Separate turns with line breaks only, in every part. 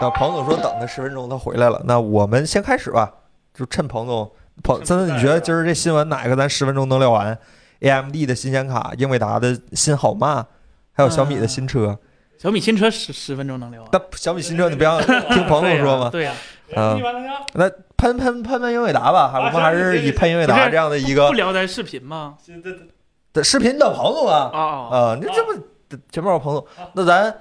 啊，彭总说等他十分钟，他回来了。那我们先开始吧，就趁彭总，彭森森，你觉得今儿这新闻哪个咱十分钟能聊完？AMD 的新显卡，英伟达的新好骂，还有小米的新车。
小米新车十十分钟能聊完
但。小米新车你不让听彭总说吗？
对呀、
啊，那喷喷喷喷英伟达吧，还我们还是以喷英伟达这样的一
不
个
聊咱视频吗？
的视频等彭总啊
啊啊！
啊，那这不前面有彭总，那咱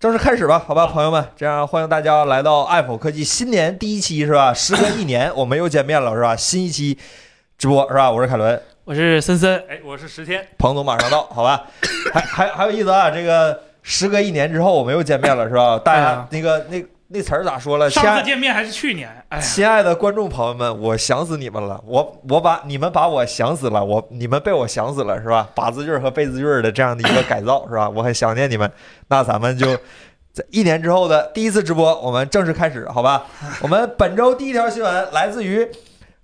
正式开始吧，好吧，朋友们，这样欢迎大家来到爱否科技新年第一期是吧？时隔一年，我们又见面了是吧？新一期直播是吧？我是凯伦，
我是森森，
哎，我是十天，
彭总马上到，好吧？还还还有意思啊，这个时隔一年之后我们又见面了是吧？大
哎
家
呀
那个那那词儿咋说了？亲
上次
爱
见面还是去年，哎呀，
亲爱的观众朋友们，我想死你们了！我我把你们把我想死了，我你们被我想死了是吧？把字句儿和被字句儿的这样的一个改造是吧？ 我很想念你们。那咱们就在一年之后的第一次直播，我们正式开始，好 吧？我们本周第一条新闻来自于。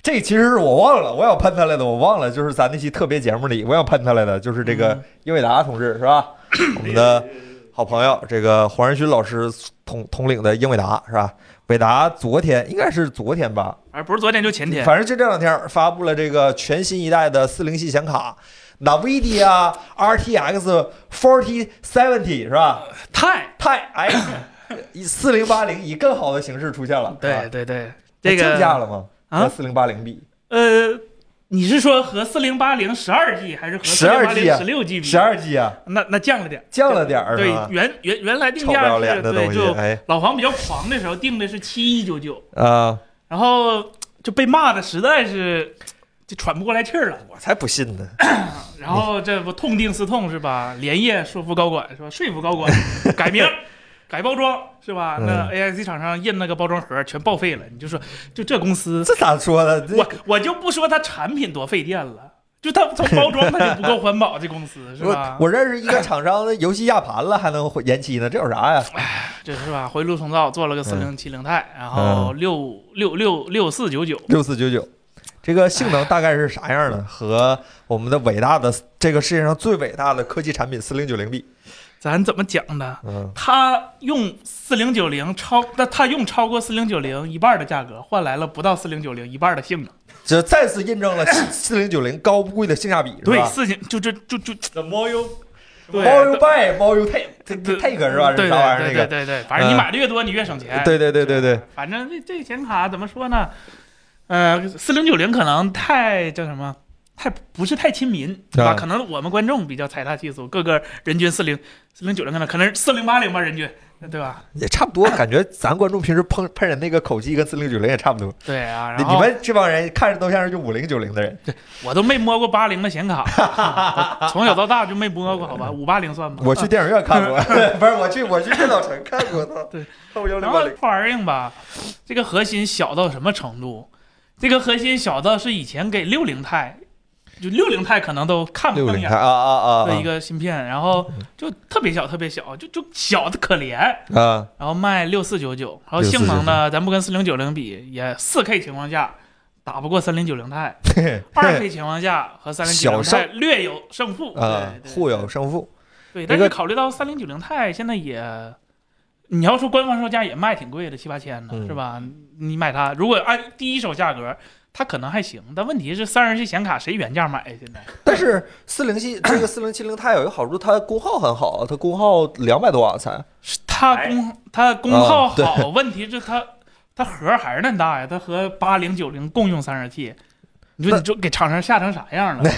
这其实是我忘了，我要喷他来的，我忘了，就是咱那期特别节目里，我要喷他来的，就是这个
嗯
英伟达同志是 吧？我们的好朋友，这个黄仁勋老师统统领的英伟达是吧？伟达昨天应该是昨天吧，
而不是昨天就前天，
反正就这两天儿发布了这个全新一代的四零系显卡，NVIDIA RTX 4070是吧？
太
太哎， 四零八零以更好的形式出现了，是吧
对对对，这个
降价了吗？
啊
和四零八零比，
呃，你是说和四零八零十二 G 还是和四零八
12G
零
啊
十六 G 比？
十二 G 啊，
那那降了点儿，
降了点儿
对
是吧，？
原原原来定
臭不要
价
脸
是
的
对，
东西，
就
哎
老黄比较狂的时候定的是七一九九，
啊，
然后就被骂的实在是就喘不过来气儿了。
我才不信呢。
然后这不痛定思痛是吧？连夜说服高管是吧？说服 高管改名、改包装是吧？
嗯
那 AIC 厂商印那个包装盒全报废了。你就说，就这公司，
这咋说的？这
我我就不说它产品多费电了，就它从包装它就不够环保，这公司是
我
吧？
我认识一个厂商，游戏压盘了还能延期呢，这有 啥呀？
这是吧？回炉重造做了个四零七零钛，然后
嗯
六六六六四九九，
六四九九，这个性能大概是啥样
嗯
的？和我们的伟大的这个世界上最伟大的科技产品四零九零比，
咱怎么讲呢？
嗯，
他用四零九零超，那他用超过四零九零一半的价格换来了不到四零九零一半的性能。
这再次印 证了四零九零高贵的性价比，是
对，
吧
四千就就就就
怎么又
对
？Value buy, value take, take take 是吧？
对
是啥玩意儿那
对对哎
个？
对对，反正你
嗯
买的越多，你越省钱。
对对对对对，
反正这这显卡怎么说呢？呃，四零九零可能太叫什么？太不是太亲民，对吧？
嗯
可能我们观众比较财大气粗，各个人均四零四零九零可能可能四零八零吧，人均，对吧？
也差不多，感觉咱观众平时喷喷人那个口气跟四零九零也差不多。
对啊，然
你
后
你们这帮人看着都像是就五零九零的人，
我都没摸过八零的显卡， 我从小到大就没摸过，好吧？五八零算吗？
我去电影院看 过， 不是我去我去电脑城看过，操，
对，
后幺零
然后
八零。
这玩意儿吧，这个核心小到什么程度？这个核心小到是以前给六零钛，就六零钛可能都看不
六
上
零
眼
啊啊啊
的一个芯片，然后就特别小，特别小，就就小的可怜。
啊啊！
然后卖六四九九，然后
6499
性能呢，咱不跟四零九零比，也四 K 情况下打不过三零九零钛，二 K 情况下和三零九零
小
钛略有胜负
啊，
对对
互有胜负。
对，
这
但
个
是考虑到三零九零钛现在也，你要说官方售价也卖挺贵的，七八千呢，
嗯
是吧？你买它，如果按第一手价格，它可能还行，但问题是三十系显卡谁原价买呀？现在
但是四零系这个四零七零钛有一个好处，它功耗很好，它功耗两百多瓦才。
是它
哎
功它功耗
啊对
好，问题是它它盒还是那么大呀，它和八零九零共用三十系，你说
那
你就给厂商吓成啥样了？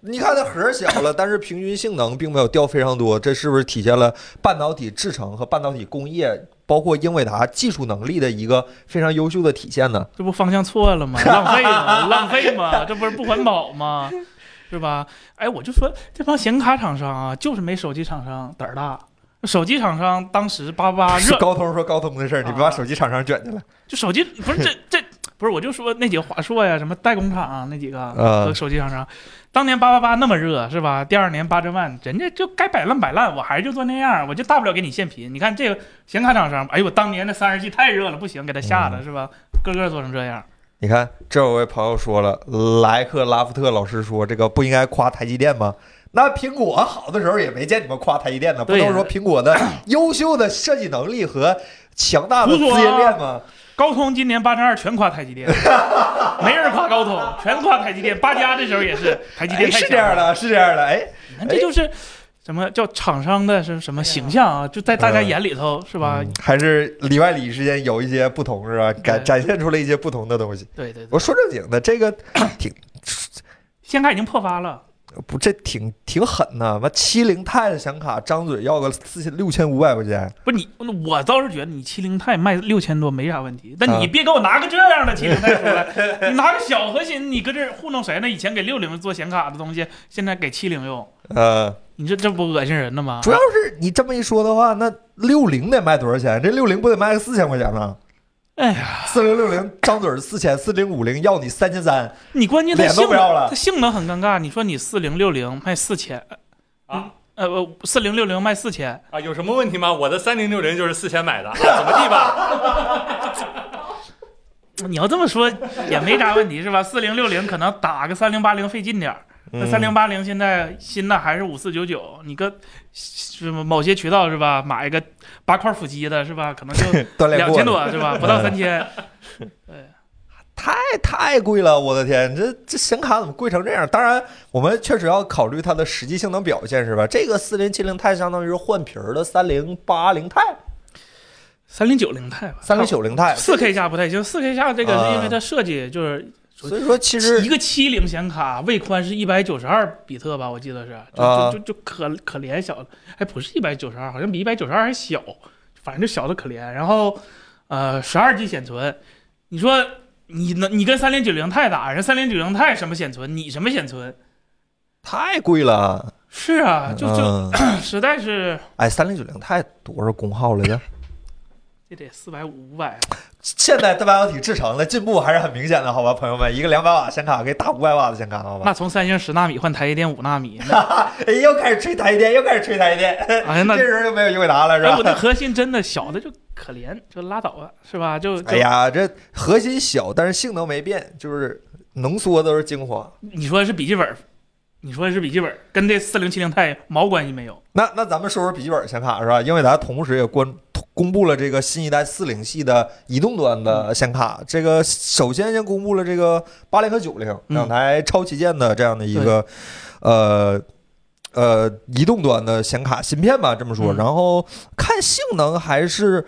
你看它盒儿小了，但是平均性能并没有掉非常多，这是不是体现了半导体制程和半导体工业，包括英伟达技术能力的一个非常优秀的体现呢？
这不方向错了吗？浪费吗？浪费吗？这不是不环保吗？是吧？哎，我就说这帮显卡厂商啊，就是没手机厂商胆儿大。手机厂商当时八 八
是
啊热，
高通说高通的事儿，你别把
啊
手机厂商卷进来。
就手机不是这这不是，我就说那几个华硕呀，什么代工厂、啊、那几个
啊
和手机厂商，当年八八八那么热是吧？第二年八珍万，人家就该摆烂摆烂，我还是就做那样，我就大不了给你现品。你看这个显卡厂商，哎呦，我当年那三十 G 太热了，不行，给他吓的是吧？个个做成这样。
你看，这有位朋友说了，莱克拉夫特老师说这个不应该夸台积电吗？那苹果好的时候也没见你们夸台积电呢，不
对呀
都说苹果的优秀的设计能力和强大的
胡
资
说啊
金链嘛。
高通今年八乘二全夸台 积电，没人夸高通，全夸台积电。八家这时候也是台积
哎，
电太
是
强
这样
了，
的，是这样的，哎，
你看这就是什么叫厂商的是什么形象啊？就在大家眼里头是吧？
哎嗯还是里外里之间有一些不同，是吧？展
对
展现出了一些不同的东西。
对对对，
我说正经的，这个挺
掀开已经破发了，
不，这挺挺狠呐！妈，七零钛的显卡张嘴要个四千六千五百块钱，
不是你，我倒是觉得你七零钛卖六千多没啥问题，
啊
但你别给我拿个这样的七零钛出来，你拿个小核心，你搁这儿糊弄谁呢？以前给六零做显卡的东西，现在给七零用，
呃，
你这这不恶心人呢吗？
主要是你这么一说的话，那六零得卖多少钱？这六零不得卖个四千块钱吗？
哎呀，
四零六零张嘴四千，四零五零要你三千三，
你关键它
脸都
性
不要了
能，它性能很尴尬。你说你四零六零卖四千，
啊
呃呃四零六零卖四千，
啊，有什么问题吗？我的三零六零就是四千买的，啊怎么地吧？
你要这么说也没啥问题是吧？四零六零可能打个三零八零费劲点儿。
嗯
那三零八零现在新的还是五四九九，你搁什么某些渠道是吧？买一个八块腹肌的是吧？可能就
锻炼
两
过
千
了，嗯
多是吧？不到三千。
太哎太贵了，我的天，这这显卡怎么贵成这样？当然，我们确实要考虑它的实际性能表现，是吧？这个四零七零钛相当于是换皮儿的三零八零钛、
三零九零钛吧，
三零九零钛，
四 K 下不太行，四 K 下这个是因
啊
为它设计就是
所以说其实
一个七零显卡位宽是一百九十二比特吧，我记得是，就
啊
就就就可可怜小，还不是一百九十二，好像比一百九十二还小，反正就小的可怜。然后，呃，十二 G 显存，你说你能你跟三零九零钛打，人三零九零钛什么显存，你什么显存？
太贵了，
是啊，就就、
嗯、
实在是
哎，三零九零钛多少功耗来着？
这得四百五五百，
现在半导体制成的进步还是很明显的，好吧，朋友们，一个两百瓦显卡可以打五百瓦的显卡，好吧
那？从三星十纳米换台积电五纳米，那
哎，又开始吹台积电，又开始吹台积电，
哎 呀那
这。时候又没有优惠达了， 是啊
哎，我
吧？
那核心真的小的就可怜，就拉倒吧，是吧？就就
哎呀， 这核心小，但是性能没变，就是浓缩都是精华。
你说是笔记本儿，你说是笔记本儿，跟这四零七零钛毛关系没有。
那那咱们说说笔记本显卡是吧？因为咱同时也关公布了这个新一代四零系的移动端
嗯
的显卡，这个首先先公布了这个八零和九零
嗯
两台超旗舰的这样的一个、呃呃移动端的显卡芯片吧，这么说。
嗯
然后看性能还是。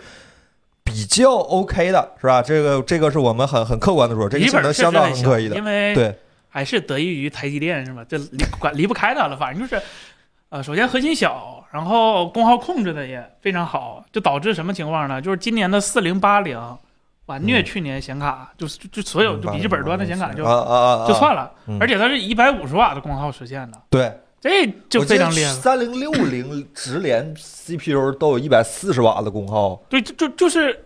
比较 OK 的是吧？这个这个是我们很很客观的说，这个
笔记
性
本
能
儿确实
相当
很
很
小
可以的。
因为
对，
还是得益于台积电是吧？这离管离不开它了，反正就是，呃，首先核心小，然后功耗控制的也非常好，就导致什么情况呢？就是今年的四零八零完
嗯
虐去年显卡，就是就就所有就笔记本端的显卡就、
啊啊啊，
就
了。
算了，
嗯
而且它是一百五十瓦的功耗实现的，
对，
这就非常厉害了。
三零六零直连 CPU 都有一百四十瓦的功耗，
对，就就就是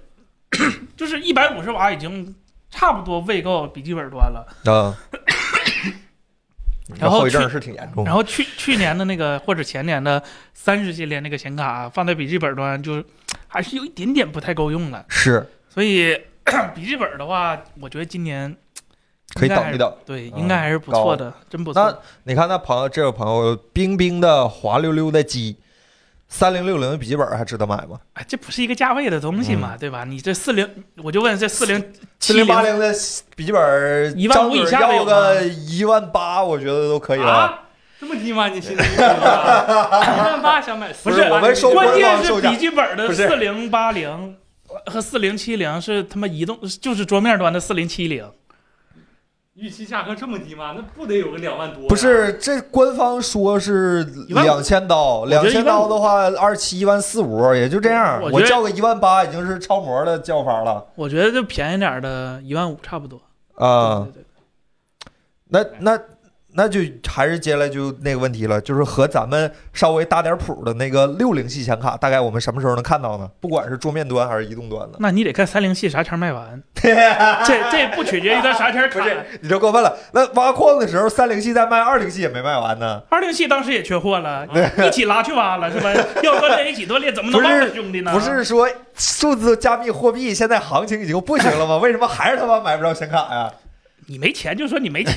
就是一百五十瓦已经差不多喂够笔记本端了。
啊，
然后
后遗症
去
是挺严重的
然。后去去年的那个或者前年的三十系列那个显卡放在笔记本端就还是有一点点不太够用的，
是
所以 笔记本的话，我觉得今年
可以
应该还
等
是
一等。
对，
嗯
应该还是不错的，真不
那
错。
你看，那朋友这位朋友冰冰的滑溜溜的机，三零六零的笔记本还值得买吗？
哎，这不是一个价位的东西嘛，对吧？你这四零，我就问这四零
嗯四
七
零
零
八零的笔记本，
15,000
张嘴
以下的
要
有吗
个一万八，我觉得都可以了。
啊，这么低吗？你现在一万八想买四
不是
万八
我们收
关
官
键
方售
是
价
笔记本的
不是
四零八零和四零七零是他妈移动，就是桌面端的四零七零。
预期价格这么低吗？那不得有个两万多呀？
不是，这官方说是两千刀，
觉
两
得
千刀的话，二七一万四五也就这样。
我觉
我
得
叫个一万八已经是超模的叫法了。
我觉得就便宜点儿的，一万五差不多。
啊
对，对对
那那那就还是接下来就那个问题了，就是和咱们稍微搭点谱的那个六零系显卡，大概我们什么时候能看到呢？不管是桌面端还是移动端的，
那你得看三零系啥前儿 卖完，这这不取决于它啥前儿
不
砍。
是你这过分了。那挖矿的时候，三零系在卖，二零系也没卖完呢。
二零系当时也缺货 了，一起拉去挖了是吧？要锻炼一起锻炼，怎么能忘了兄弟呢？
不是说数字加密货币现在行情已经不行了吗？为什么还是他妈买不着显卡呀？
你没钱就说你没钱，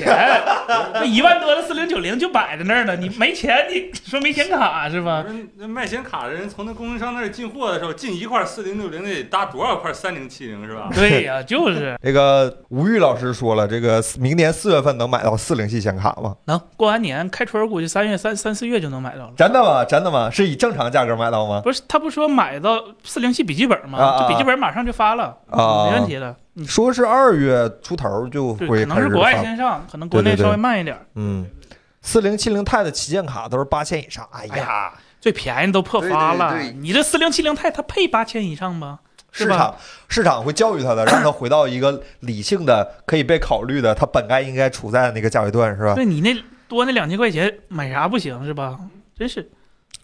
这一万多的四零九零就摆在那儿呢，你没钱你说没显卡是吧？
那那卖显卡的人从那供应商那儿进货的时候，进一块四零六零得搭多少块三零七零是吧？
对呀、就是
这个吴玉老师说了，这个明年四月份能买到四零系显卡吗？
能过完年开春儿，估计三月三三四月就能买到了。
真的吗？真的吗？是以正常价格买到吗？
不是他不说买到四零系笔记本
啊啊
吗？这笔记本马上就发了，
啊
没问题的。你
说是二月出头就
对，
会
可能
开
是
始
国外
发，
先上，可能国内
对对对
稍微慢一点儿。
嗯，四零七零 Ti 的旗舰卡都是八千以上，哎
哎
呀，
呀，最便宜都破发了，
对对
你这四零七零钛它配八千以上吗？是
市
吧
场市场会教育他的，让他回到一个理性的、可以被考虑的，他本该应该处在的那个价位段，是吧？
对你那多那两千块钱买啥不行是吧？真是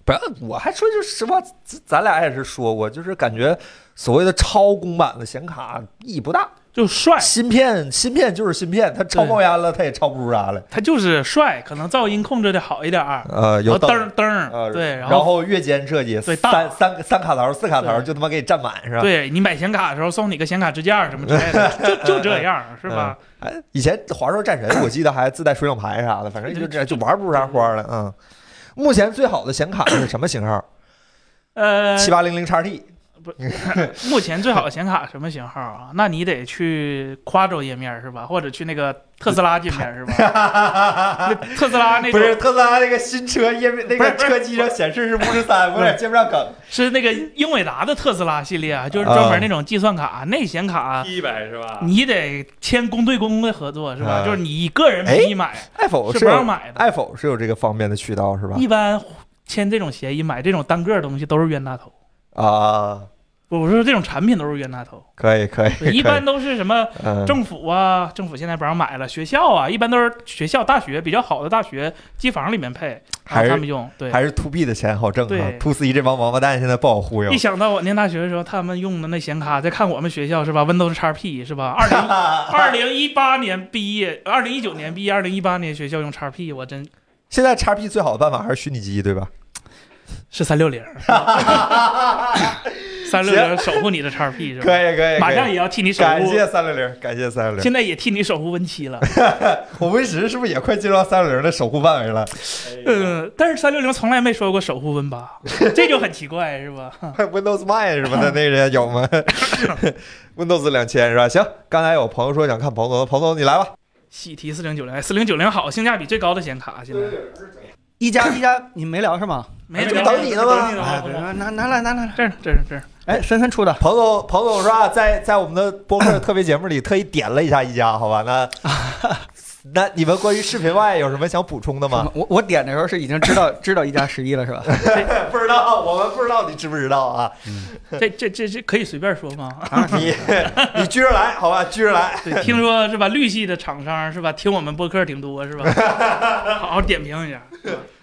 不是，我还说句实话，咱咱俩也是说过，就是感觉所谓的超公版的显卡意义不大，
就帅，
芯片芯片就是芯片，它超冒烟了，它也超不出啥来。
它就是帅，可能噪音控制的好一点儿，
呃，
然
有
后
灯
灯儿灯
呃，
儿，啊对，
然
然后。
月间设计，
对
三
大
三三卡槽、四卡槽
对
就他妈给你占满是吧？
对你买显卡的时候送你个显卡支架什么之类的，就就这样是 吧？
哎，以前华硕战 神我记得还自带水冷排啥的，反正就这样，就玩不出啥花来。嗯，目前最好的显卡是什么型号？
呃，
七八零零 XT。
目前最好的显卡什么型 号啊？那你得去夸州页面是吧？或者去那个特斯拉界面 是吧？那特斯拉那
不
种
是特斯拉那个新车页面，那
不是
个
不是
车机上显示是五十三，我有点接不上梗。
是那个英伟达的特斯拉系列啊，就是专门那种计算卡、内显卡，啊
T 一百是吧？
你得签公对公的合作是吧？
啊
就是你以个人名义买
Apple
是
是
不让
有
买的，
Apple 是有这个方面的渠道是吧？
一般签这种协议买这种单个东西都是冤大头。
啊，
不我说这种产品都是冤大头，
可以可以， 可
对
以
一般都是什么
嗯
政府啊，政府现在不让买了，学校啊，一般都是学校、大学比较好的大学机房里面配，
还
让
是
他们用。对，
还是 To B 的钱好挣啊
对
，To C 这帮王八蛋现在不好忽悠
一。想到我念大学的时候，他们用的那显卡，再看我们学校是吧，Windows XP 是吧？ 二零二零一八年毕业，二零一九年毕业，二零一八年学校用 XP，我真
现在 XP 最好的办法还是虚拟机，对吧？
是三六零， 三六零守护你的 XP 是
可
吧？
以可以，
马上
可以
也要替你守
感
护，
谢三六零，感谢三六零。
现在也替你守护 Win 七了。
我 Win 十是不是也快进入到三六零的守护范围了？
嗯，但是三六零从来没说过守护 Win 八，这就很奇怪是吧？
啊 Windows Mine 什么的，那个有 吗？Windows 两千是吧？行，刚才有朋友说想看彭总的，彭总你来吧。
喜提四零九零，四零九零好，性价比最高的显卡现在
一加一加，你没聊是吗？
没
这个
准
等你呢吗
等你
哎，
呢
不
吗
是拿拿来拿来，
这儿呢这儿呢这儿呢。
哎，深深出的，
彭总，彭总是吧？在在我们的播客特别节目里特意点了一下一加，好吧？ 那那你们关于视频外有什么想补充的吗？
我我点的时候是已经知道知道一加十一了是吧？
不知道，我们不知道，你知不知道啊？
这这这这可以随便说吗？
你你撅着来，好吧？撅着来。
对，听说是吧？绿系的厂商是吧？听我们播客挺多 是吧？好好点评一下。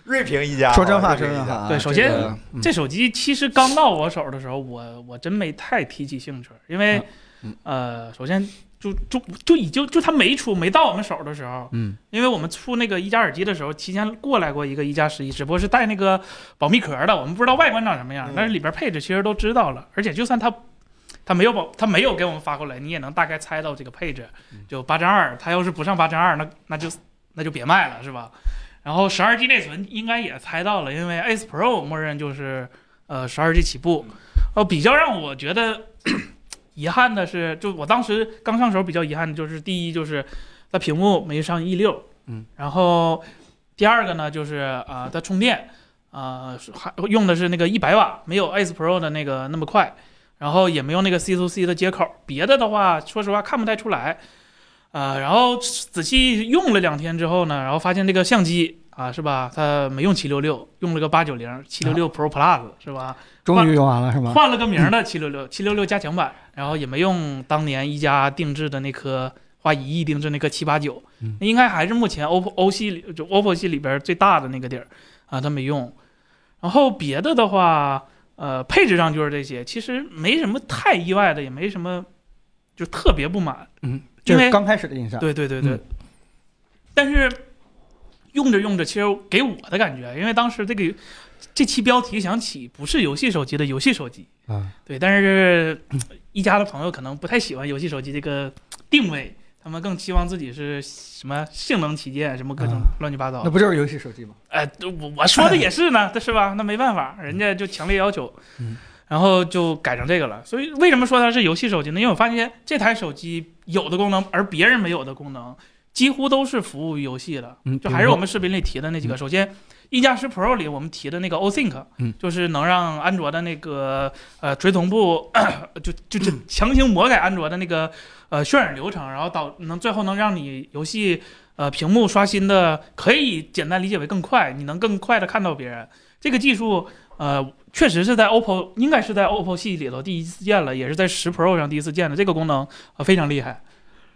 锐评一家，
说
好
真话，
吧
说真话。啊。
对首先
这个嗯
这手机其实刚到我手的时候，我我真没太提起兴趣，因为
嗯
呃，首先就就就已经就它没出没到我们手的时候，
嗯，
因为我们出那个一加耳机的时候，提前过来过一个一加十一，只不过是带那个保密壳的，我们不知道外观长什么样
嗯，
但是里边配置其实都知道了，而且就算它。它没有保，它没有给我们发过来，你也能大概猜到这个配置，
嗯
就八针二。它要是不上八针二，那那就那就别卖了，是吧？然后十二 G 内存应该也猜到了，因为 Ace Pro 默认就是呃十二 G 起步。呃，比较让我觉得 遗憾的是，就我当时刚上手比较遗憾的就是，第一就是它屏幕没上 E 六，
嗯，
然后第二个呢就是啊、呃它充电啊、呃是还用的是那个一百瓦，没有 Ace Pro 的那个那么快，然后也没有那个 C to C 的接口，别的的话说实话看不太出来。呃，然后仔细用了两天之后呢，然后发现这个相机啊，是吧？它没用七六六，用了个八九零七六六 Pro Plus，是吧？
终于用完了啊是吗？
换了个名儿的七六六七六六加强版，然后也没用当年一加定制的那颗花一亿定制那颗七八九
嗯，
那应该还是目前 OPPO O 系里就 OPPO 系里边最大的那个底儿啊，它没用。然后别的的话，呃，配置上就是这些，其实没什么太意外的，也没什么就特别不满。
嗯，这
因为
是刚开始的印象。
对对对对。
嗯
但是用着用着，其实给我的感觉，因为当时这个这期标题想起不是游戏手机的游戏手机，
啊，
对，但是一家的朋友可能不太喜欢游戏手机这个定位，他们更期望自己是什么性能旗舰，什么各种
啊
乱七八糟
那。不就是游戏手机吗？
哎，我我说的也是呢，这 是吧？那没办法，人家就强烈要求
嗯，
然后就改成这个了。所以为什么说它是游戏手机呢？因为我发现这台手机有的功能，而别人没有的功能，几乎都是服务于游戏的。
嗯
就还是我们视频里提的那几个，首先。一加十 Pro 里我们提的那个 OSync，、
嗯
就是能让安卓的那个呃垂同步， 就就 就强行魔改安卓的那个呃渲染流程，然后导能最后能让你游戏呃屏幕刷新的可以简单理解为更快，你能更快的看到别人。这个技术呃确实是在 OPPO 应该是在 OPPO 系里头第一次见了，也是在十 Pro 上第一次见的这个功能呃非常厉害。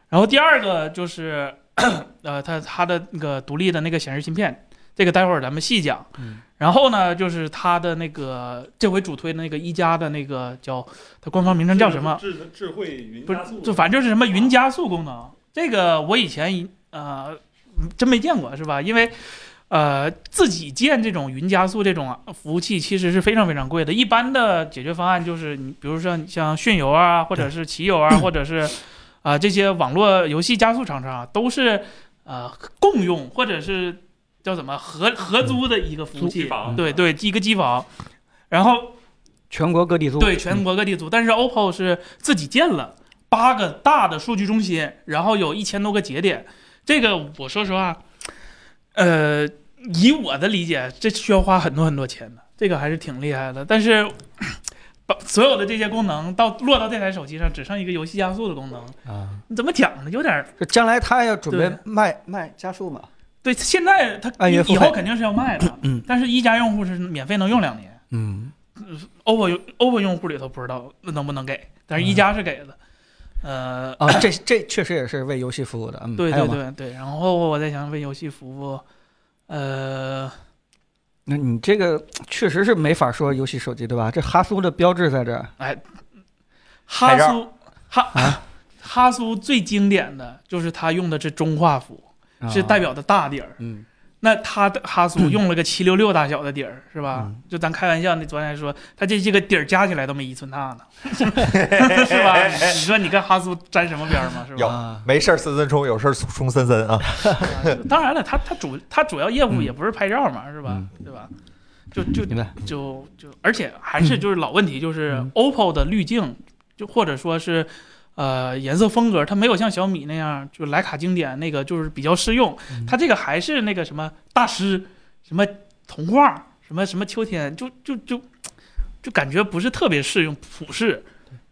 然后第二个就是 呃它它的那个独立的那个显示芯片，这个待会儿咱们细讲。
嗯
然后呢，就是它的那个这回主推的那个一加的那个叫它官方名称叫什么？
智智慧云
不是
加速，，
就反正就是什么云加速功能，这个我以前一呃真没见过，是吧？因为呃自己建这种云加速这种服务器其实是非常非常贵的。一般的解决方案就是你，比如说你像迅游啊，或者是奇游啊，或者是啊、这些网络游戏加速厂商啊，都是呃共用或者是叫什么合合租的一个服
嗯
务
租机
器，
房啊
对对，一个机房，然后。
全国各地租
对，全国各地组。但是 OPPO 是自己建了八个大的数据中心，然后有一千多个节点。这个我说实话，呃，以我的理解，这需要花很多很多钱的，这个还是挺厉害的。但是 把所有的这些功能到落到这台手机上，只剩一个游戏加速的功能，
啊，
你怎么讲呢？有点儿
就将来他要准备
对
卖卖加速嘛？
对。现在它
按月付
以
费
后肯定是要卖的，
嗯
但是一家用户是免费能用两年。
嗯，
OPPO 用 OPPO 用户里头不知道能不能给，但是一加是给的。呃，
啊，这这确实也是为游戏服务的，嗯，
对
还有
对
吗，
对对，然后我在想为游戏服务，呃，
那你这个确实是没法说游戏手机对吧？这哈苏的标志在这儿，
哈
海照
苏哈、
啊
哈苏最经典的就是他用的是中画幅，是代
表
表的大底儿。
啊嗯
那他的哈 苏用了个七六六大小的底儿，是吧？
嗯
就咱开玩笑，那昨天还说他这这个底儿加起来都没一寸大 呢，是吧？你说你跟哈苏沾什么边儿吗？是吧？
啊
没事儿森森冲，有事儿冲森森啊。
当然了，他他主他主要业务
嗯
也不是拍照嘛，是吧？对吧？就就
明白
就就，而且还是就是老问题，就是
嗯
OPPO 的滤镜，就或者说是，呃，颜色风格，它没有像小米那样，就徕卡经典那个就是比较适用
嗯，
它这个还是那个什么大师，什么童话，什么什么秋天，就就就就感觉不是特别适用普适，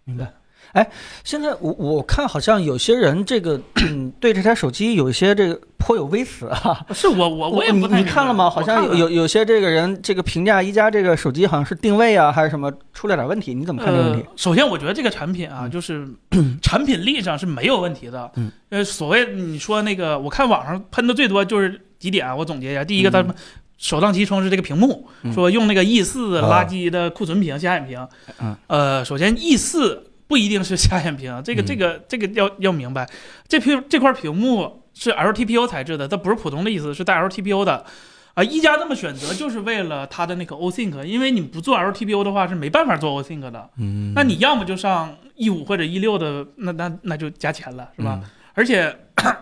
明白。哎，现在我我看好像有些人这个嗯对这台手机有一些这个颇有微词啊，
是我我哦我也
你
不太
你看了
明白
吗？好像
我看
有
了
有有些这个人这个评价一加这个手机好像是定位啊还是什么出了点问题，你怎么看这个问题？
呃、首先，我觉得这个产品啊，
嗯
就是 产品力上是没有问题的。
嗯
呃，所谓你说那个，我看网上喷的最多就是几点啊，我总结一下：第一个，
嗯
他们首当其冲是这个屏幕，
嗯
说用那个 E 四
啊
垃圾的库存屏、下眼屏。
嗯
呃，首先 E 四不一定是下眼屏，啊这个
嗯
这个这个要要明白，这屏这块屏幕是 LTPO 材质的，它不是普通的意思，是带 LTPO 的。啊，一加这么选择就是为了它的那个 OSync，因为你不做 LTPO 的话是没办法做 OSync 的。
嗯
那你要么就上 E 五或者 E 六的，那那那就加钱了，是吧？？
嗯
而且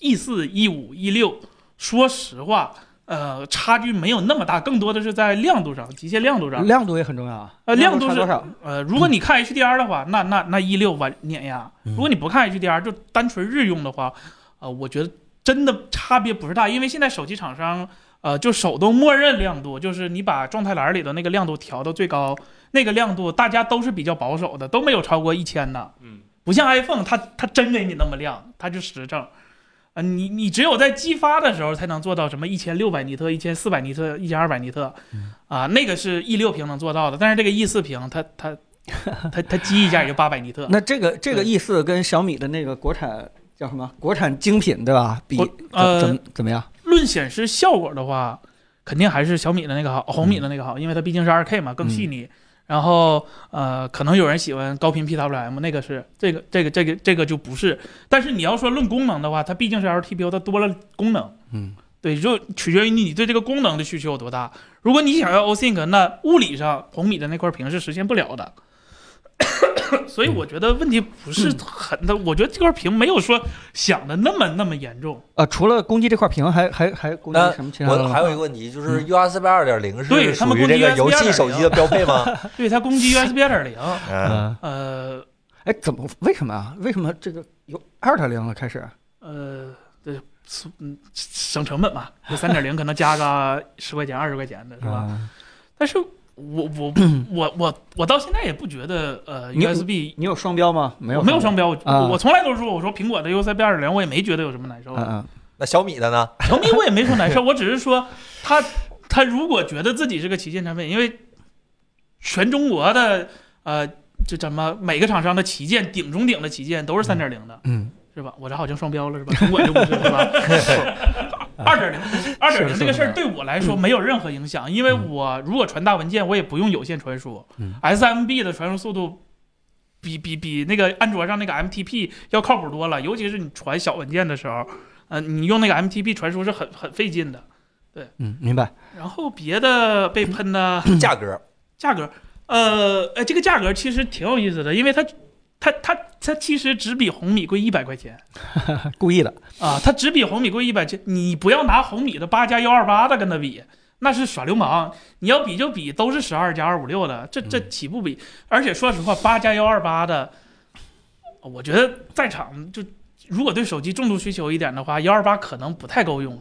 E 四、E 五、E 六，说实话，呃，差距没有那么大，更多的是在亮度上，极限亮度上。
亮度也很重要啊。
呃亮度
差
是
多少？
呃，如果你看 HDR 的话，那那那 E 六完碾压；
嗯
如果你不看 HDR，就单纯日用的话，呃，我觉得真的差别不是大，因为现在手机厂商呃就手动默认亮度，就是你把状态栏里的那个亮度调到最高，那个亮度大家都是比较保守的，都没有超过一千的。
嗯，
不像 iPhone，它它真给你那么亮，它就实诚。啊，你你只有在激发的时候才能做到什么一千六百尼特、一千四百尼特、一千二百尼特，
嗯
啊，那个是 E 六屏能做到的，但是这个 E 四屏它它它它激一下也就八百尼特，
那这个这个
呃对
E 四跟小米的那个国产叫什么国产精品对吧？比
国
怎
呃
怎么怎么样？
论显示效果的话，肯定还是小米的那个好，红米的那个好，因为它毕竟是二 K 嘛，更细腻。然后呃，可能有人喜欢高频 PWM，那个是这个这个这个这个就不是。但是你要说论功能的话，它毕竟是 LTPO，它多了功能。
嗯，
对，就取决于你你对这个功能的需求有多大。如果你想要 OSync，那物理上红米的那块屏是实现不了的。 所以我觉得问题不是很的，我觉得这块屏没有说想的那么那么严重。
呃，除了攻击这块屏，还还还攻击
那
什么其他的
呃我
吗？嗯
还有一个问题，就是 USB 二点零是
对
属
他们
于
攻
这
击
个
USB
游戏手机的标配 吗？
对，它攻击 USB 2.0，
嗯，
嗯，
呃
哎，怎么为什么啊？为什么这个有二点零了开始？
呃，对，嗯，省成本嘛，这3.0可能加个十块钱、二十块钱的
嗯
是吧？
吧？
但是我 我我我我到现在也不觉得呃
你
USB
你有双标吗？没有，
我没有双。标，我
啊
我从来都说我说苹果的 USB 2.0，我也没觉得有什么难受的。
嗯嗯，
那小米的呢？
小米我也没说难 受，我只是说他他如果觉得自己是个旗舰产品，因为全中国的呃这怎么每个厂商的旗舰顶中顶的旗舰都是三点零的，
嗯，
是吧？我这好像双标了是吧？苹果就不是是吧？二点零二点零这个事儿对我来说没有任何影响，因为我如果传大文件，我也不用有线传输
嗯
，SMB 的传输速度。比比比那个安卓上那个 MTP 要靠谱多了，尤其是你传小文件的时候，呃，你用那个 MTP 传输是很很费劲的。
嗯，明白。
然后别的被喷的
价格
价格，呃，哎，这个价格其实挺有意思的，因为它它它它其实只比红米贵一百块钱
故意的。
啊，它只比红米贵一百钱。你不要拿红米的八加幺二八的跟它比，那是耍流氓。你要比就比都是十二加二五六的，这这起步比。而且说实话，八加幺二八的，我觉得在场就如果对手机重度需求一点的话，幺二八可能不太够用，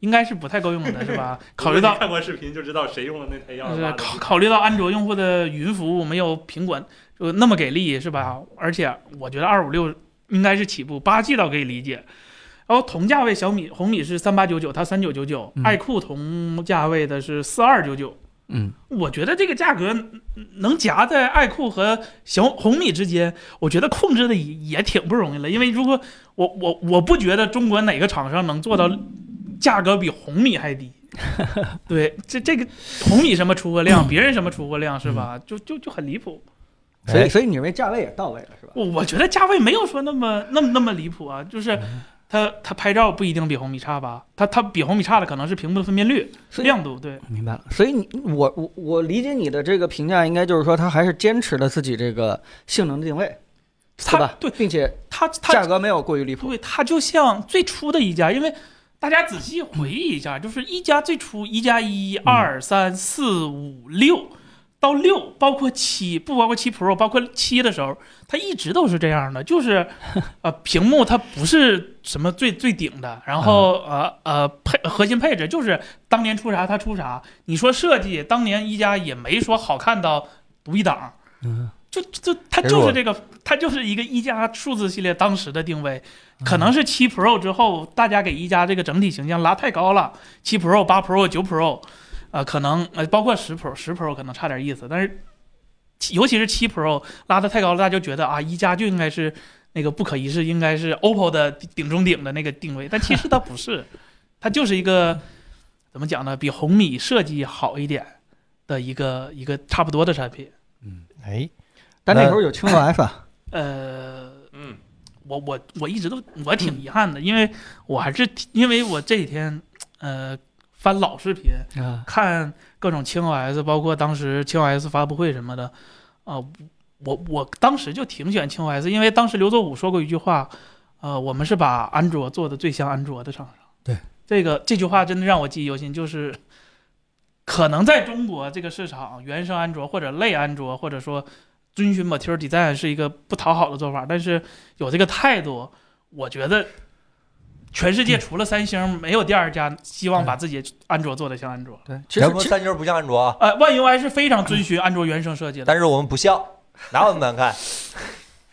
应该是不太够用的，是吧？考虑到
看过视频就知道谁用了那台幺
就是
二
考
八。
考虑到安卓用户的云服务没有苹果就那么给力，是吧？而且我觉得二五六应该是起步，八 G 倒可以理解。然后同价位小米红米是三八九九，它三九九九
嗯，
爱酷同价位的是四二九九。
嗯，
我觉得这个价格嗯能夹在爱酷和小红米之间，我觉得控制的也也挺不容易了。因为如果我我我不觉得中国哪个厂商能做到价格比红米还 低。对，这这个红米什么出货 量，别人什么出货量是
嗯
吧？就就就很离谱。
所以
哎
所以你认为价位也到位了是吧？
我我觉得价位没有说那么那么那么离谱啊，就是
嗯
它它拍照不一定比红米差吧？它它比红米差的可能是屏幕的分辨率、
所以
亮度，对。
明白了，所以你我我我理解你的这个评价，应该就是说它还是坚持了自己这个性能的定位，对
它
吧？
对
并且
它它
价格没有过于离谱。
对，它就像最初的一家，因为大家仔细回忆一下，就是一加最初一加一、二、三、四、五、六到六，包括七，不包括七 Pro，包括七的时候，它一直都是这样的，就是 呃，屏幕它不是什么最最顶的，然后
嗯
呃呃配核心配置就是当年出啥它出啥。你说设计，当年一加也没说好看到独一档。
嗯，
就就它
其实
就
我
是这个，它就是一个一加数字系列当时的定位，可能是七 Pro 之后，大家给一加这个整体形象拉太高了，七 Pro、八 Pro、九 Pro，呃，可能呃包括十 Pro、十 Pro 可能差点意思，但是其尤其是七 Pro 拉的太高了，大家就觉得啊，一加就应该是那个不可一世，应该是 OPPO 的顶中顶的那个定位，但其实它不是，它就是一个怎么讲呢，比红米设计好一点的一个一个差不多的产品，
哎，
但那
那
时候有青龙 S 啊，
呃。
嗯，
我我我一直都我挺遗憾的，因为我还是挺因为我这几天呃翻老视频，
啊
看各种轻 OS，包括当时轻 OS 发布会什么的，啊、我我当时就挺喜欢轻 OS，因为当时刘作武说过一句话，呃，我们是把安卓做的最像安卓的厂商。
对，
这个这句话真的让我记忆犹新，就是可能在中国这个市场，原生安卓或者类安卓，或者说遵循 Material Design 是一个不讨好的做法，但是有这个态度，我觉得。全世界除了三星，没有第二家希望把自己安卓做的像安卓。
对，其实
咱们
其实
三星不像安卓啊，
呃，万 UI 是非常遵循安卓原生设计的。
但是我们不像，哪有那么难看？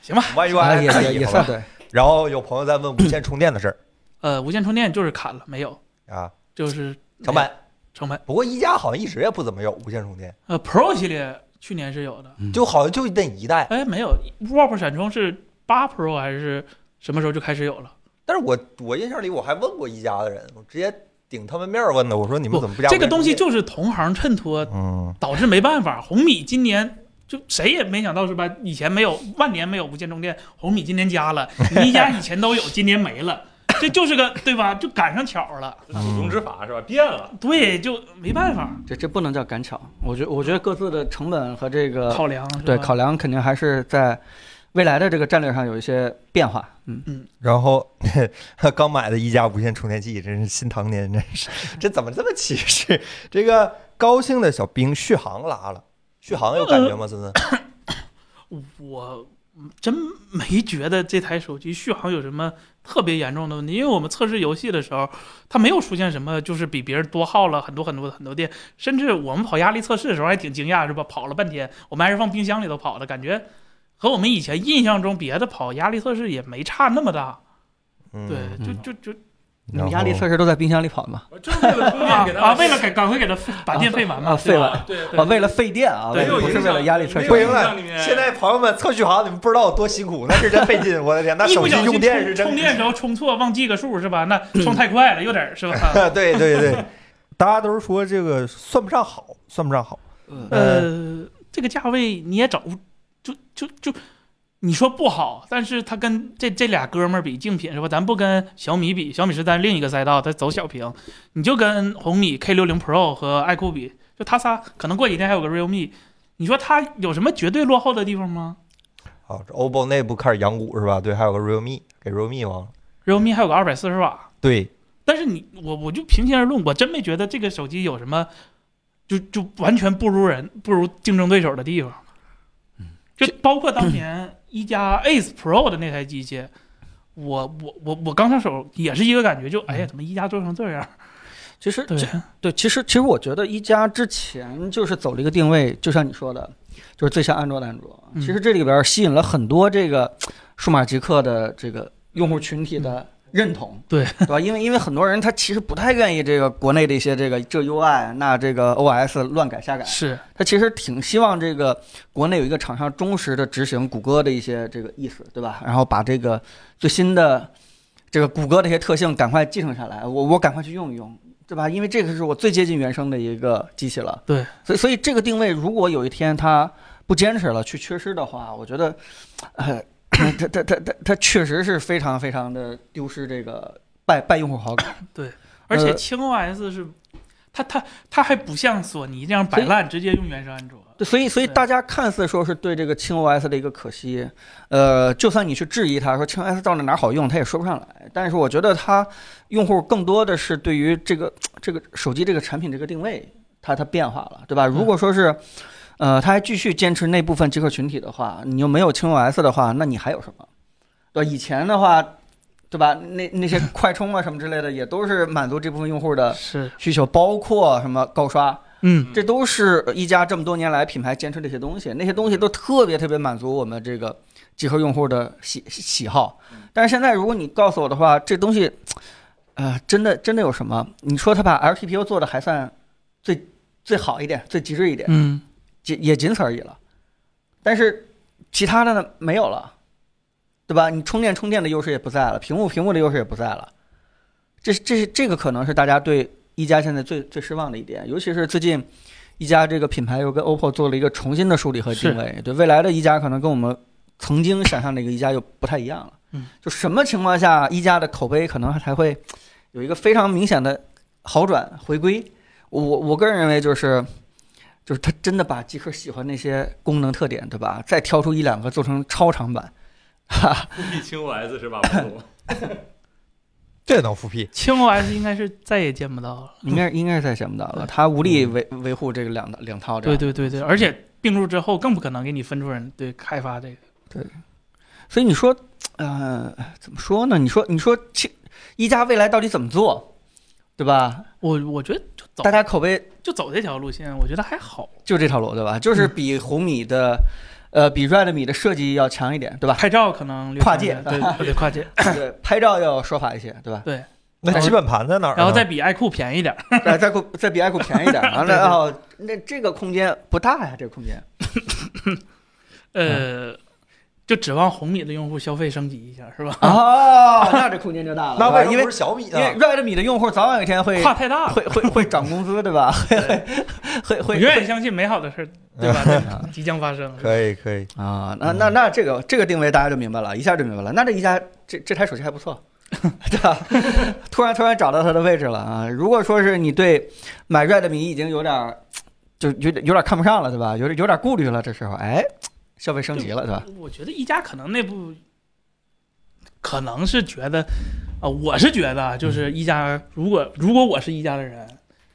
行吧
，Y U
啊
I
也也也算对，
然后有朋友在问无线充电的事儿
呃，无线充电就是砍了，没有，
啊，
就是
成本。
成本。
不过一加好像一直也不怎么有无线充电，
呃，Pro 系列去年是有的，
嗯
就好像就那一代。
哎，没有，WAP 闪充是八 Pro 还是什么时候就开始有了？
但是我我印象里我还问过一加的人，我直接顶他们面儿问的，我说你们
不
怎么不加无
这
线充电？
个东西就是同行衬托，
嗯，
导致没办法。红米今年。就谁也没想到是吧？ 以前没有，万年没有无线充电，红米今年加了；你一加以前都有，今年没了。这就是个对吧？就赶上巧了，
这祖宗之法是吧？变了，
对，就没办法
这这不能叫赶巧，我觉我觉得各自的成本和这
呃
个
考量，是吧
对考量肯定还是在未来的这个战略上有一些变化。嗯，
然后 刚买的一加无线充电器，真是心疼您，真是 这怎么这么歧视？这个高兴的小兵续航拉了，续航有感觉吗？森森，
呃我真没觉得这台手机续航有什么特别严重的问题，因为我们测试游戏的时候，它没有出现什么就是比别人多耗了很多很多很多电，甚至我们跑压力测试的时候还挺惊讶，是吧？跑了半天，我们还是放冰箱里头跑的，感觉和我们以前印象中别的跑压力测试也没差那么大。
嗯
对，
嗯
就就就
你们压力测试都在冰箱里跑吗？
我就是为了充电
啊
给他
啊，为了赶赶快给它把电费完嘛
啊，，废了
对吧，
啊，为了费电啊，
对
为了不是为了压力测
没
试
有
不
没
行
有
了， 现在朋友们测续航，你们不知道有多辛苦，那是真费劲。我的天，那
一不
手机
小
用
心
电是
充
真
充电时候充错忘记个数是吧？那充太快了，有点儿是吧？
对对对，大家都是说这个算不上好，算不上好。
嗯
呃，这个价位你也找不，就就就，你说不好，但是他跟这这俩哥们儿比竞品是吧？咱不跟小米比，小米是在另一个赛道，它走小屏，你就跟红米 K 六零 Pro 和爱酷比，就他仨可能过几天还有个 realme，你说它有什么绝对落后的地方吗
好这，OPPO 内部开始养股是吧？对，还有个 realme，给 realme 忘了。
？realme 还有个二百四十瓦，
对，
但是你我我就平心而论，我真没觉得这个手机有什么，就就完全不如人不如竞争对手的地方。就包括当年 一加 Ace Pro 的那台机器，我我我我刚上手也是一个感觉，就哎呀，怎么一加做成这样？
其实
对
这对，其实其实我觉得一加之前就是走了一个定位，就像你说的，就是最像安卓的安卓。
嗯
其实这里边吸引了很多这个数码极客的这个用户群体
嗯
的认同，
对
对吧？因为因为很多人他其实不太愿意这个国内的一些这个这 UI 那这个 OS 乱改瞎改，
是
他其实挺希望这个国内有一个厂商忠实的执行谷歌的一些这个意思，对吧？然后把这个最新的这个谷歌的一些特性赶快继承下来，我我赶快去用一用，对吧？因为这个是我最接近原生的一个机器了。
对，
所以所以这个定位，如果有一天它不坚持了，去缺失的话，我觉得，呃， 它它它它它确实是非常非常的丢失这个败败用户好感。
而
呃
且轻 OS 是，它它它还不像索尼这样摆烂，直接用原生安卓。
对，所以所以
对
大家看似说是对这个轻 OS 的一个可惜，呃，就算你去质疑它，说轻 OS 到底哪儿好用，它也说不上来。但是我觉得它用户更多的是对于这个这个手机这个产品这个定位，它它变化了，对吧？如果说是，呃，它还继续坚持那部分极客群体的话，你又没有轻 OS 的话，那你还有什么？对吧？以前的话，对吧？那那些快充啊什么之类的，也都是满足这部分用户的
是，
需求，包括什么高刷。
嗯，
这都是一加这么多年来品牌坚持的一些东西，那些东西都特别特别满足我们这个集合用户的喜喜喜好。但是现在如果你告诉我的话，这东西，呃，真的真的有什么？你说他把 LTPO 做的还算最最好一点，最极致一点，
嗯，
仅也仅此而已了。但是其他的呢没有了，对吧？你充电充电的优势也不在了，屏幕屏幕的优势也不在了。这是这是这个可能是大家对一加现在最最失望的一点，尤其是最近一加这个品牌又跟 OPPO 做了一个重新的梳理和定位，对未来的一加可能跟我们曾经想象的一个一加又不太一样了。
嗯，
就什么情况下一加的口碑可能才会有一个非常明显的好转回归？我我我个人认为就是。就是他真的把极客喜欢那些功能特点，对吧？再挑出一两个做成超长版，哈哈，
复辟轻 OS 是吧？王总
这能复辟？
轻 OS 应该是再也见不到了。
应该应该是再想不到了。他无力维维护这个两两套
嗯
这
对
样。
对对对，而且并入之后更不可能给你分出人对开发这个。
所以你说，呃，怎么说呢？你说你说，其一加未来到底怎么做，对吧？
我我觉得就走
大家口碑
就走这条路线，我觉得还好，
就这套路，对吧？就是
嗯
比红米的，呃，比 Redmi 的设计要强一点，对 吧？
拍照可能流
跨
畅
界
点对对对跨界，
对拍照要说法一些， 对吧？
那基本盘在哪儿呢？
然后再比爱酷便宜点儿。
再再给我再比 i q o o 便 宜点，完了
对对
哦，那这个空间不大呀，这个空间。
呃，就指望红米的用户消费升级一下是吧？啊
哦，那这空间就大了，
那为
对
什
吧
么
因为
不是小米
因为
呢？
Redmi 的用户早晚有一天会
跨太大了，
会会会涨工资，对吧？会 会
我
会
永远
会
相信美好的事 儿，对吧？这即将发生。
可以可以，
啊，那那那这个这个定位大家就明白了，一下就明白了。那这一家这这台手机还不错， 对吧？突然突然找到它的位置了啊！如果说是你对买锐的迷已经有点儿，就有点有点看不上了，对吧？有点有点顾虑了，这时候哎，消费升级了，对吧？
我觉得一加可能内部可能是觉得，啊、我是觉得啊就是一加，如果如果我是一加的人，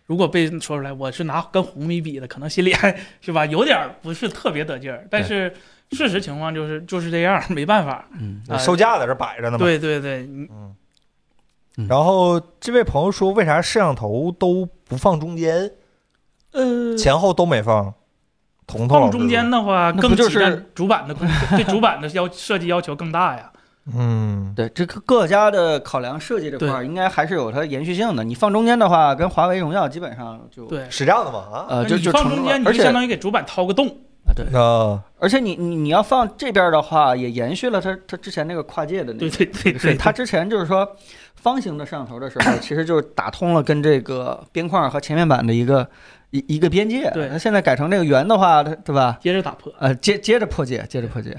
如果被说出来我是拿跟红米比的，可能心里还是吧有点儿不是特别得劲儿。但是事实情况就是就是这样儿，没办法。
嗯，
啊
售价在这摆着呢嘛。
对对对，你
嗯
嗯
然后这位朋友说，为啥摄像头都不放中间，
呃，
前后都没放？彤彤
放
老师
中间，的话
那不
更
就
挤占
是
主板的空间，对主板的要设计要求更大呀。
嗯，
对，这个各家的考量设计这块儿，应该还是有它延续性的。你放中间的话，跟华为、荣耀基本上就
对，
是这样的吗？啊，
呃就
你
就
放
成
中
了
间，你
而
就
且
相当于给主板掏个洞。
啊对，
那
而且你你你要放这边的话，也延续了它它之前那个跨界的那个
对对对
对
对，
它之前就是说方形的摄像头的时 候，其实就是打通了跟这个边框和前面板的一个一一个边界。
对
它现在改成这个圆的话，它对吧？
接着打破。
呃，接接着破解，接着破解。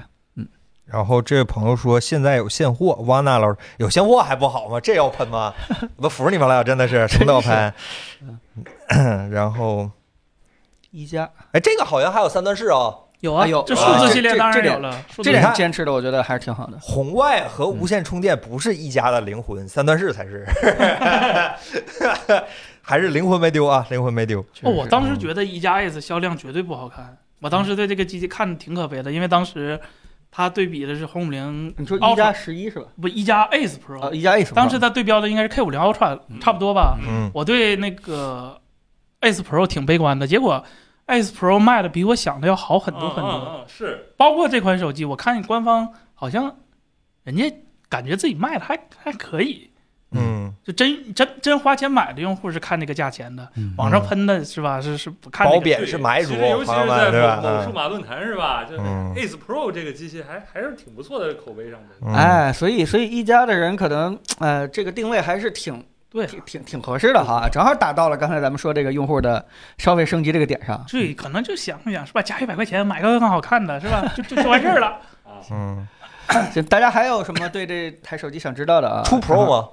然后这位朋友说，现在有现货，瓦娜老师有现货还不好吗？这要喷吗？我都服你们了，真的是什么都要喷。 然后，
一加
哎，这个好像还有三段式啊、
有啊，
哎有
这数
啊
字
这
系列
这
当
这
然有
点
了，数字
这
你
点
看
坚持的，我觉得还是挺好的。
红外和无线充电不是一家的灵魂，三段式才是，还是灵魂没丢啊，灵魂没丢。
哦，我当时觉得一加 S 销量绝对不好看，我当时对这个机器看的挺可悲的，因为当时它对比的是红五零
你说一
Ultra
加十一是吧？
不一加 S
啊，
Pro，
一加 A 什么？
哦当时它对标的应该是 K 五零 Ultra，
嗯
差不多吧。
嗯，
我对那个 S Pro 挺悲观的，结果 S Pro 卖的比我想的要好很多很
嗯
多，
嗯嗯是
包括这款手机，我看官方好像人家感觉自己卖的还还可以。
嗯，
就真真真花钱买的用户是看这个价钱的，
嗯
网上喷的是吧？是是不看、那
褒
个。
贬是买主
其实，尤其
朋友
是
们，对
在
吧？
某某数
嗯
码论坛是吧？就是
嗯
Ace Pro 这个机器还还是挺不错的口碑上的。
嗯
哎，所以所以一加的人可能呃，这个定位还是挺
对啊，
挺挺挺合适的哈，正好打到了刚才咱们说这个用户的消费升级这个点上。
对，可能就想一想是吧？加一百块钱买个更好看的是吧？就就就完事儿 了。
啊，
嗯，
行，大家还有什么对这台手机想知道的啊？
出 Pro 吗？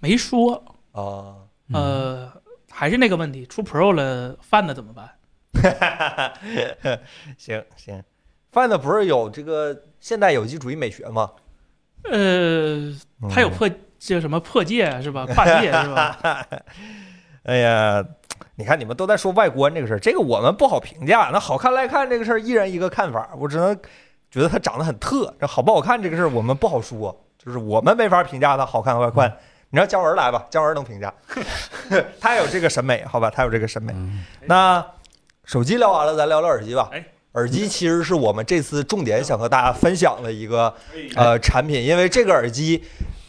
没说，
啊，
嗯
呃，还是那个问题，出 Pro 了，犯的怎么办？
行行，Find 不是有这个现代有机主义美学吗？
嗯
呃，它有破叫什么破界是吧？跨界是 吧？
哎呀，你看你们都在说外观这个事儿，这个我们不好评价。那好看赖看这个事儿，一人一个看法，我只能觉得它长得很特。这好不好看这个事儿，我们不好说，就是我们没法评价它好看和外观。你让姜文来吧，姜文能评价，他有这个审美，好吧，他有这个审美。那手机聊完了，咱聊聊耳机吧
哎。
耳机其实是我们这次重点想和大家分享的一个
所以
呃产品，因为这个耳机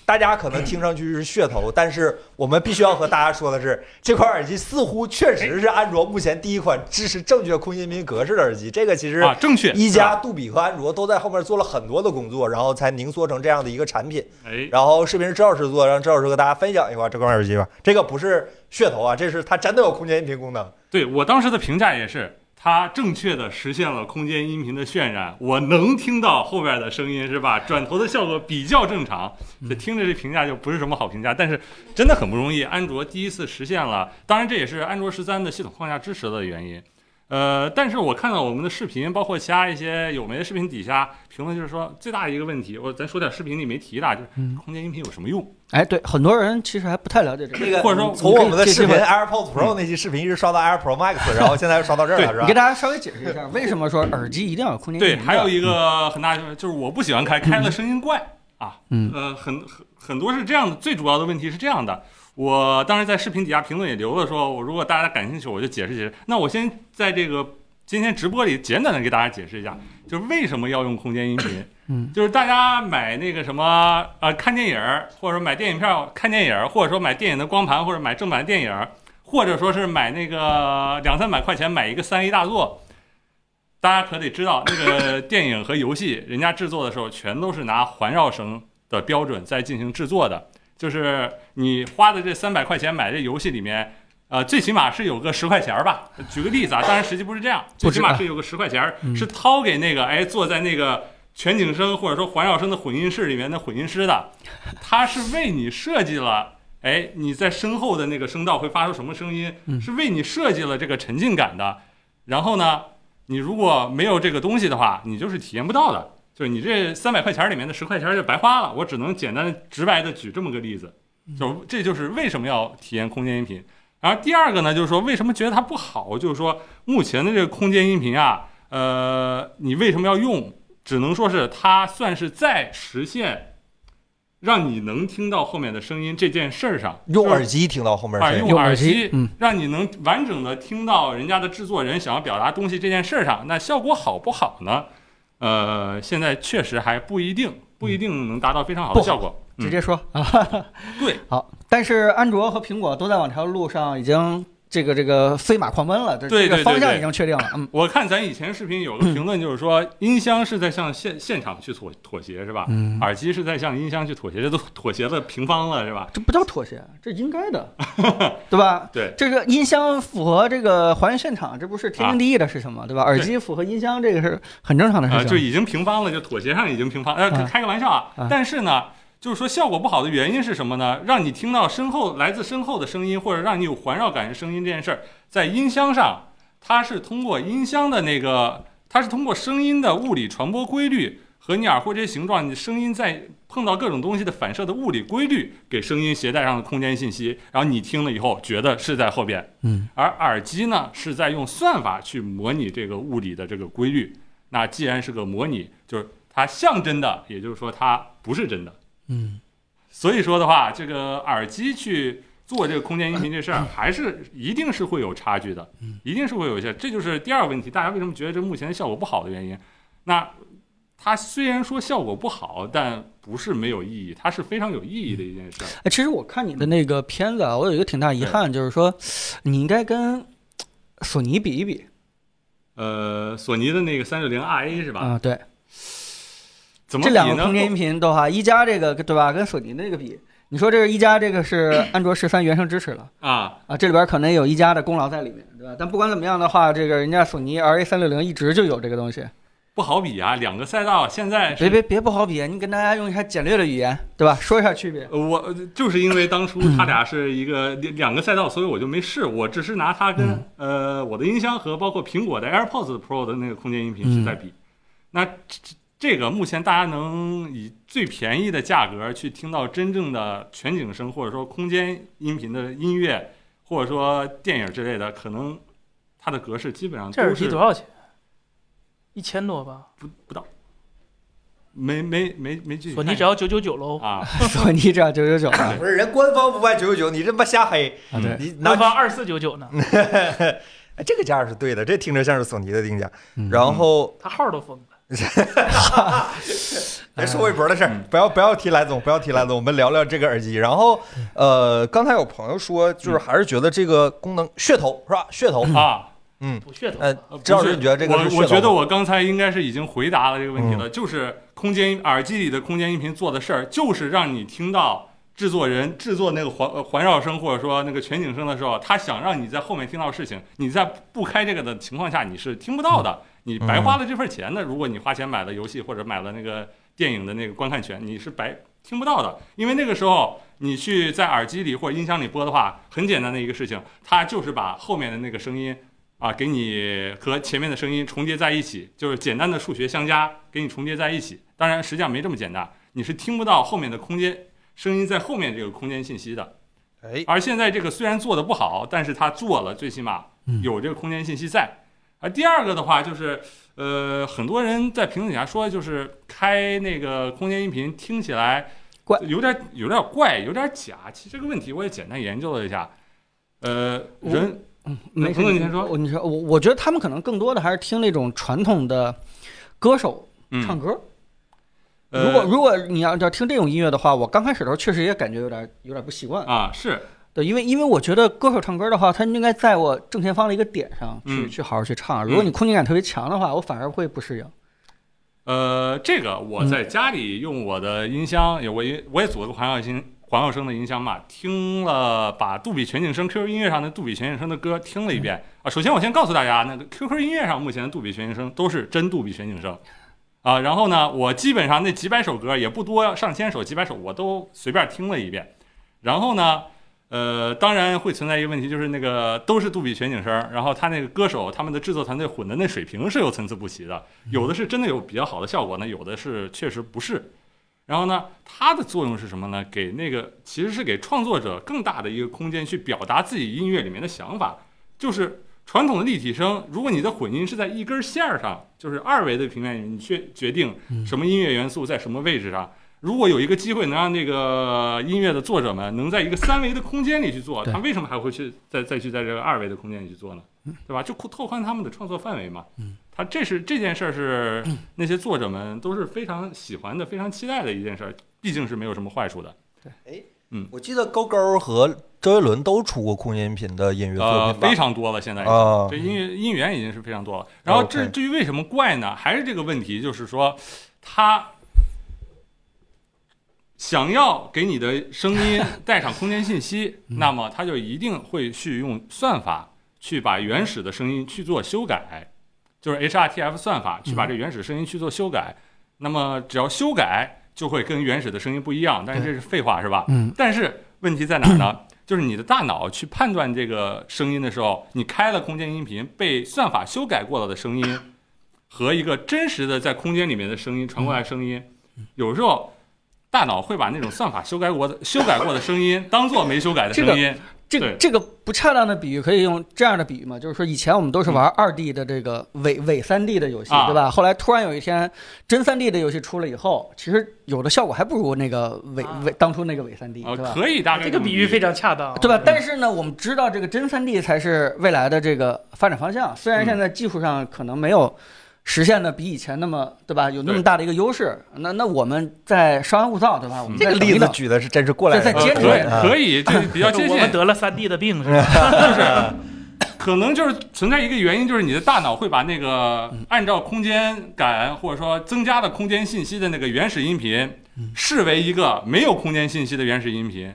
大家可能听上去是噱头，但是我们必须要和大家说的是，这款耳机似乎确实是安卓目前第一款支持正确空音频格式的耳机。这个其实
啊，正确
一
是吧
加、杜比和安卓都在后面做了很多的工作，然后才凝缩成这样的一个产品。
哎，
然后视频是周老师做，让周老师和大家分享一款这款耳机吧。这个不是噱头啊，这是它真的有空间音频功能。
对我当时的评价也是，它正确的实现了空间音频的渲染，我能听到后边的声音是吧？转头的效果比较正常，这听着这评价就不是什么好评价，但是真的很不容易。安卓第一次实现了，当然这也是安卓十三的系统框架支持的原因。呃，但是我看到我们的视频，包括其他一些有媒的视频底下评论，就是说最大一个问题，我咱说点视频里没提的啊，就是
嗯
空间音频有什么用？
哎，对，很多人其实还不太了解这个。
那个
或者说
从我们的视
你
频
可以
AirPods Pro 那期视频一直刷到 AirPods Max，然后现在又刷到这儿了，是
你
吧
给？大家稍微解释一下，为什么说耳机一定要有空间
对，
音频
还有
的
一个很大就是我不喜欢开，开了声音怪啊。
嗯
呃，很很很多是这样的，最主要的问题是这样的。我当时在视频底下评论也留了说，我如果大家感兴趣，我就解释解释。那我先在这个今天直播里简短的给大家解释一下，就是为什么要用空间音频。
嗯，
就是大家买那个什么呃看电影儿，或者说买电影票看电影儿，或者说买电影的光盘，或者买正版电影儿，或者说是买那个两三百块钱买一个三 A 大作。大家可得知道，那个电影和游戏，人家制作的时候全都是拿环绕声的标准在进行制作的。就是你花的这三百块钱买这游戏里面，呃，最起码是有个十块钱儿吧。举个例子啊，当然实际不是这样，最
不止
起
啊
码是有个十块钱儿
嗯
是掏给那个哎坐在那个全景声或者说环绕声的混音室里面的混音师的，他是为你设计了。哎，你在身后的那个声道会发出什么声音？
嗯
是为你设计了这个沉浸感的。然后呢，你如果没有这个东西的话，你就是体验不到的。就是你这三百块钱里面的十块钱就白花了。我只能简单的、直白的举这么个例子，就这就是为什么要体验空间音频。然后第二个呢，就是说为什么觉得它不好，就是说目前的这个空间音频啊，呃，你为什么要用？只能说是它算是在实现让你能听到后面的声音这件事儿上，
用
就是
耳机听到后面
啊，
声音，
用耳机，
嗯
让你能完整的听到人家的制作人想要表达东西这件事儿上，那效果好不好呢？呃，现在确实还不一定，不一定能达到非常好的
不好
效果。
直接说 啊。
嗯对，
好，但是安卓和苹果都在往这条路上已经这个这个飞马狂奔了，这
对
这个
对对
方向
对
已经确定了。嗯
我看咱以前视频有个评论，就是说音箱是在向现现场去妥妥协，是吧？
嗯，
耳机是在向音箱去妥协，这都妥协了平方了，是吧？
这不叫妥协，这应该 的，对吧？
对，
这个音箱符合这个还原现场，这不是天经地义的事情吗？对吧？耳机符合音箱，这个是很正常的
啊、
事
就
情。
已经平方了，就妥协上已经平方，呃，
啊
开个玩笑啊。
啊
但是呢，就是说效果不好的原因是什么呢？让你听到身后来自身后的声音，或者让你有环绕感的声音这件事儿，在音箱上，它是通过音箱的那个，它是通过声音的物理传播规律。和你耳廓这些形状，你声音在碰到各种东西的反射的物理规律，给声音携带上的空间信息，然后你听了以后觉得是在后边，
嗯，
而耳机呢是在用算法去模拟这个物理的这个规律。那既然是个模拟，就是它像真的，也就是说它不是真的。
嗯，
所以说的话，这个耳机去做这个空间音频这事儿，还是一定是会有差距的，
嗯
一定是会有一些。这就是第二个问题，大家为什么觉得这目前的效果不好的原因。那它虽然说效果不好，但不是没有意义，它是非常有意义的一件事儿。
哎，其实我看你的那个片子啊，我有一个挺大遗憾，就是说你应该跟索尼比一比
呃，索尼的那个三六零 RA 是吧？
啊、对，
怎么
这
比
两个
呢？
空间音频的话，一加这个对吧，跟索尼的那个比，你说这个一加这 个是安卓十三原生支持了。
啊，
啊，这里边可能有一加的功劳在里面，对吧？但不管怎么样的话，这个人家索尼 RA 三六零一直就有这个东西，
不好比啊，两个赛道现在
别
是。
别别不好比，啊你跟大家用一下简略的语言，对吧？说一下区别。
呃我就是因为当初他俩是一个两两个赛道，所以我就没试。我只是拿它跟、
嗯
呃我的音箱和包括苹果的 AirPods Pro 的那个空间音频
嗯
去在比。那这这这个目前大家能以最便宜的价格去听到真正的全景声或者说空间音频的音乐，或者说电影之类的，可能它的格式基本上
这耳
都
机
是
多少钱？一千多吧，
不不到，没没没没具体
索
看。
尼只要九九九喽。
啊，
索尼这九九九 啊，
不是人官方不卖九九九，你这不瞎黑？
啊对，
你拿
南方二四九九
嗯
呢，
哎这个价是对的，这听着像是索尼的定价。
嗯
然后
他号都封了。
来哎说微博的事儿
嗯，
不要不要提来总，不要提来总，我们聊聊这个耳机。然后
嗯
呃，刚才有朋友说，就是还是觉得这个功能噱头是吧？噱头，
啊，
不噱头
呃
吧，
呃不
周老师
是
你觉得这个是噱头
我我觉得我刚才应该是已经回答了这个问
嗯
题了，就是空间耳机里的空间音频做的事儿，就是让你听到制作人制作那个环呃环绕声或者说那个全景声的时候，他想让你在后面听到事情，你在不开这个的情况下你是听不到的，你白花了这份钱的。如果你花钱买了游戏或者买了那个电影的那个观看权，你是白听不到的，因为那个时候。你去在耳机里或者音箱里播的话，很简单的一个事情，它就是把后面的那个声音啊，给你和前面的声音重叠在一起，就是简单的数学相加，给你重叠在一起。当然，实际上没这么简单，你是听不到后面的空间声音在后面这个空间信息的。
哎，
而现在这个虽然做的不好，但是它做了，最起码
嗯
有这个空间信息在。而第二个的话就是，呃，很多人在评论底下说，就是开那个空间音频听起来
怪
有点有点怪，有点假。其实这个问题我也简单研究了一下，呃，
我
人
没事，
朋友你先说
我你说我我觉得他们可能更多的还是听那种传统的歌手
嗯
唱歌。
呃
如果如果你要要听这种音乐的话，我刚开始的时候确实也感觉有点有点不习惯。
啊是
对，因为因为我觉得歌手唱歌的话，他应该在我正前方的一个点上去、
嗯
去好好去唱。如果你空间感特别强的话，我反而会不适应。
呃，这个我在家里用我的音箱，也我也我也组了个环绕音环绕声的音箱嘛，听了把杜比全景声 QQ 音乐上的杜比全景声的歌听了一遍啊。首先我先告诉大家，那个 QQ 音乐上目前的杜比全景声都是真杜比全景声。啊。然后呢，我基本上那几百首歌也不多，上千首、几百首我都随便听了一遍。然后呢，呃，当然会存在一个问题，就是那个都是杜比全景声，然后他那个歌手他们的制作团队混的那水平是有参差不齐的，有的是真的有比较好的效果呢，有的是确实不是。然后呢，它的作用是什么呢？给那个其实是给创作者更大的一个空间去表达自己音乐里面的想法。就是传统的立体声，如果你的混音是在一根线儿上，就是二维的平面，你去决定什么音乐元素在什么位置上。如果有一个机会能让那个音乐的作者们能在一个三维的空间里去做，
对
他为什么还会去再再去在这个二维的空间里去做呢？对吧？就扩拓宽他们的创作范围嘛。他这是这件事儿是
嗯
那些作者们都是非常喜欢的、非常期待的一件事儿，毕竟是没有什么坏处的。
我记得勾勾和周杰伦都出过空间音频的音乐作
呃，
品吧？
非常多了，现在已经
啊
这音乐音源已经是非常多了。然后至
OK
至于为什么怪呢，还是这个问题，就是说他想要给你的声 音带上空间信息，
嗯
那么他就一定会去用算法去把原始的声音去做修改，就是 HRTF 算法去
嗯
把这原始声音去做修改。那么只要修改就会跟原始的声音不一样，但是这是废话是吧？
嗯。
但是问题在哪儿呢？ 就是你的大脑去判断这个声音的时候，你开了空间音频，被算法修改过了的声音和一个真实的在空间里面的声音传过来的声音，有时候大脑会把那种算法修改过的修改过的声音当做没修改的声音。
这个
对
这个不恰当的比喻可以用这样的比喻嘛？就是说以前我们都是玩二 D 的这个伪伪三 D 的游戏，
嗯啊
对吧？后来突然有一天真三 D 的游戏出了以后，其实有的效果还不如那个伪
啊
伪当初那个伪三 D，
呃
对，吧？
可以大概
这个
么
比喻非常恰当，啊
对
嗯
吧？但
是
是呢，我们知道这个真三 D 才是未来的这个发展方向，虽
嗯
然现在技术上可能没有实现的比以前那么，对吧？有那么
对
大的一个优势，那那我们再稍安勿躁，对吧？我
嗯
们
这
再
个
等一
例子
等
举的是真是过来人
再
的
再
呃
接
故
触
事
可以
点
啊，
可以，这比 较接
我
近
们。得了三 D 的病是吧？
可能就是存在一个原因，就是你的大脑会把那个按照空间感或者说增加的空间信息的那个原始音频，视为一个没有空间信息的原始音频。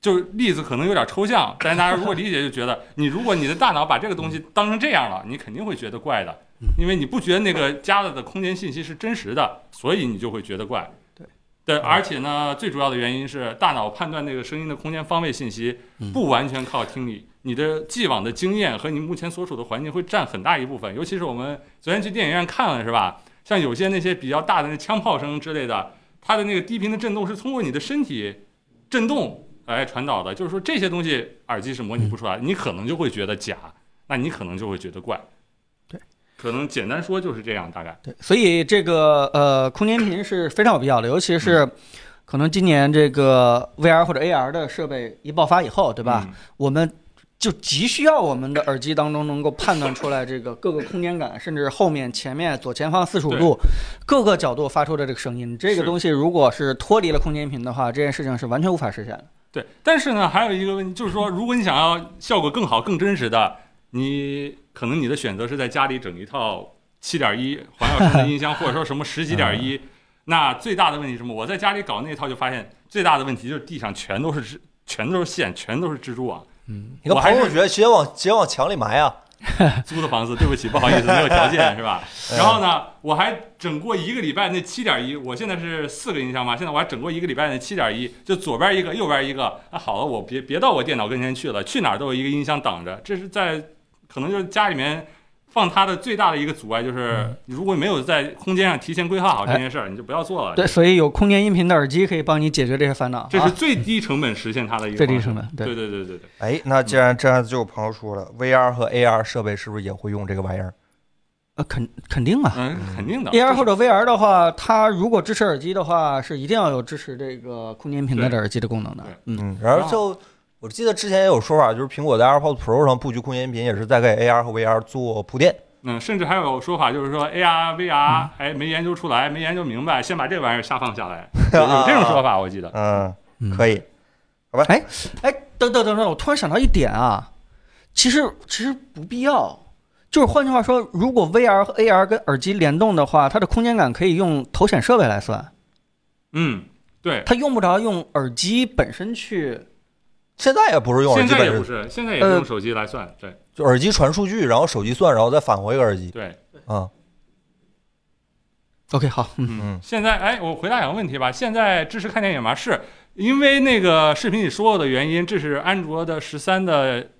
就是例子可能有点抽象，但是大家如果理解，就觉得你如果你的大脑把这个东西当成这样了，你肯定会觉得怪的，因为你不觉得那个加了的空间信息是真实的，所以你就会觉得怪。
对
对，而且呢，最主要的原因是大脑判断那个声音的空间方位信息不完全靠听力，你的既往的经验和你目前所处的环境会占很大一部分。尤其是我们昨天去电影院看了，是吧？像有些那些比较大的那枪炮声之类的，它的那个低频的震动是通过你的身体震动来传导的，就是说这些东西耳机是模拟不出来，你可能就会觉得假，那你可能就会觉得怪。
对，
可能简单说就是这样，大概。
对，所以这个呃，空间音频是非常有必要的，尤其
嗯
是可能今年这个 VR 或者 AR 的设备一爆发以后，对吧？
嗯？
我们就急需要我们的耳机当中能够判断出来这个各个空间感，甚至后面、前面、左前方四十五度各个角度发出的这个声音。这个
是
东西如果是脱离了空间音频的话，这件事情是完全无法实现的。
对，但是呢，还有一个问题就是说，如果你想要效果更好、更真实的，你可能你的选择是在家里整一套七点一环绕声的音箱，或者说什么十几点一。那最大的问题是什么？我在家里搞那套，就发现最大的问题就是地上全都是蜘，全都是线，全都是蜘蛛网。
你跟
我还
朋
是
友学，直接往直接往墙里埋啊！
租的房子，对不起，不 好意思，没有条件是 吧？
哎
然后呢，我还整过一个礼拜那七点一，我现在是四个音箱嘛，现在我还整过一个礼拜那七点一，就左边一个，右边一个。那好了，我别别到我电脑跟前去了，去哪儿都有一个音箱挡着，这是在可能就是家里面。放它的最大的一个阻碍
嗯
就是，如果没有在空间上提前规划好这件事儿，你就不要做了。
哎对，所以有空间音频的耳机可以帮你解决这些烦恼。
啊这是
啊
最低成本实现它的一个
最低
方式
成本对
对对对对对，
哎，那既然这样，就有朋友说了，VR 和 AR 设备是不是也会用这个玩意儿？
呃肯肯定啊。
嗯，肯定的。
AR 或
者
者 VR 的话，它如果支持耳机的话，是一定要有支持这个空间频带的耳机的功能的
对。
嗯，
嗯，然后
哦
就我记得之前也有说法，就是苹果在 AirPods Pro 上布局空间音频，也是在给 AR 和 VR 做铺垫。
嗯，甚至还有说法就是说 AR、VR，哎，
嗯
没研究出来，没研究明白，先把这玩意儿下放 下来，有有这种说法，我记得。
嗯，
嗯
可以。
哎，等等等等，我突然想到一点啊，其实其实不必要。就是换句话说，如果 VR 和 AR 跟耳机联动的话，它的空间感可以用头显设备来算，
嗯，对，
它用不着用耳机本身去。
现在也不 是用耳
现
机
在
本
也不
身，
是，现在也不用手机来算，对
就嗯耳机传数据，然后手机算，然后再返回一个耳机。
对，
嗯，
OK，好，嗯，
嗯
现在哎，我回答两个问题吧。现在支持看电影吗？是因为那个视频里说的原因，这是安卓的十三的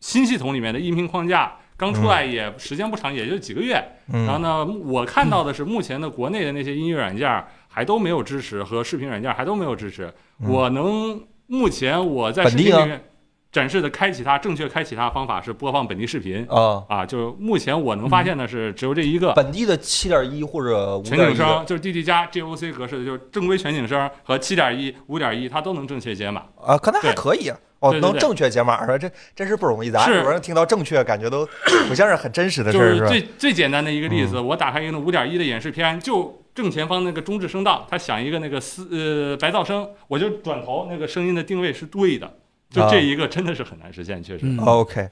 新系统里面的音频框架，刚出来也时间不长，也就几个月。然后
嗯
呢，我看到的是目前的国内的那些音乐软件儿还都没有支持，和视频软件儿还都没有支持。
嗯
我能目前我在
本
视
地啊
频
呢
里面展示的开启它正确开启它的方法是播放本地视频
啊，
啊，就目前我能发现的是只有这一个。
本地的七点一或者五
全
点
景
一，
声就是 DD 加 GOC 格式的，就是正规全景声和七点一、五点一，它都能正确解码。
啊，可能还
对
可以。哦，
对对
能
对
正确解码是吧？这真是不容易，咱
是
有人听到正确，感觉都 不像是很真实的事
就
儿，
是
是吧？嗯
最最简单的一个例子，我打开一个五点一的演示片，就正前方那个中置声道，它响一个那个丝呃白噪声，我就转头，那个声音的定位是对的。就
啊
这一个真的是很难实现，确实。
嗯
OK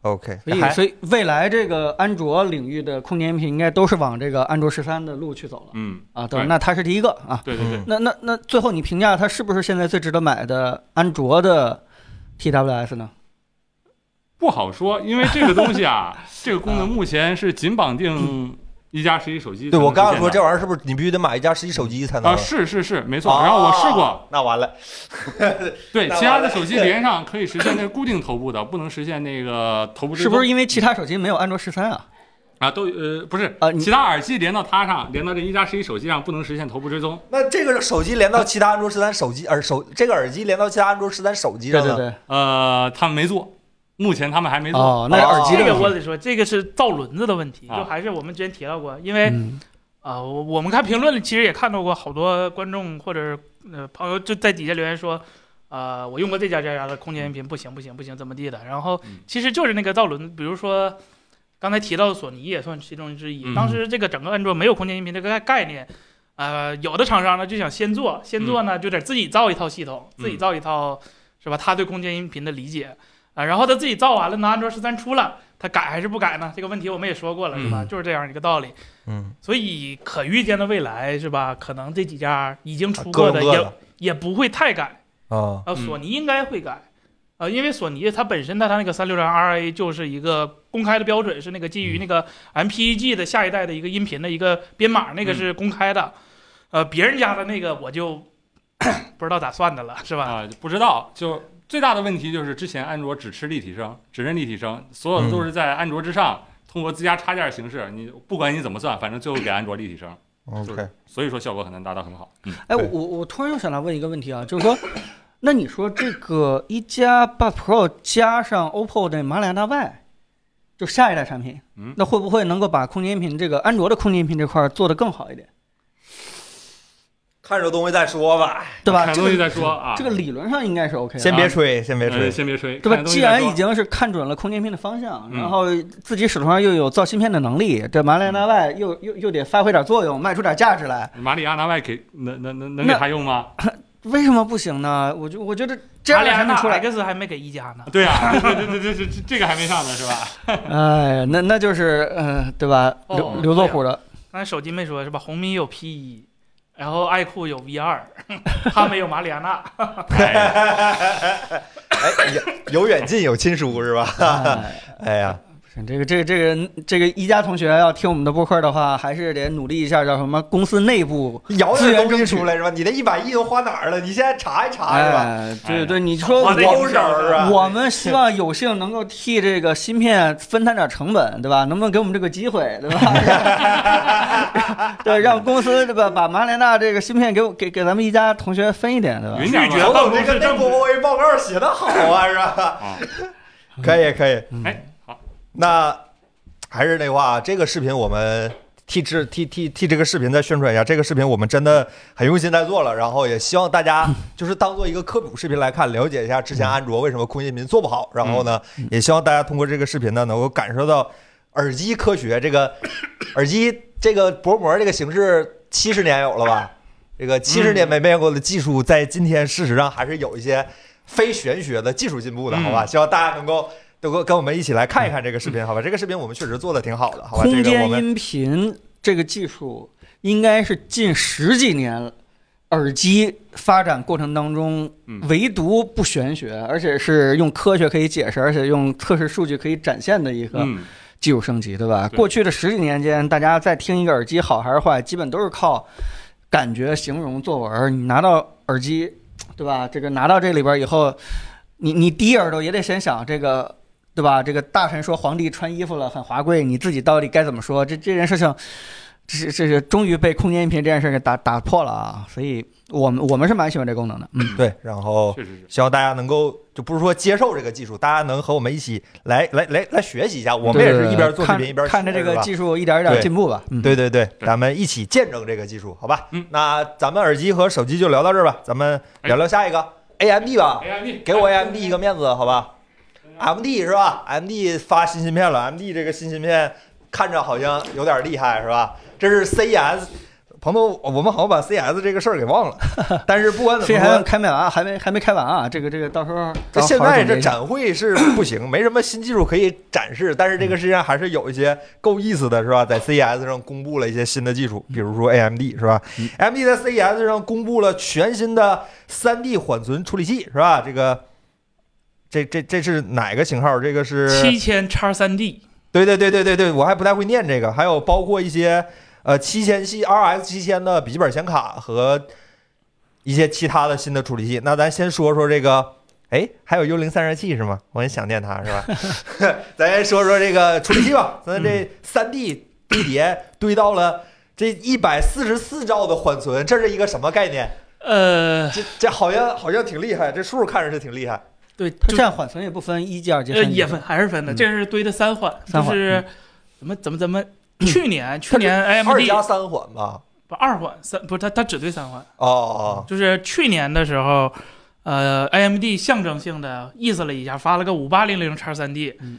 OK，
所以
还
所以未来这个安卓领域的空间音频应该都是往这个安卓十三的路去走了
嗯，
啊。对，
对
那它是第一个啊。
对
嗯
对对，
那那那最后你评价它是不是现在最值得买的安卓的 TWS 呢？
不好说，因为这个东西啊，这个功能目前是仅绑定一加十一手
嗯
机才
对
能实现的。
我刚刚说这玩意儿是不是你必须得买一加十一手机才能
啊，？是是是，没错。然后我试过，
啊，那完了，
对
那
其他
完了
的手机连上可以实现那个固定头部的，不能实现那个头部追
是不
踪
是因为其他手机没有安卓十三啊？
啊？都呃不是
啊你
其他耳机连到它上，连到这一加十一手机上，不能实现头部追踪。
那这个手机连到其他安卓十三手机，耳手这个耳机连到其他安卓十三手机
对
上
对
呢？
对，
呃，他们没做，目前他们还没做。
哦，那是耳机
这
的
个
问
我
题。
得说，这个是造轮子的问题，
啊
就还是我们之前提到过，因为
嗯
啊，我我们看评论里其实也看到过好多观众或者是呃朋友就在底下留言说，呃，我用过这家这家的空间音频不行不行不行怎么地的，然后
嗯
其实就是那个造轮，比如说刚才提到的索尼也算其中之一，
嗯
当时这个整个安卓没有空间音频这个概概念。呃，有的厂商呢就想先做，先做呢就得自己造一套系统，自己
嗯
造一套，是吧？他对空间音频的理解啊、然后他自己造完了呢，安卓十三出了，他改还是不改呢？这个问题我们也说过了，是吧？
嗯
就是这样一个道理。
嗯，
所以可预见的未来是吧？可能这几家已经出
啊各用
过的
各
也、
的
也不会太改，
啊，
呃，
嗯
索尼应该会改，呃，因为索尼它本身它它那个三六零 RA 就是一个公开的标准，是那个基于
嗯
那个 MPEG 的下一代的一个音频的一个编码，
嗯
那个是公开的，呃，别人家的那个我就 不知道咋算的了，是吧？
啊、不知道。就最大的问题就是之前安卓只吃立体声，只认立体声，所有的
嗯
都是在安卓之上，通过自家插件形式，你不管你怎么算，反正最后给安卓立体声。
OK，
所以说效果很难达到很好。嗯，
哎，我
对
我突然又想来问一个问题啊，就是说，那你说这个一加 Bud Pro 加上 OPPO 的马里亚纳外，就下一代产品，
嗯
那会不会能够把空间音频这个安卓的空间音频这块儿做得更好一点，
看着东西再说吧，
对吧？
看
这
东西
个
再说啊。
这个理论上应该是 OK 的。
先别吹，先别
呃
吹。
先别吹，
对吧
看？东西
既
再
然
说
已经是看准了空间音频的方向，
嗯
然后自己手头上又有造芯片的能力，这马里亚纳外又又又得发挥点作用，卖出点价值来，
马里亚纳外给能能能能给
那
他用吗？
为什么不行呢？我就我觉得这
马
样
里
的
亚
产
纳
品出来，
X 还没给一加呢，
对啊，对对对对对，这这个还没上呢是吧？
哎，那那就是呃，对吧？
哦
刘刘作虎的，
刚才手机没说是吧？红米有 P 一，然后爱酷有 V 二， 他没有马里亚纳。
哎
哎，有有远近有亲疏是吧？
哎
哎呀，
是这个这个这个这个一家同学要听我们的播客的话，还是得努力一下，叫什么公司内部。
摇
资源
点东西
争取
出来是吧？你那一百亿都花哪儿了？你现在查一查啊是吧？
哎，
哎
对对，你说
我
我
得
高手是吧？
我们希望有幸能够替这个芯片分摊点成本，对吧？能不能给我们这个机会，对吧？ 对，让公司对吧把马里纳这个芯片给我给给咱们一家同学分一点，对吧？
云点
拒绝
吧
侯
办
总
公
这个
室
内
政
部
府。
OA 报告写的好啊，是吧？
啊，
可以可以，
哎好，
那还是那话，这个视频我们替这替替替这个视频再宣传一下，这个视频我们真的很用心在做了，然后也希望大家 就是当做一个科普视频来看，了解一下之前安卓为什么空间音频做不好，然后呢，也希望大家通过这个视频呢，能够感受到耳机科学这个 耳机这个薄膜这个形式七十年有了吧？这个七十年没变过的技术，在今天事实上还是有一些非玄学的技术进步的，好吧？希望大家能够都跟跟我们一起来看一看这个视频，好吧？这个视频我们确实做的挺好的，好吧？
空
这个我
间
们
音频这个技术应该是近十几年耳机发展过程当中
嗯
唯独不
啊
玄学，而且是用科学可以解释，而且用测试数据可以展现的一个
嗯，
技术升级，对吧？
对
过去的十几年间，大家在听一个耳机好还是坏，基本都是靠感觉、形容、作文儿。你拿到耳机，对吧？这个拿到这里边儿以后，你你第一耳朵也得先想这个。对吧？这个大臣说皇帝穿衣服了，很华贵，你自己到底该怎么说？这这件事情，这是这是终于被空间音频这件事给打打破了啊！所以我们我们是蛮喜欢这功能的，嗯，
对，然后
确实是。
希望大家能够，就不是说接受这个技术，大家能和我们一起来来来来学习一下。我们也是一边做视
看
频一边
看着
学
这
是
个
吧
技术一点一点
对
进步吧，嗯，
对对对，
对
咱们一起见证这个技术，好吧？
嗯
那咱们耳机和手机就聊到这儿吧，咱们聊聊下一个 AMD 吧，
AMD
给我 AMD 一个面子，好吧？MD 是吧？MD 发新芯片了，MD 这个新芯片看着好像有点厉害，是吧？这是 CES，彭总，我们好像把 CES 这个事儿给忘了，但是不管怎
这
么
还
说，
开没完啊，还没还没开完啊，这个这个到时候
这现在这
展
展会是不 行，没什么新技术可以展示，但是这个世界上还是有一些够意思的，是吧？在 CES 上公布了一些新的技术，比如说 AMD 是吧
嗯
？AMD 在 CES 上公布了全新的 3D 缓存处理器，是吧？这个，这这这是哪个型号？这个是
七千叉三 D，
对对对对对对，我还不太会念这个，还有包括一些呃七千系 RX 七千的笔记本显卡和一些其他的新的处理器。那咱先说说这个，哎，还有幽灵散热器是吗？我很想念它是吧？ 咱先说说这个处理器吧，咱这三 D 堆叠堆到了。这一百四十四兆的缓存，这是一个什么概念？
呃，
这这好像好像挺厉害，这数看着是挺厉害。
对，
它
就
现在缓存也不分一 G 二 G
呃
三 G，
也分还是分的，
嗯
这是堆的三缓，
三
就
缓
是怎么怎么 怎么，去年去年 AMD
嗯二加三缓吧？
不二缓三不是它它只堆三缓，
哦哦，
就是去年的时候，呃，AMD 象征性的意思了一下，发了个五八零零叉三 D，
嗯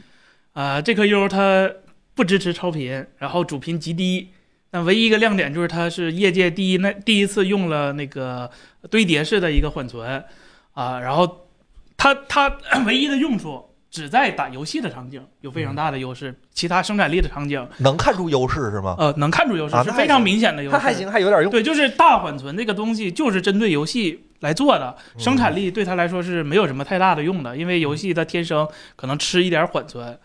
啊，这颗 U 它不支持超频，然后主频极低，那唯一一个亮点就是它是业界第一那第一次用了那个堆叠式的一个缓存，啊，然后它它 唯一的用处。只在打游戏的场景有
嗯
非常大的优势，其他生产力的场景，
能看出优势是吗？
呃，能看出优势
啊
是
那还
非常
行
明显的优势。
它还行，还有点用。
对，就是大缓存这个东西就是针对游戏来做的，
嗯
生产力对它来说是没有什么太大的用的，因为游戏它天生可能吃一点缓存。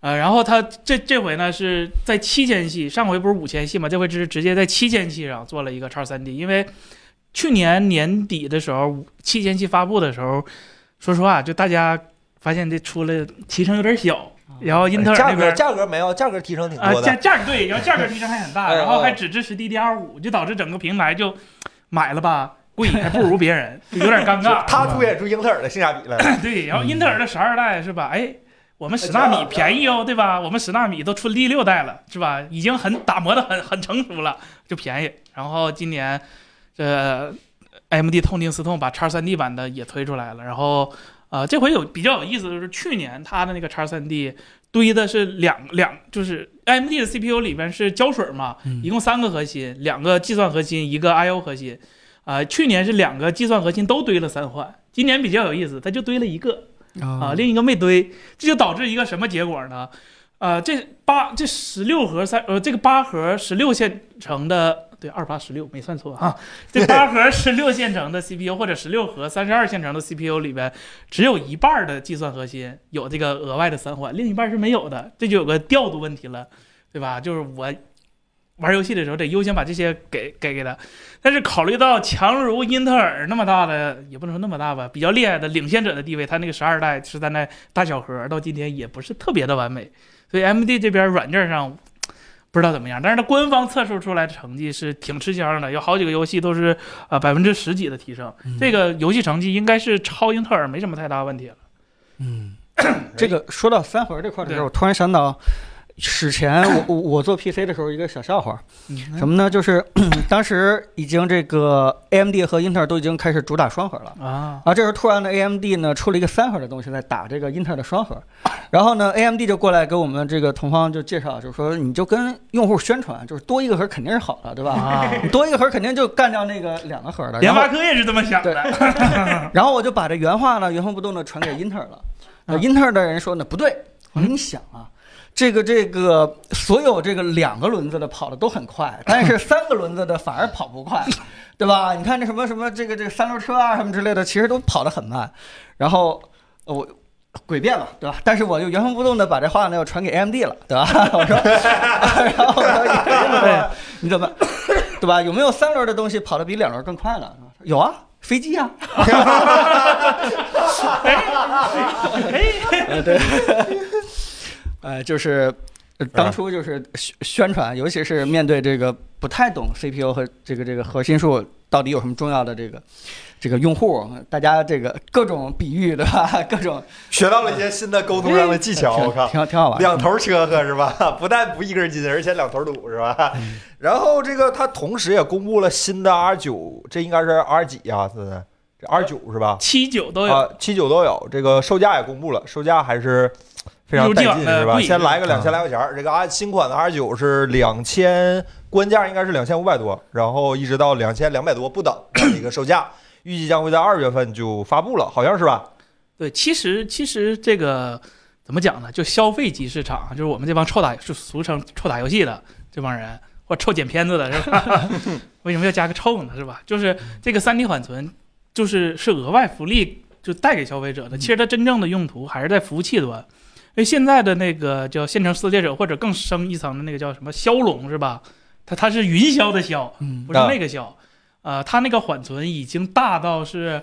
呃，然后它这这回呢是在七千系，上回不是五千系嘛，这回是直接在七千系上做了一个叉三 D，因为去年年底的时候，七千系发布的时候，说实话，就大家发现这出了提成有点小，然后英特
哎
尔
价
那
格
边
价格没有，价格提升挺
啊，
多的。
价价对，然后价格提升还很大，
哎
然后还
哦
只支持 DDR 五，就导致整个平台就买了吧，贵还不如别人，就有点 尴尬。
他凸显出英特尔的性价比来了。
对，然后英特尔的十二代是吧？哎，我们十纳米便宜哦，对吧？我们十纳米都出第六代了，是吧？已经很打磨的很很成熟了，就便宜。然后今年这 AMD 痛定思痛，把叉三 D 版的也推出来了。然后呃，这回有比较有意思的就是去年它的那个叉三 D 堆的是两两，就是 AMD 的 CPU 里边是胶水嘛，
嗯
一共三个核心，两个计算核心，一个 I/O 核心。啊、去年是两个计算核心都堆了三换，今年比较有意思，它就堆了一个啊、
啊
另一个没堆，这就导致一个什么结果呢？呃，这八这十六核三呃，这个八核十六线程的对二八十六没算错啊，这八核十六线程的 CPU 或者十六核三十二线程的 CPU 里边，只有一半儿的计算核心有这个额外的三环，另一半儿是没有的，这就有个调度问题了，对吧？就是我玩游戏的时候得优先把这些给给给他，但是考虑到强如英特尔那么大的，也不能说那么大吧，比较厉害的领先者的地位，它那个十二代、十三代大小核到今天也不是特别的完美，所以 AMD 这边软件上。不知道怎么样，但是它官方测试出来的成绩是挺吃香的，有好几个游戏都是呃百分之十几的提升，这个游戏成绩应该是超英特尔没什么太大问题了。
嗯，这个说到三核这块的时候，我突然想到，史前我我我做 PC 的时候一个小笑话，
嗯
什么呢？就是 当时已经这个 AMD 和英特尔都已经开始主打双核了。
啊，
啊，这时候突然呢，AMD 呢出了一个三核的东西在打这个英特尔的双核，然后呢，AMD 就过来给我们这个同方就介绍，就是说你就跟用户宣传，就是多一个核肯定是好的，对吧？
啊，
你多一个核肯定就干掉那个两个核的。
联
然后
发科也是这么想的。
然后我就把这原话呢原封不动的传给英特尔了。那
嗯
英特尔的人说呢不对，我说你想啊，这个这个所有这个两个轮子的跑的都很快，但是三个轮子的反而跑不快，对吧？你看这什么什么这个这个三轮车啊什么之类的，其实都跑得很慢。然后呃我诡辩嘛，对吧？但是我就原封不动的把这话呢又传给 AMD 了，对吧？ 我说，然后我说你这么问你怎么，对吧？有没有三轮的东西跑得比两轮更快了？有啊，飞机啊，
哎
呃对，呃，就是呃当初就是宣宣传，尤其是面对这个不太懂 CPU 和这个这个核心数到底有什么重要的这个这个用户，大家这个各种比喻，对吧？各 种 哎
学到了一些新的沟通上的技巧，我靠
挺，挺挺好玩。
两头车呵是吧？ 不但不一根筋，而且两头堵是吧？然后这个它同时也公布了新的 R 九，这应该是 R 几啊？现在这 R 九是吧？
七九都有，
啊，七九都有，这个售价也公布了，售价还是非常带
有
劲
几款的
是吧？
贵
先来个
对
两千来块钱儿，这个 R 新款的 R 九是两千，官价应该是两千五百多，然后一直到两千两百多不等这样的一个售价，预计将会在二月份就发布了，好像是吧？
对，其实其实这个怎么讲呢？就消费级市场，啊就是我们这帮臭打，就俗称臭打游戏的这帮人，或臭剪片子的是吧？ 为什么要加个臭呢？是吧？就是这个3 D 缓存，就是是额外福利，就带给消费者的。其实它真正的用途还是在服务器端。因为现在的那个叫线程撕裂者，或者更深一层的那个叫什么骁龙是吧？它它是云霄的霄，
嗯
不是那个消，呃，它那个缓存已经大到是，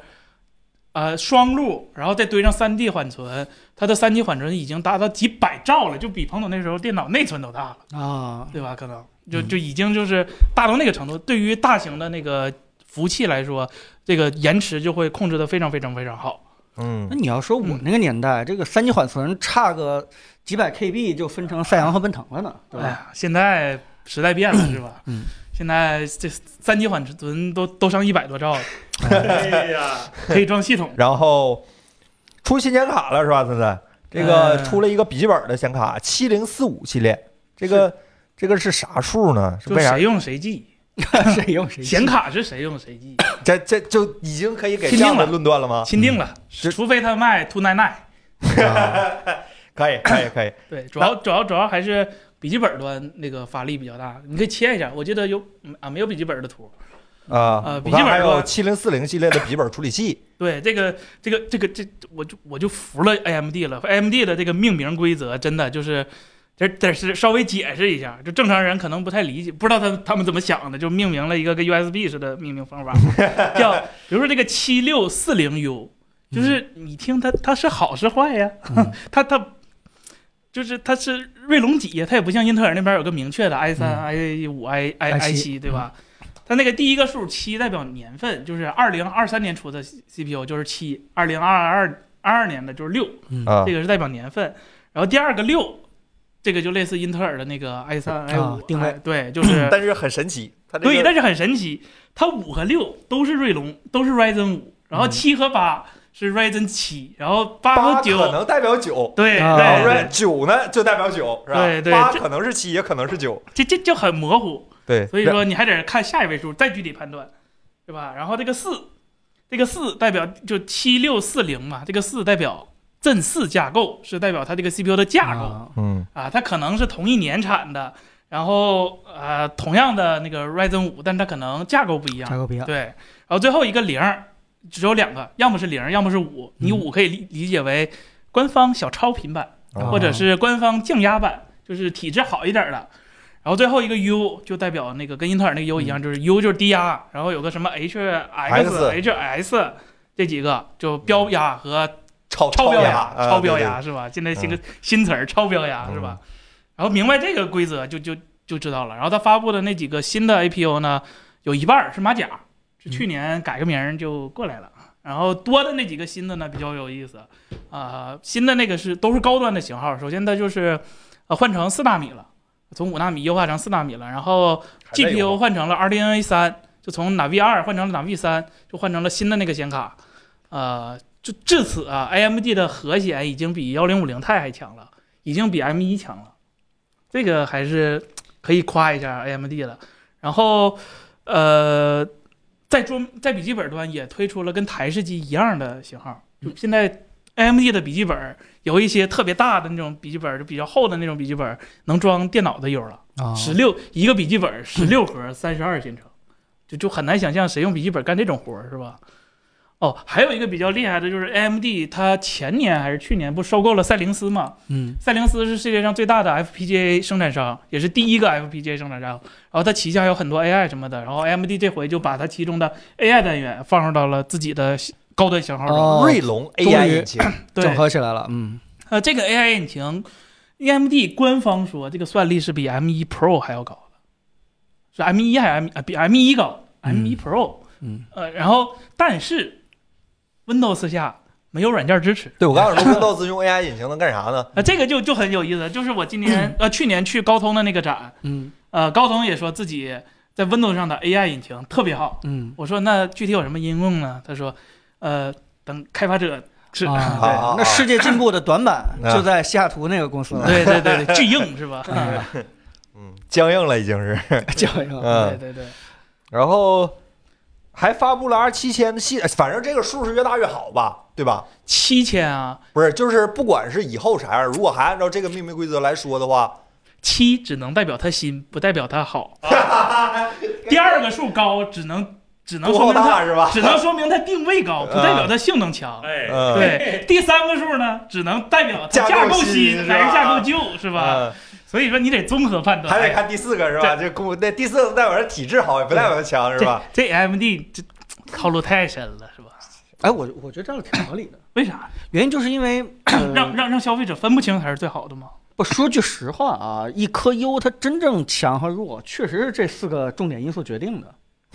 呃，双路，然后再堆上三 D 缓存，它的三 D 缓存已经达到几百兆了，就比彭总那时候电脑内存都大了，
嗯
啊，
对吧？可能就就已经就是大到那个程度。对于大型的那个服务器来说，这个延迟就会控制的非常非常非常好。
嗯
那，你要说我那个年代，这个三级缓存差个几百 KB 就分成赛扬和奔腾了呢，对
哎
吧？
呀，现在时代变了，是吧？
嗯。
现在这三 D 缓存都都上一百多兆了，
哎呀，
可以装系统。
然后出新显卡了是吧？现在这个
呃
出了一个笔记本的显卡，七零四五系列，这个这个是啥数呢？是
就
为啥
谁用谁记，
谁用谁记
哎 显卡是谁用谁记。
这这就已经可以给这
钦
样
定
的
了
论断了吗？
钦定了，
是
除非他卖 two nine nine。
可以，可以，可以。
对，主要主要主要还是笔记本端那个发力比较大。你可以切一下，我记得有嗯啊没有笔记本的图。
啊
呃，
我
笔记
看
本
还
是吧
有七零四零系列的笔记本处理器，
对，这个这个这个这我就我就服了 AMD 了。AMD 的这个命名规则真的就是。这得是稍微解释一下，就正常人可能不太理解，不知道他他们怎么想的，就命名了一个跟 USB 似的命名方 法，叫比如说这个七六四零 U，就是你听它它是好是坏呀， 它它就是它是锐龙几呀，它也不像英特尔那边有个明确的 i 三、i 五、i i i 七，嗯对吧？它那个第一个数七代表年份，就是二零二三年出的 C- CPU 就是七，二零二二二二年的就是六，
啊
嗯这个是代表年份。然后第二个六，这个就类似英特尔的那个 i 三、i
啊
五
定位
对，就是
嗯但是很神奇，它这
对，
个
但是很神奇，它五和六都是锐龙，都是 Ryzen 五，然后七和八是 Ryzen 七，然后
嗯
八
八
和九，
可能代表九，
对
啊
然后
对
说
对，
九呢就代表九，是吧？
对对
八
这
可能是七，也可能是九，
这这就很模糊，
对。
所以说你还得看下一位数再具体判断，对吧？然后这个四，这个四代表就七六四零嘛，这个四代表正四架构，是代表它这个 CPU 的架构
啊，
嗯
啊，它可能是同一年产的，然后呃同样的那个 Ryzen 五，但它可能架构不一样
差，个别
对，然后最后一个零儿只有两个，要么是零儿，要么是五。你
嗯
五可以理理解为官方小超频版，
啊
或者是官方降压版，就是体质好一点儿的。然后最后一个 U 就代表那个跟英特尔那个 U 一样，就是 U 就是低压，然后有个什么 HX、HS 这几个就标压和
超
超标
压
压，，
啊
超标，
对对嗯
压是吧？现在新个新词儿，超标压是吧？然后明白这个规则就就就知道了。然后他发布的那几个新的 APU 呢，有一半儿是马甲，
嗯
是去年改个名儿就过来了。然后多的那几个新的呢比较有意思，啊，新的那个是都是高端的型号。首先它就是呃换成四纳米了，从五纳米优化成四纳米了，然后
还在用
GPU 换成了 RDNA 三，就从 Navi 二换成了 Navi 三，就换成了新的那个显卡。呃，就至此啊，AMD 的核显已经比幺零五零钛还强了，已经比 M 一强了，这个还是可以夸一下 AMD 了。然后，呃，在桌在笔记本端也推出了跟台式机一样的型号，就
嗯
现在 AMD 的笔记本有一些特别大的那种笔记本，就比较厚的那种笔记本，能装电脑的 U 了。
啊
十六一个笔记本十六核三十二线程，就就很难想象谁用笔记本干这种活儿是吧？哦，还有一个比较厉害的就是 AMD，它前年还是去年不收购了赛灵思嘛？
嗯，
赛灵思是世界上最大的 FPGA 生产商，也是第一个 FPGA 生产商。然后它旗下有很多 AI 什么的，然后 AMD 这回就把它其中的 AI 单元放入到了自己的高端型号中。
哦，
锐龙
终于
AI 引 擎，
对，
整合起来了，嗯，
呃，这个 AI 引擎，AMD 官方说这个算力是比 M1 Pro 还要高的，是 M1 还是 M 啊比 M1 高，M1 Pro，
嗯，
呃，然后但是 Windows 下没有软件支持，
对我刚想说 Windows 用 AI 引擎能干啥呢？
呃，这个就就很有意思，就是我今 年呃去年去高通的那个展，
嗯
呃，高通也说自己在 Windows 上的 AI 引擎特别好，
嗯，
我说那具体有什么应用呢？他说，呃，等开发者是。
好
啊
好好
对那世界进步的短板
啊
就在西雅图那个公司 了，
对对对对，巨硬是吧？
嗯，僵硬了已经是，
叫一个，
对
嗯，
对对，
然后还发布了 R 七千的系，哎反正这个数是越大越好吧，对吧？
七千啊，
不是，就是不管是以后啥样，如果还按照这个命名规则来说的话，
七只能代表他新，不代表他好。 第二个数高，只能只能
多
说
好
明
大啊
它
是吧？
只能说明它定位高，不代表它性能强。
哎，
嗯
对，第三个数呢，只能代表它
架
架
构
构
新
新还
是吧
是架构旧，是吧？
嗯，
所以说你得综合判断。哎
还得看第四个是吧？这公那第四个代表是体质好，也不代表是强是
这
吧？
这 AMD 这套路太深了，是吧？
哎，我我觉得这样挺合理的，
为啥
原因就是因为
嗯
呃
让让让消费者分不清才是最好的吗？
不说句实话啊，一颗优它真正强和弱，确实是这四个重点因素决定的。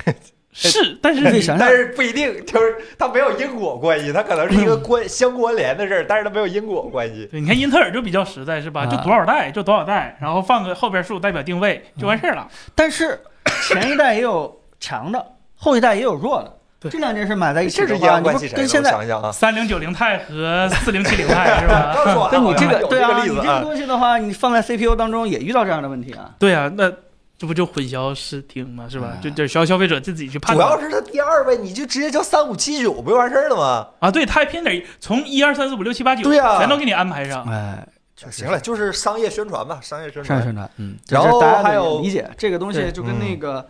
哎
是，但是
你自己
你
想想
但，是不一定，就是它没有因果关系，它可能是一个关相关联的事儿，但是它没有因果关系。
对，你看英特尔就比较实在，是吧？
啊
就多少代就多少代，然后放个后边数代表定位就完事儿了。
但是前一代也有强的，后一代也有弱的。
对
哎这两件事买在一起
这是
的
阴
话，
阳
你
关
不
系谁呢？
跟
我
现在，
想想啊，
三零九零钛和四零七零 哎钛是吧？
刚说完
对你
我
这
还
个
有
对
这
啊，
个例
你
子
这个东西的话，你放在 CPU 当中也遇到这样的问题啊。
对啊，那这不就混淆视听吗？是吧？
啊
就就需要消费者自己去判
主要
断
是它第二位，你就直接叫三五七九不就完事儿了吗？
啊。对，他还偏得从一二三四五六七八九，
对啊
全都给你安排上。
哎，确实
行了，就是商业宣传吧，商业宣
上
传。
宣传，嗯，
然后
就是大家得
还有
理解这个东西
对
就跟
嗯
那个，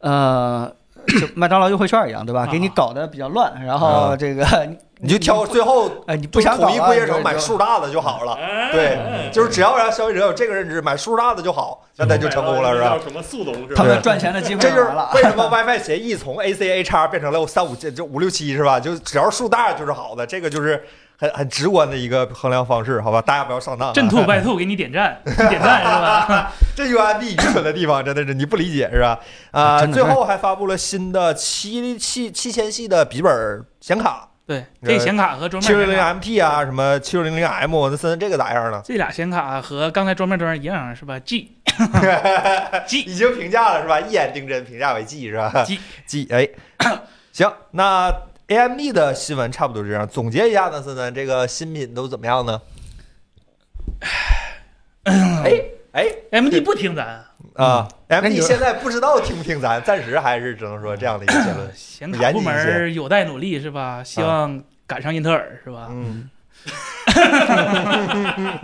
呃，就麦当劳优惠券一样，对吧？
啊
给你搞得比较乱，然后
啊
这个你
你就挑最后
哎，你不
就
想
统一
搞啊
归结
你就
成买
就
数大的就好了。
哎
对，就是只要让消费者有这个认知，买数大的就好，那他就成功了，是吧？
叫什么速龙是
他
吧？
们赚钱的机会
这就是
来了。啊
为什么 WiFi 协议从 AC HR 变成了三五这这五六七是吧？就只要数大就是好的，这个就是很很直观的一个衡量方式，好吧？大家不要上当、啊。
阵兔败兔给你 点赞，点赞是吧？
这就是安迪愚蠢的地方，真的是你不理解是吧？啊、
真的
最
是
后还发布了新的七七七千系的笔记本显卡，
对，这个显卡和桌面
七六
显
零
卡，
MT 啊，什么七六零零 M，那森这个咋样呢？
这俩显卡和刚才桌面端一样是吧？G
已经评价了是吧？一眼定真，评价为 G 是吧
记
？G 哎， 行，那 AMD 的新闻差不多这样。总结一下呢，森森这个新品都怎么样呢？哎哎
MD 不听咱
啊、m
那
d
你就
现在不知道听不听咱， 暂时还是只能说这样的一个结论。
显卡部
严谨啊
门有待努力是吧？希望赶上英特尔是吧？
嗯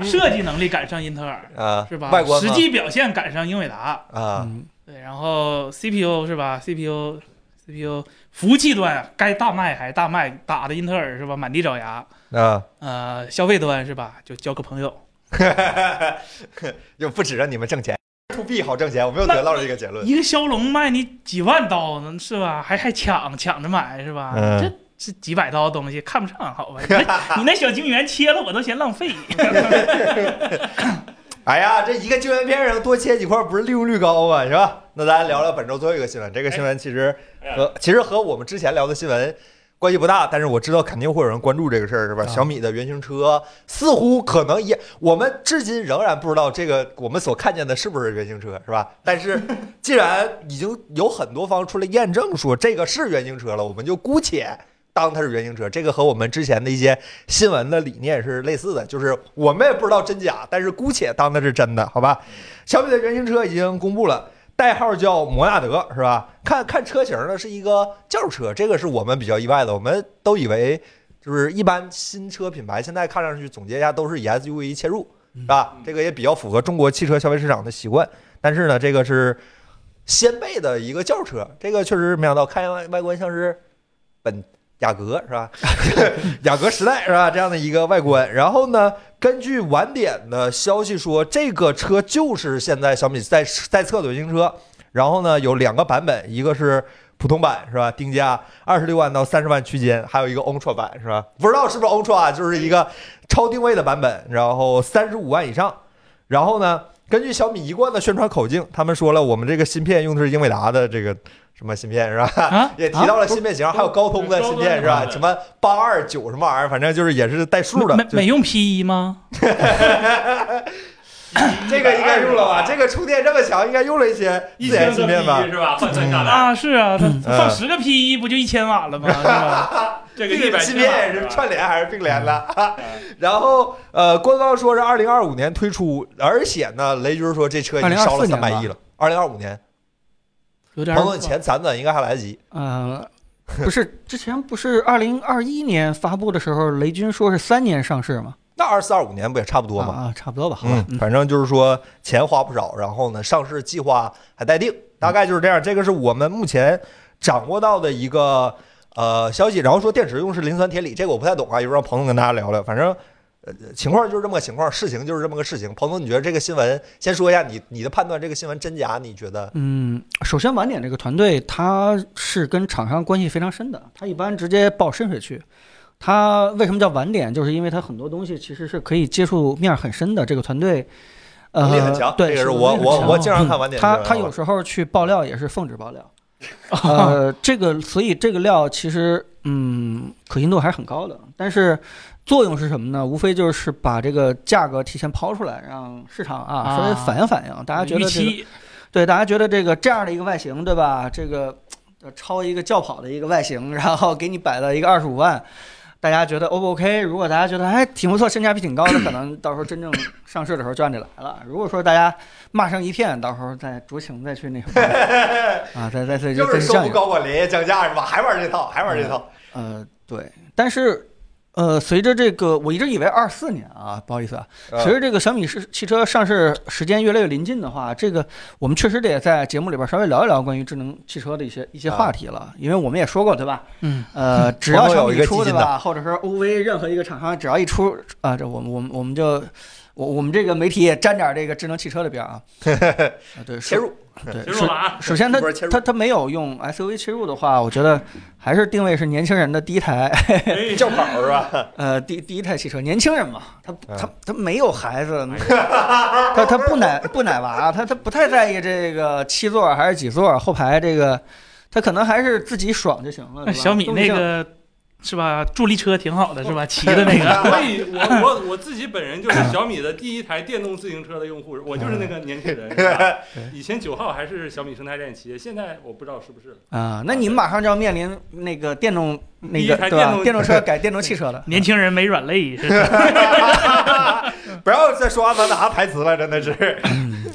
设计能力赶上英特尔
啊，
嗯是吧？
嗯外观吗
实际表现赶上英伟达。
啊，
嗯
对，然后 CPU 是吧？CPU CPU 服务器端啊该大卖还大卖，打的英特尔是吧？满地找牙。
啊，
呃，消费端是吧？就交个朋友。
又不指着你们挣钱，to B 好挣钱，我没有得到这个结论。
一个骁龙卖你几万刀呢，是吧？还还抢抢着买是吧？
嗯
这这几百刀的东西看不上，好吧？你那你那小晶圆切了我都嫌浪费。
哎呀，这一个纪元片上多切几块，不是利用率高啊吗？是吧？那咱聊聊本周最后一个新闻，这个新闻其实和其实和我们之前聊的新闻关系不大，但是我知道肯定会有人关注这个事儿，是吧？
啊
小米的原型车似乎可能也，我们至今仍然不知道这个我们所看见的是不是原型车，是吧？但是既然已经有很多方出来验证说这个是原型车了，我们就姑且。当它是原型车，这个和我们之前的一些新闻的理念是类似的，就是我们也不知道真假，但是姑且当它是真的，好吧？小米的原型车已经公布了，代号叫摩纳德，是吧？看看车型呢，是一个轿车，这个是我们比较意外的，我们都以为就是一般新车品牌现在看上去总结一下都是以 E SUV 切入，是吧？这个也比较符合中国汽车消费市场的习惯，但是呢，这个是掀背的一个轿车，这个确实没想到，看外外观像是本雅阁是吧？雅阁时代是吧？这样的一个外观。然后呢，根据晚点的消息说，这个车就是现在小米在在测的新车。然后呢，有两个版本，一个是普通版是吧？定价二十六万到三十万区间，还有一个 Ultra 版是吧？不知道是不是 Ultra，啊就是一个超定位的版本，然后三十五万以上。然后呢，根据小米一贯的宣传口径，他们说了，我们这个芯片用的是英伟达的这个什么芯片是吧？
啊
也提到了芯片型，还有高通的芯片是吧？
对
什么八二九什么玩意儿，反正就是也是带数的
没。
就
没用 P 一吗？
这个应该用了吧？这个充电这么强，应该用了一些
一
自
千
研
个
芯片吧
P？是吧？换算下
嗯
来，
啊，是啊，它放十个 P 一不就一千瓦了吗？是吧？
这个
这
一
个
百
芯片也是串联还是并联的？然后呃，官方说是二零二五年推出，而且呢，雷军说这车已经烧了三
2024年吧
百亿了。二零二五年，
有点
朋
儿
友们前攒攒应该还来得及。
呃，不是，之前不是二零二一年发布的时候，雷军说是三年上市吗？
那二四二五年不也差不多吗？
啊，啊差不多吧，好吧
嗯。，反正就是说钱花不少，然后呢，上市计划还待定，
嗯
大概就是这样。这个是我们目前掌握到的一个呃消息。然后说电池用是磷酸铁锂，这个我不太懂啊，一会儿让彭总跟大家聊聊。反正呃情况就是这么个情况，事情就是这么个事情。彭总，你觉得这个新闻，先说一下你你的判断，这个新闻真假？你觉得？
嗯，首先晚点这个团队，它是跟厂商关系非常深的，它一般直接报深水区。它为什么叫晚点？就是因为它很多东西其实是可以接触面很深的。这个团队，
嗯
呃，
能力很强
对，
这个是
能力
我
很
我
强
我经常看晚点
他
这个
他有时候去爆料也是奉旨爆 料，呃，这个所以这个料其实嗯可信度还是很高的，但是作用是什么呢？无非就是把这个价格提前抛出来，让市场啊
啊
稍微反映反映，大家觉
预
得这个
期
对大家觉得这个这样的一个外形，对吧？这个呃超一个轿跑的一个外形，然后给你摆到一个二十五万。大家觉得 O 不 OK？如果大家觉得哎挺不错，性价比挺高的，可能到时候真正上市的时候就按这来了。如果说大家骂声一片，到时候再酌情再去那什么 啊，再再再再
又是
再
收
降
不
一个
高管林降价是吧？还玩这套，还玩这套。
呃对，但是呃随着这个，我一直以为二四年啊，不好意思啊，随
嗯
着这个小米是汽车上市时间越来越临近的话，这个我们确实得在节目里边稍微聊一聊关于智能汽车的一些一些话题了，因为我们也说过，对吧？
嗯，
呃，只
啊朋
要
友
小
有一
米
个
一出
基
对
金的
吧，或者说 OV 任何一个厂商只要一出啊，这我们我们我们就我我们这个媒体也沾点这个智能汽车里 边啊，啊对，
切 入，
对，
切
首
入了啊，
首先它
一波切入
它它没有用 SUV 切入的话，我觉得还是定位是年轻人的第一台
哎
轿跑是吧？
呃，第第一台汽车，年轻人嘛，他
嗯
他他没有孩子， 他他不奶不奶娃，他他不太在意这个七座还是几座，后排这个，他可能还是自己爽就行了。
那
对吧
小米
动
那
静
个是吧？助力车挺好的是 吧？骑的那个。
所以哎
嗯
我我我自己本人就是小米的第一台电动自行车的用户，我就是那个年轻人。是吧以前九号还是小米生态链企业，现在我不知道是不是了。
啊，那你们马上就要面临那个电动那
第一
个
台
对
电
吧？
动
电动车改电动汽车了
年轻人没软 肋，是
不要再说阿凡达台词了，真的是。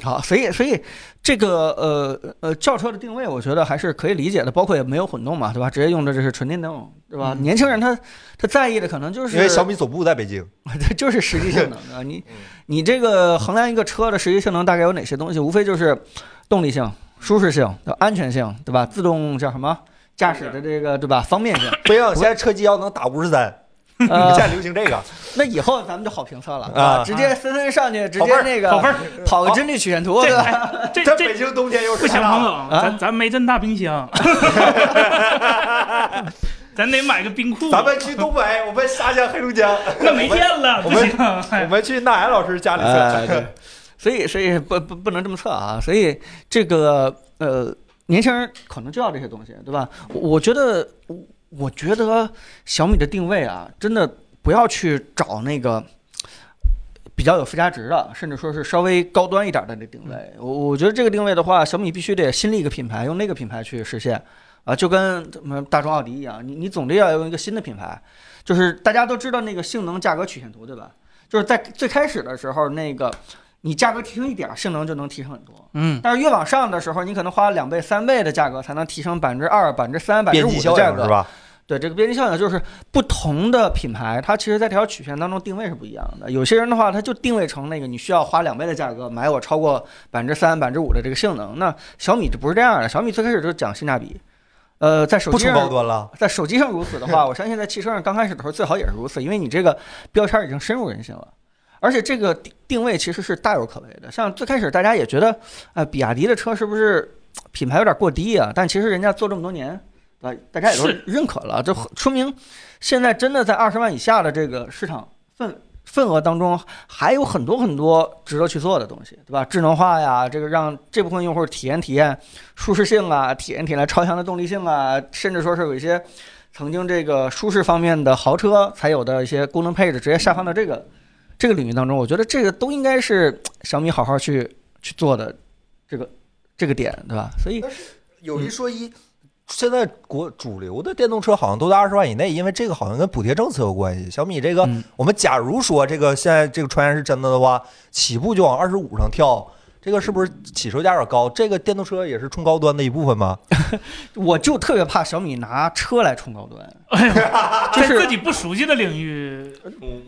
好，所以所以这个呃呃轿车的定位，我觉得还是可以理解的，包括也没有混动嘛，对吧？直接用的这是纯电动，对吧？
嗯
年轻人他他在意的可能就是
因为小米总部在北京，
这 就是实际性能啊！你
嗯
你这个衡量一个车的实际性能大概有哪些东西？无非就是动力性、舒适性、安全性，对吧？自动叫什么？驾驶的这个对吧？方便 性，
不行，现在车机要能打五十三，你们
呃
现，在流行这个。
那以后咱们就好评测了
啊
直接森森上去，直
跑分
接
儿
那
跑分
个
儿
跑个真率曲线图，
这
对吧？
哎 这
这
这
北京冬天又啊
不行，彭总，咱咱没这么大冰箱， 咱得买个冰库，
咱们去东北，我们下乡黑龙江，
那没电了，
我
不
们
行，哎
我们去纳言老师家里
哎
去
对。所以，所以不不不能这么测啊！所以这个呃，年轻人可能就要这些东西，对吧？我我觉得，我我觉得小米的定位啊，真的不要去找那个比较有附加值的，甚至说是稍微高端一点的那定位。我我觉得这个定位的话，小米必须得新立一个品牌，用那个品牌去实现啊，就跟什么大众、奥迪一样，你你总得要用一个新的品牌，就是大家都知道那个性能价格曲线图，对吧？就是在最开始的时候，那个你价格提升一点儿，性能就能提升很多。
嗯，
但是越往上的时候，你可能花两倍、三倍的价格才能提升百分之二、百分之三、百分
边际
之五
效
的价
应是
格。
吧？
对，这个边际效应就是不同的品牌，它其实在这条曲线当中定位是不一样的。有些人的话，他就定位成那个你需要花两倍的价格买我超过百分之三、百分之五的这个性能。那小米就不是这样的，小米最开始就讲性价比。呃，在手
不
机
出高
上，
端了，
在手机上如此的话，我相信在汽车上刚开始的时候最好也是如此，因为你这个标签已经深入人心了。而且这个定定位其实是大有可为的，像最开始大家也觉得，呃，比亚迪的车是不是品牌有点过低啊？但其实人家做这么多年，啊，大家也都
是
认可了，这说明现在真的在二十万以下的这个市场份份额当中，还有很多很多值得去做的东西，对吧？智能化呀，这个让这部分用户体验体验舒适性啊，体验体验超强的动力性啊，甚至说是有一些曾经这个舒适方面的豪车才有的一些功能配置，直接下放到这个这个领域当中，我觉得这个都应该是小米好好去去做的这个这个点，对吧？所以
有一说一。现在国主流的电动车好像都在二十万以内，因为这个好像跟补贴政策有关系。小米这个，
嗯
我们假如说这个现在这个传言是真的的话，起步就往二十五上跳，这个是不是起售价有点高？这个电动车也是冲高端的一部分吗？
我就特别怕小米拿车来冲高端， 就
在
是
自己不熟悉的领域，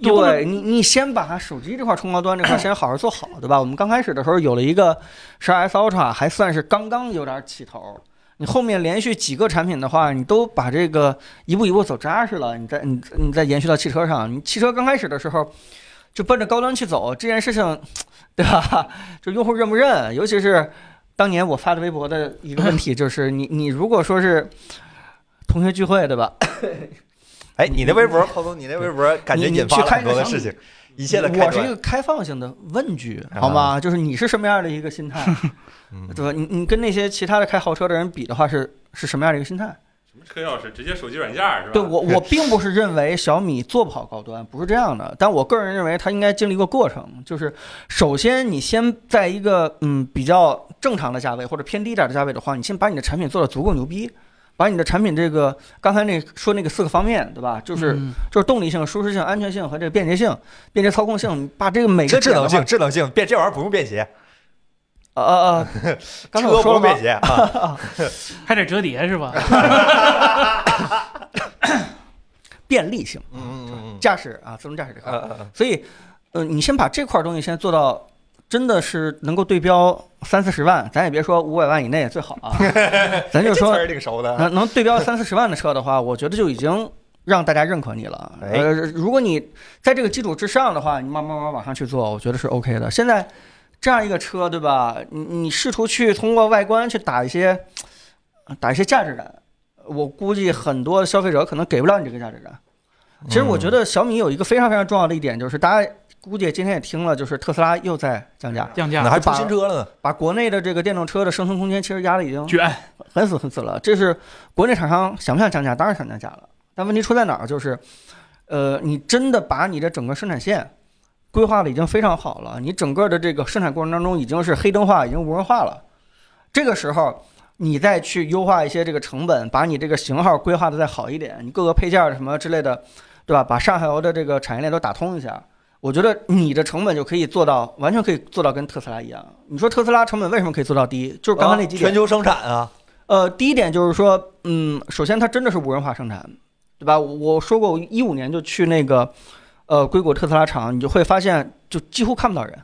也不能
对你，你先把手机这块冲高端 这块先好好做好，对吧？我们刚开始的时候有了一个十二 S Ultra，还算是刚刚有点起头。你后面连续几个产品的话，你都把这个一步一步走扎实了，你再你你再延续到汽车上。你汽车刚开始的时候就奔着高端去走，这件事情，对吧？就用户认不认？尤其是当年我发的微博的一个问题，就是你你如果说是同学聚会，对吧？
哎，你那微博，彭总，你那微博感觉
你你
引发
去
了
看
很
一个
多的事
小米
情，一切的开
我是一
端。
个开放性的问句，
啊
好吗？就是你是什么样的一个 心态，
嗯
对吧？你你跟那些其他的开豪车的人比的话是，是什么样的一个心态？
车钥匙直接手机软件是吧？
对我，我并不是认为小米做不好高端，不是这样的。但我个人认为，它应该经历一个过程，就是首先你先在一个嗯比较正常的价位或者偏低一点的价位的话，你先把你的产品做得足够牛逼，把你的产品这个刚才那说那个四个方面，对吧？就是、
嗯
就是动力性、舒适性、安全性和这个便捷性、便捷操控性，你把这个每
这
个
智
点的
能
话
性，智能性变这玩意儿不用便携，
呃呃， 呃刚才
车不
我说了
用
吗
便？携啊。
还得折叠是吧？
便利性、
嗯嗯嗯
驾驶啊，自动驾驶这块，
嗯嗯。
所以，呃，你先把这块东西先做到，真的是能够对标三四十万，咱也别说五百万以内最好 啊，咱就
这词
说
儿挺熟的。
能能对标三四十万的车的话，我觉得就已经让大家认可你了。
哎
呃，如果你在这个基础之上的话，你慢慢慢慢往上去做，我觉得是 OK 的。现在这样一个车，对吧？你你试图去通过外观去打一些呃打一些价值感，我估计很多消费者可能给不了你这个价值感。其实我觉得小米有一个非常非常重要的一点，就是大家估计今天也听了，就是特斯拉又在降价，
降
那
价
还出新车了呢？
把国内的这个电动车的生存空间其实压的已经
卷，
很死很死了。这是国内厂商想不想降价？当然想降价了。但问题出在哪儿？就是，呃，你真的把你的整个生产线规划的已经非常好了，你整个的这个生产过程当中已经是黑灯化，已经无人化了。这个时候，你再去优化一些这个成本，把你这个型号规划的再好一点，你各个配件儿什么之类的，对吧？把上下游的这个产业链都打通一下。我觉得你的成本就可以做到，完全可以做到跟特斯拉一样。你说特斯拉成本为什么可以做到低？就是刚才那几点
哦全，球生产啊，
呃，第一点就是说，嗯，首先它真的是无人化生产，对吧？我我说过，我一五年就去那个呃硅谷特斯拉厂，你就会发现，就几乎看不到人，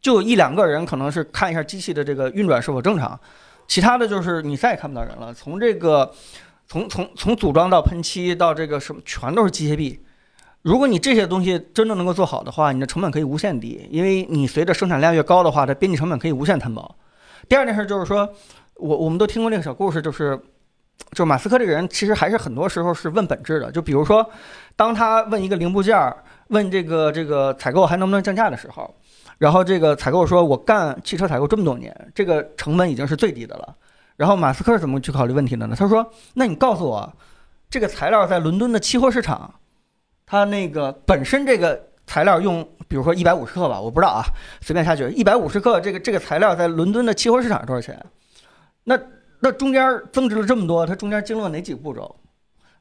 就有一两个人可能是看一下机器的这个运转是否正常，其他的就是你再也看不到人了。从这个从从从组装到喷漆到这个什么，全都是机械臂。如果你这些东西真正能够做好的话，你的成本可以无限低，因为你随着生产量越高的话，它边际成本可以无限摊薄。第二件事就是说，我我们都听过那个小故事，就是就是马斯克这个人，其实还是很多时候是问本质的。就比如说，当他问一个零部件儿，问这个这个采购还能不能降价的时候，然后这个采购说：“我干汽车采购这么多年，这个成本已经是最低的了。”然后马斯克是怎么去考虑问题的呢？他说：“那你告诉我，这个材料在伦敦的期货市场，它那个本身这个材料用，比如说一百五十克吧，我不知道啊，随便瞎举，一百五十克这个这个材料在伦敦的期货市场多少钱？”那中间增值了这么多，它中间经历了哪几个步骤，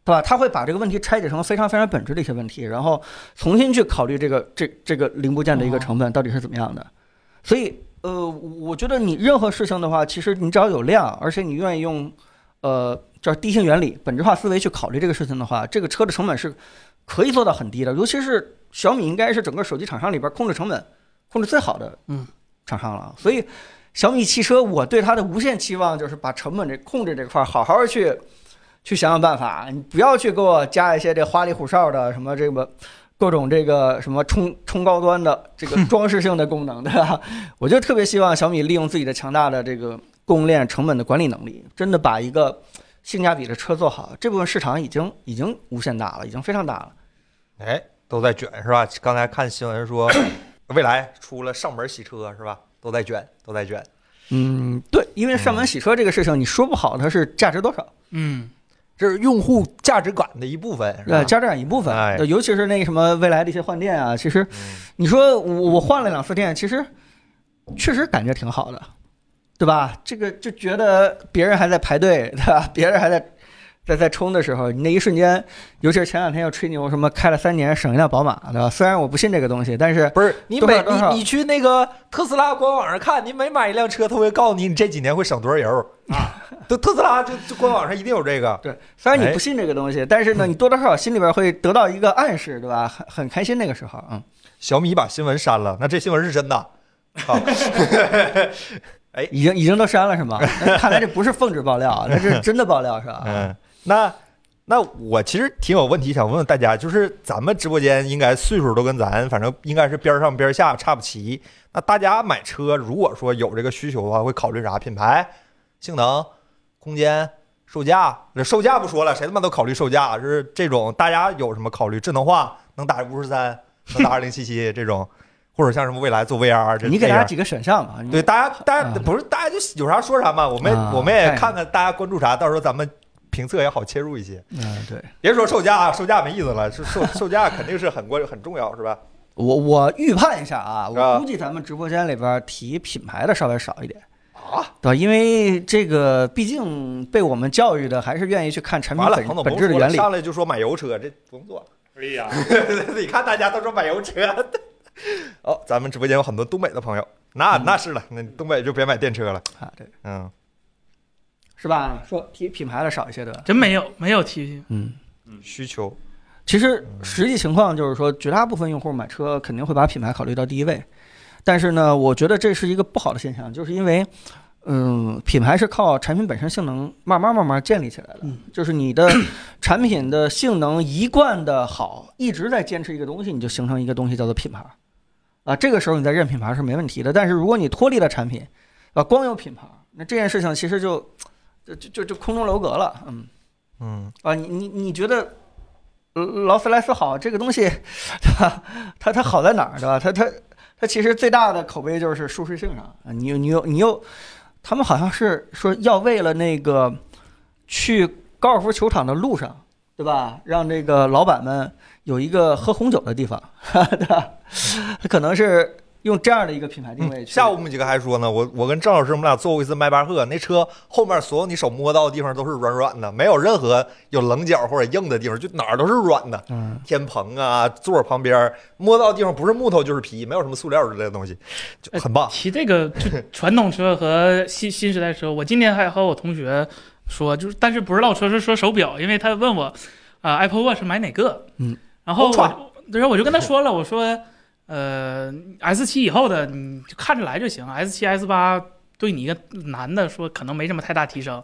对吧？他会把这个问题拆解成非常非常本质的一些问题，然后重新去考虑这个这这个零部件的一个成本到底是怎么样的。所以，呃，我觉得你任何事情的话，其实你只要有量，而且你愿意用，呃，叫地性原理、本质化思维去考虑这个事情的话，这个车的成本是可以做到很低的。尤其是小米，应该是整个手机厂商里边控制成本控制最好的
嗯
厂商了。所以，小米汽车，我对它的无限期望就是把成本这控制这块儿好好去去想想办法，你不要去给我加一些这花里胡哨的什么这个各种这个什么冲冲高端的这个装饰性的功能，对吧？我就特别希望小米利用自己的强大的这个供应链成本的管理能力，真的把一个性价比的车做好。这部分市场已经已经无限大了，已经非常大了。
哎，都在卷是吧？刚才看新闻说，未来出了上门洗车是吧？都在卷，都在卷。
嗯，对，因为上门洗车这个事情，你说不好它是价值多少，
嗯，
这是用户价值感的一部分，是吧
呃，？加这样一部分，
哎
呃尤其是那个什么未来的一些换电啊，其实
嗯
你说我我换了两次电，其实确实感觉挺好的，对吧？这个就觉得别人还在排队，对吧？ 别人还在在在冲的时候，你那一瞬间，尤其是前两天又吹牛什么开了三年省一辆宝马，对吧？虽然我不信这个东西，但是
不是你
多少
每
多少
你你去那个特斯拉官网上看，你每买一辆车，他会告诉你你这几年会省多少油啊？ 都特斯拉就就官网上一定有这个。
对，虽然你
哎
不信这个东西，但 是呢，你多多少少心里边会得到一个暗示，对吧？很很开心那个时候，嗯。
小米把新闻删了，那这新闻是真的。 啊
已经已经都删了 是吗？那看来这不是奉旨爆料啊，那是真的爆料是吧？
嗯，那那我其实挺有问题想问问大家，就是咱们直播间应该岁数都跟咱反正应该是边上边下差不齐。那大家买车如果说有这个需求的啊话，会考虑啥？品牌、性能、空间、售价？这售价不说了，谁他妈都考虑售价。就是这种大家有什么考虑？智能化能打五十三，能打二零七七这种，或者像什么未来做 VR 这
你给大
这
家
样
几个选项嘛？
嗯对，大家，大家
啊
不是大家就有啥说啥嘛，我们
啊
我们也
看一
看看大家关注啥，到时候咱们评测也好切入一些。
嗯，对
别说售价啊，售价没意思了，是售售价肯定是很关很重要，是吧？
我我预判一下啊，
啊
我估计咱们直播间里边提品牌的稍微少一点。啊，对，因为这个毕竟被我们教育的还是愿意去看产品
完了，彭
本
总
本
甭
质的
说
原
了，
理。
上来就说买油车，这不用做。
哎呀，
你看大家都说买油车，哦，咱们直播间有很多东北的朋友，那
嗯
那是了，那东北就别买电车了，
啊，对，
嗯，
是吧？说提品牌的少一些的，
真没有没有提，
嗯。
需求
其实实际情况就是说，绝大部分用户买车肯定会把品牌考虑到第一位，但是呢，我觉得这是一个不好的现象，就是因为，嗯，品牌是靠产品本身性能慢慢慢慢建立起来的，就是你的产品的性能一贯的好，一直在坚持一个东西，你就形成一个东西叫做品牌，啊，这个时候你再认品牌是没问题的，但是如果你脱离了产品，啊，光有品牌，那这件事情其实就就就就就空中楼阁了，嗯。
嗯，
啊，你你你觉得呃劳斯莱斯好这个东西，它它它好在哪儿，对吧？它它它其实最大的口碑就是舒适性上，啊你又你又你又，他们好像是说要为了那个去高尔夫球场的路上，对吧？让这个老板们有一个喝红酒的地方， 对吧？它可能是用这样的一个品牌定位
嗯
去。
下午我们几个还说呢，我我跟郑老师我们俩坐过一次迈巴赫，那车后面所有你手摸到的地方都是软软的，没有任何有棱角或者硬的地方，就哪儿都是软的。
嗯，
天棚啊，座儿旁边儿摸到的地方不是木头就是皮，没有什么塑料之类的东西，就很棒。
提这个就传统车和新新时代车，我今天还和我同学说，就是但是不是唠车，是说手表，因为他问我啊、a p p l e Watch 买哪个？
嗯，
然后
我操
我然后我就跟他说了，我说呃 S 七以后的你就看着来就行，S 七 S 八对你一个男的说可能没什么太大提升。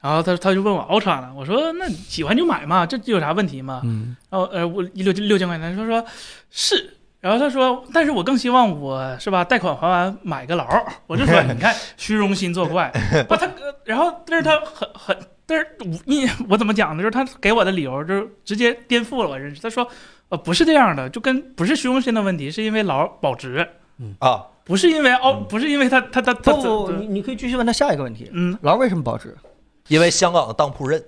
然后他他就问我 Ultra 了，我说那喜欢就买嘛，这有啥问题吗？
嗯，
然后呃，我一六六千块钱，他说是，然后他说，但是我更希望我是吧，贷款还完买个劳儿，我就 说你看虚荣心作怪，不他，呃然后但是他很很，但是我你我怎么讲呢？就是他给我的理由就是直接颠覆了我认识，他说呃不是这样的，就跟不是虚荣心的问题，是因为劳儿保值，
啊，
不是因为哦，不是因为他他他他
不不，你你可以继续问他下一个问题，
嗯，
劳为什么保值？
因为香港的当铺认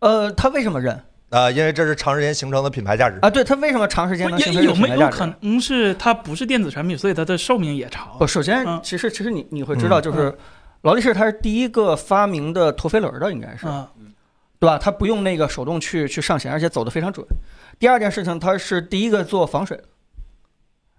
呃，他为什么认？
啊、因为这是长时间形成的品牌价值。
啊，对，它为什么长时间能
不
形
也
成一
有
个品
没
牌价
有
值
可？能是它不是电子产品，所以它的寿命也长？
不，首先
嗯，
其实其实你你会知道，就是劳力士它是第一个发明的陀飞轮的，应该是
啊，
对吧？它不用那个手动去去上弦，而且走的非常准。第二件事情，它是第一个做防水的。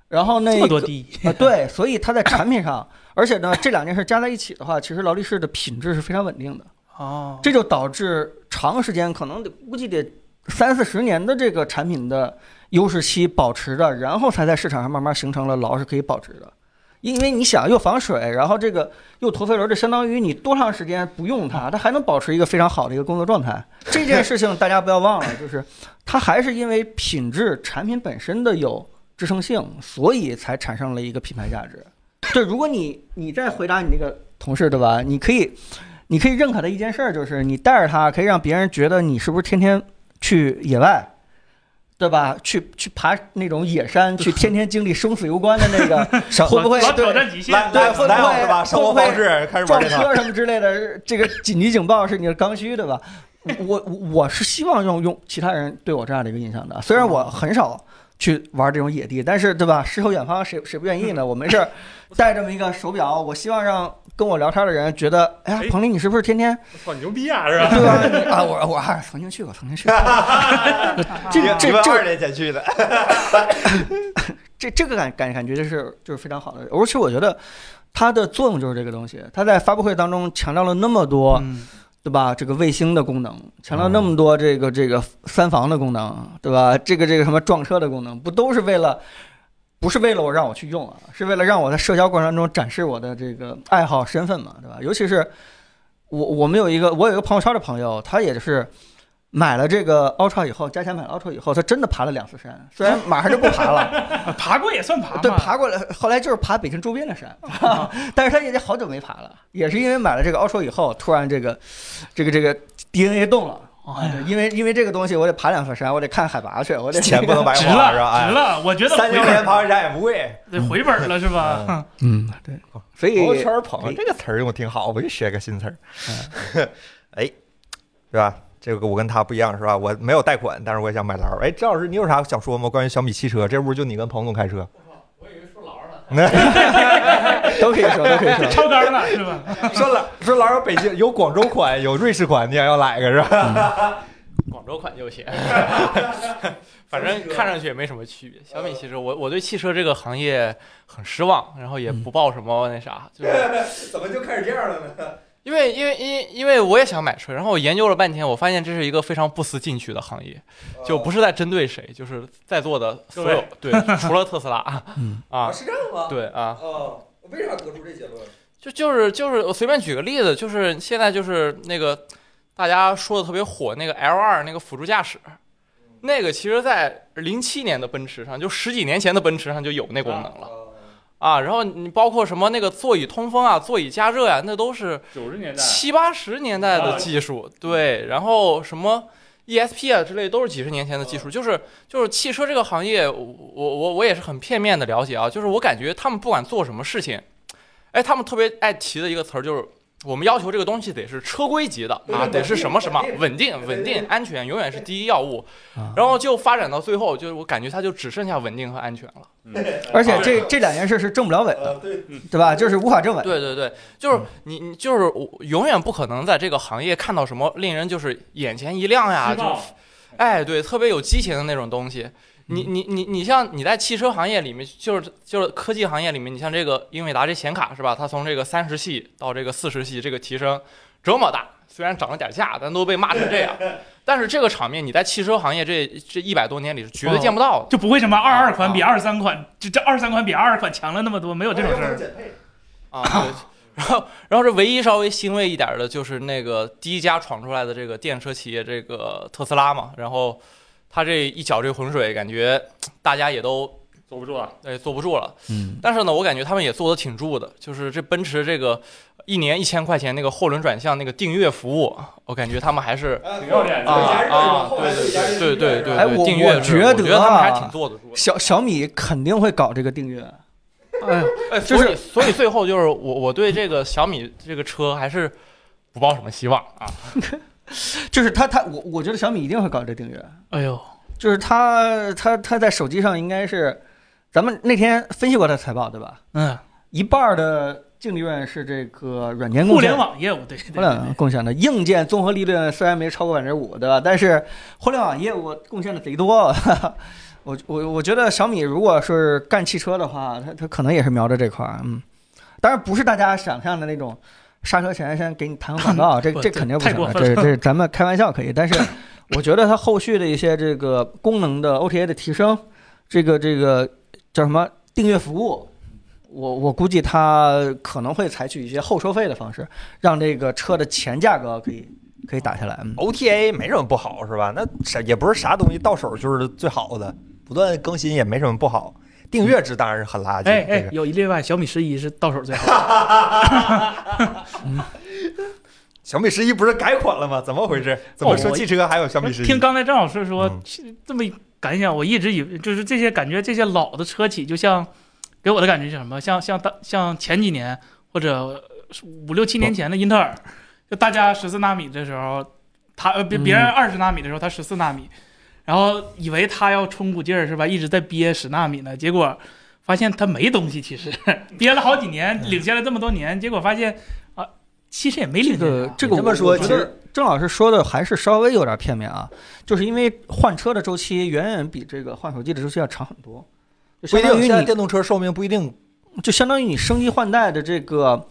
然后
这
那
么多
个
第一，
啊，对，所以它在产品上，而且呢，这两件事加在一起的话，其实劳力士的品质是非常稳定的。
哦，
这就导致长时间可能得估计得三四十年的这个产品的优势期保持着，然后才在市场上慢慢形成了劳是可以保值的。因为你想又防水，然后这个又陀飞轮，这相当于你多长时间不用它，它还能保持一个非常好的一个工作状态。这件事情大家不要忘了，就是它还是因为品质产品本身的有支撑性，所以才产生了一个品牌价值。 对，如果你你再回答你那个同事对吧？你可以，你可以认可的一件事儿就是你带着他，可以让别人觉得你是不是天天去野外，对吧？去去爬那种野山，去天天经历生死攸关的 那个，
生
会不会
老
对
挑战极限，
来
对
来
会不
来
会
是吧？生活
会不会
方式开始玩
撞
这套。
车什么之类的，这个紧急警报是你的刚需，对吧？我我我是希望用用其他人对我这样的一个印象的，虽然我很少去玩这种野地，但是对吧？诗和远方谁谁不愿意呢？我 没事儿带这么一个手表，我希望让跟我聊天的人觉得，哎呀
哎，
彭林你是不是天 天
操，牛逼啊，是吧？
对吧？你啊，我我还曾经去过，曾经去过，这
一
个
个
这
一
个
万
这个
二年前去的，
这这个感感感觉就是就是非常好的，而且我觉得它的作用就是这个东西，它在发布会当中强调了那么多。
嗯，
对吧？这个卫星的功能，强调那么多这个这个三防的功能，对吧？这个这个什么撞车的功能，不都是为了，不是为了我让我去用啊，是为了让我在社交过程当中展示我的这个爱好身份嘛，对吧？尤其是我我们有一个我有一个朋友圈的朋友，他也是买了这个 Ultra 以后，加钱买了 Ultra 以后，他真的爬了两次山，虽然马上就不爬了，
啊爬过也算爬嘛，
对，爬过来，后来就是爬北京周边的
哦
山， 但是他也得好久没爬了，也是因为买了这个 Ultra 以后，突然这个这个这个 DNA 动了。
哦
啊，
哎
对因为因为这个东西，我得爬两次山，我得看海拔去，我得
钱不能白
值
花是吧？
了，值
哎，
了，我觉得
三
回
千块钱
本
爬
儿
完山也不贵。
得回本儿了是吧？
嗯，对，所以
哦朋友圈朋友
可以
这个词儿用挺好，我就学个新词儿。 哎，是吧？这个我跟他不一样是吧？我没有贷款，但是我也想买劳。哎，郑老师，你有啥想说吗？关于小米汽车，这屋就你跟彭总开车。我以为说劳呢。
都可以说，都可以
这
说。
超纲了是吧？
说劳说劳，北京有广州款，有瑞士款，你想要哪个是吧？
广州款就行，反正看上去也没什么区别。小米汽车，我我对汽车这个行业很失望，然后也不抱什么那啥，就是
怎么就开始这样了呢？
因为因为因为因为我也想买车，然后我研究了半天，我发现这是一个非常不思进取的行业，就
哦
不是在针对谁，就是在座的所有对，除了特斯拉 啊
嗯
啊，
哦是这样吗？
对啊，
哦，为啥得出这结论？
就就是就是我随便举个例子，就是现在就是那个大家说的特别火那个 L 二那个辅助驾驶，那个其实在零七年的奔驰上，就十几年前的奔驰上就有那功能了
哦
啊。然后你包括什么那个座椅通风啊、座椅加热呀、那都是
九十年代，啊
七八十年代的技术，对，然后什么 ESP 啊之类都是几十年前的技
啊
术，就是就是汽车这个行业，我我我我也是很片面的了解啊，就是我感觉他们不管做什么事情，哎，他们特别爱提的一个词儿就是。我们要求这个东西得是车规级的啊，得是什么什么稳定、稳定、安全，永远是第一要务
啊。
然后就发展到最后，就是我感觉它就只剩下稳定和安全了。
而
啊
且这这两件事是证不了伪的，
呃对，
对吧？就是无法证伪。
对对对，就是你你就是我永远不可能在这个行业看到什么令人就是眼前一亮呀，
希
就
望
哎，对，特别有激情的那种东西。你你你你像你在汽车行业里面，就是就是科技行业里面，你像这个英伟达这显卡是吧？它从这个三十系到这个四十系，这个提升这么大，虽然涨了点价，但都被骂成这 样。但是这个场面你在汽车行业这这一百多年里是绝对见不到的。
就不会什么二二款比二三款，这这二三款比二二款强了那么多，没有这种事儿。
啊，对然后，哎然后这唯一稍微欣慰一点儿的就是那个第一家闯出来的这个电车企业，这个特斯拉嘛。然后他这一搅这浑水，感觉大家也都
坐不住了，
哎坐不住了。
嗯，
但是呢，我感觉他们也做的挺住的，就是这奔驰这个一年一千块钱那个后轮转向那个订阅服务，我哦感觉他们还是
挺要脸的。
啊啊，对对对对对
哎
对
我
订阅
我
制
觉
我
得
得他们还
啊
挺坐得住的。
小小米肯定会搞这个订阅。哎呀，
哎，
就
所
是
以所以最后就是我我对这个小米这个车还是不抱什么希望啊。
就是他他我我觉得小米一定会搞这个订阅。
哎呦，
就是他他他在手机上应该是，咱们那天分析过他财报对吧？
嗯，
一半儿的净利润是这个软件
互
贡献，
联网业务对，对
互
对
联网贡献的，硬件综合利润虽然没超过百分之五对吧？但是互联网业务贡献的贼多。哈哈 我我我觉得小米如果是干汽车的话，他他可能也是瞄着这块儿，嗯，当然不是大家想象的那种刹车前先给你弹个广告，这
不
这
这
肯定不
太
行
过
了，
分
这
了
这咱们开玩笑可以，但是我觉得它后续的一些这个功能的 OTA 的提升，这个这个叫什么订阅服务，我我估计它可能会采取一些后收费的方式，让这个车的前价格可以可以打下来。嗯
OTA 没什么不好是吧？那啥也不是啥东西到手就是最好的，不断更新也没什么不好。订阅制当然是很垃圾，
哎
这
哎，
个
有一例外，小米十一是到手最好。
小米十一不是改款了吗？怎么回事？怎么说汽车还有小米十一？
哦听刚才郑老师说
嗯
这么一感想，我一直以为就是这些感觉，这些老的车企就像给我的感觉是什么？像像当像前几年或者五六七年前的英特尔，就大家十四纳米的时候，他呃别
嗯
别人二十纳米的时候，他十四纳米，然后以为他要冲股劲儿是吧？一直在憋十纳米呢，结果发现他没东西，其实 憋了好几年，领先了这么多年，结果发现啊，其实也没领
这
先啊
个
啥。
这个
你这么
我
说
我觉
其
得
实
郑老师说的还是稍微有点片面啊，就是因为换车的周期远远比这个换手机的周期要长很多，就
不
相
一定，
当于
现在
你
电动车寿命不一定。
就相当于你升级换代的这个，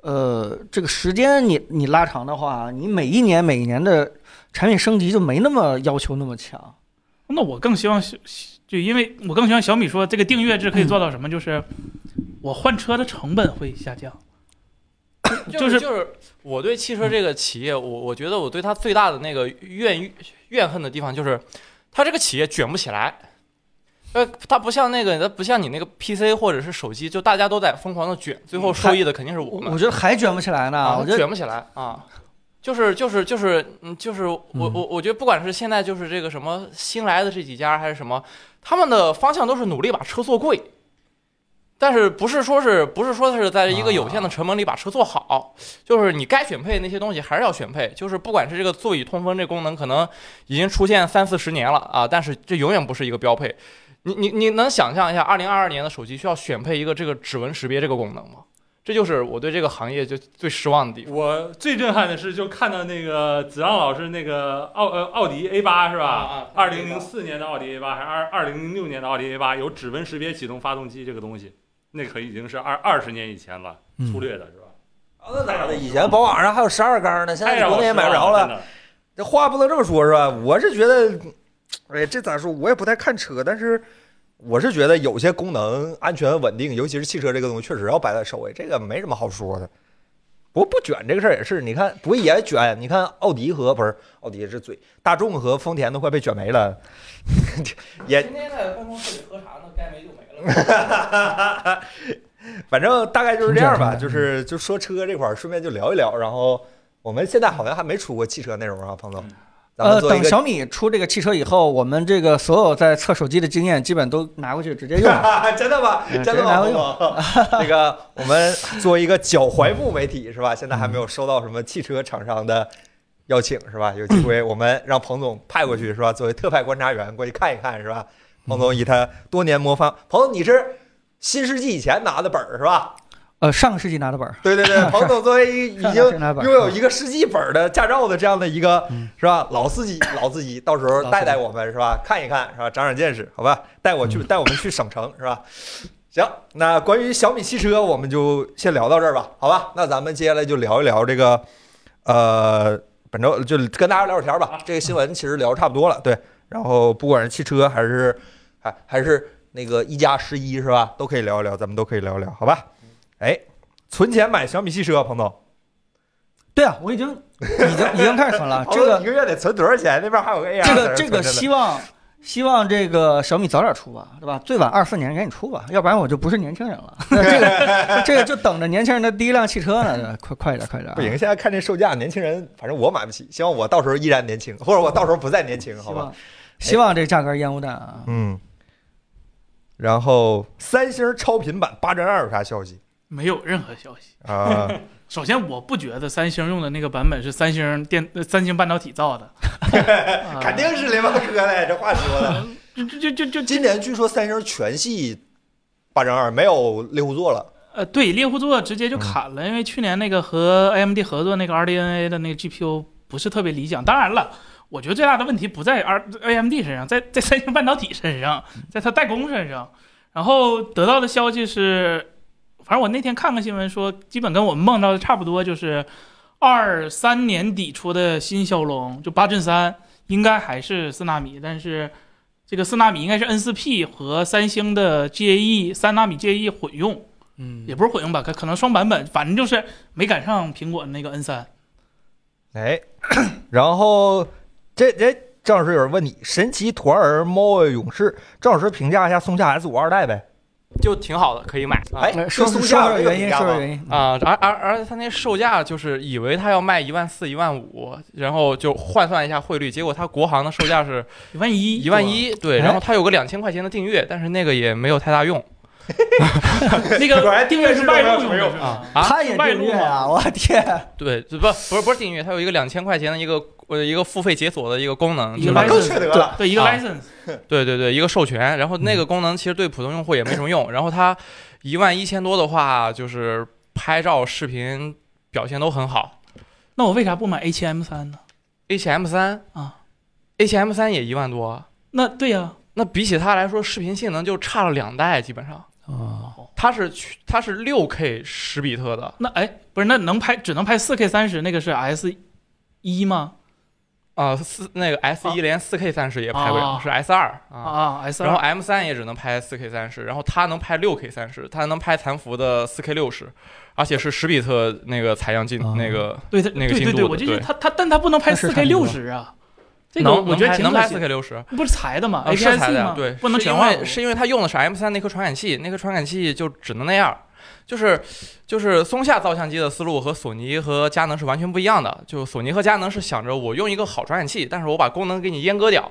呃，这个时间你你拉长的话，你每一年每一年的产品升级就没那么要求那么强。
那我更希望小，就因为我更希望小米说这个订阅制可以做到什么，就是我换车的成本会下降。
就
就是
就是我对汽车这个企业，我我觉得我对它最大的那个怨怨恨的地方就是，它这个企业卷不起来。呃，它不像那个，它不像你那个 PC 或者是手机，就大家都在疯狂的卷，最
嗯
后受益的肯定是我们
我。觉得还卷不起来呢，
啊，
我觉得
卷不起来啊。就是就是就是嗯，就是我我我觉得不管是现在就是这个什么新来的这几家还是什么，他们的方向都是努力把车做贵，但是不是说是不是说是在一个有
啊
限的成本里把车做好，就是你该选配那些东西还是要选配，就是不管是这个座椅通风这功能可能已经出现三四十年了啊，但是这永远不是一个标配。你你你能想象一下，二零二二年的手机需要选配一个这个指纹识别这个功能吗？这就是我对这个行业就最失望的地方。
我最震撼的是，就看到那个子昂老师那个奥呃奥迪 A 八是吧
啊？
二
啊
零零四年的奥迪 A 八还是二二零零六年的奥迪 A 八有指纹识别启动发动机这个东西，那可已经是二二十年以前了，
嗯
粗略的是吧？
哦那咋的？以前宝马上还有十二缸呢，现
哎
太
在
让
国
我
内也买不着
了。
了
真。的
这话不能这么说，是吧？我是觉得，哎，这咋说？我也不太看车，但是我是觉得有些功能安全稳定，尤其是汽车这个东西，确实要摆在首位，这个没什么好说的。不过不卷这个事儿也是，你看不也卷？你看奥迪和不是奥迪是嘴，大众和丰田都快被卷没了， 也
今天在办公室里喝茶呢，该没就没了。
反正大概就是这样吧，就是
嗯
就说车这块儿，顺便就聊一聊。然后我们现在好像还没出过汽车内容啊，彭总，咱们
呃，
做一
等
个
小米出这个汽车以后，我们这个所有在测手机的经验基本都拿过去直接用。
真的吗？
嗯
真的
真
吗？
的
那个，我们作为一个脚踝部媒体是吧？现在还没有收到什么汽车厂商的邀请是吧？有机会我们让彭总派过去是吧？作为特派观察员过去看一看是吧？彭总以他多年魔方，彭总你是新世纪以前拿的本儿是吧？
呃，上个世纪拿的本儿，
对对对，彭总作为一已
上
经
个世纪拿的本
拥有
儿，
一个世纪本儿的驾照的这样的一个
嗯
是吧？老司 机，老司机，到时候
老司机
带带我们是吧？看一看是吧？长长见识，好吧？带我
嗯
去，带我们去省城是吧？行，那关于小米汽车，我们就先聊到这儿吧，好吧？那咱们接下来就聊一聊这个，呃，本周就跟大家聊会儿天儿
啊
吧。这个新闻其实聊得差不多了，对。然后不管是汽车还是还还是那个一加十一是吧，都可以聊一聊，咱们都可以聊一聊，好吧？
嗯
哎，存钱买小米汽车，彭总。。
对啊，我已经已经已经开始存了啊 这个
一个月得存多少钱？那边还有个 AR，
这个这个
西
希望希望这个小米早点出吧，对吧？最晚二四年赶紧出吧，要不然我就不是年轻人了。 这个这个就等着年轻人的第一辆汽车呢，对吧快快点快点啊！
不行，现在看这售价，年轻人反正我买不起，希望我到时候依然年轻，或 者我到时候不再年轻，
希
好吧
望？希望这价格烟雾弹啊！
嗯。然后三星超频版八针二有啥消息
没有任何消息。
啊？
首先，我不觉得三星用的那个版本是三星电呃三星半导 体造的，啊
肯定是联发科嘞，这话说 的。
就就就就
今
就
年据说三星全系八针二，没有猎户座了。
呃，对，猎户座直接就砍了，因为去年那个和 AMD 合作那个 RDNA 的那个 GPU 不是特别理想。当然了，我觉得最大的问题不在 R AMD 身上，在在三星半导体身上，在它代工身上。然后得到的消息是，反正我那天看个新闻说，基本跟我们梦到的差不多，就是二三年底出的新骁龙，就八阵三，应该还是四纳米，但是 E，这个四纳米应该是 N 四 P 和三星的 GAE 三纳米 GAE 混用。
嗯
也不是混用吧，可可能双版本，反正就是没赶上苹果那个 N 三。
哎， 然后这这郑老师有人问你，神奇团儿猫儿勇士，郑老师评价一下松下 S 五二代呗？
就挺好的，可以买。啊
哎，
呃
这
说
松
说
下
说
这个
原
评
因，
价
说
吗
说原因。
啊、而而而且它那售价就是以为它要卖一万四、一万五，然后就换算一下汇率，结果它国行的售价是
一万一，
一万，一，对，
哎
然后它有个两千块钱的订阅，但是那个也没有太大用
那
果
个
然
订阅是外露用的是吧
啊，啊，
他也
外
订
露
阅
嘛，
啊！我天，
对，不不是不是订阅，它有一个两千块钱的一个呃一个付费解锁的一个功能，
一
就
个
啊是
买
那更缺德 了。
对一个
啊
license，
对对对，一个授权，然后那个
嗯
功能其实对普通用户也没什么用。然后它一万一千多的话，就是拍照、视频表现都很好。
那我为啥不买 A 7 M 三呢？
A 7 M 三
啊
，A 7 M 三也一万多，
那对呀、
那比起它来说，视频性能就差了两代，基本上。它是去它是六 K 十比特的，
那哎，不是，那能拍只能拍4 K 三十，那个是 S 一吗？
啊、四那个 S 一连四 K 三十也拍不了，
啊
是 S 二啊。
啊，S
然后
二
M 三也只能拍4 K 三十，然后它能拍6 K 三十，它能拍残幅的4 K 六十，而且是十比特那个采样进、
啊
那个
对它
那个
对
进
对
度
对，
的
我就
对
是它它，但它不能拍
那是
4
啥
K
进度
六
啊
十啊。这
能
个我觉得挺
能
可
拍
惜
4 K 六十，
不是裁的吗
啊，
？A
是
P
裁
S
的
吗，？
对，
不能
是因
全画
为。是因为它用的是 M 三那颗传感器，那颗传感器就只能那样。就是就是松下照相机的思路和索尼和佳能是完全不一样的。就索尼和佳能是想着我用一个好传感器，但是我把功能给你阉割掉。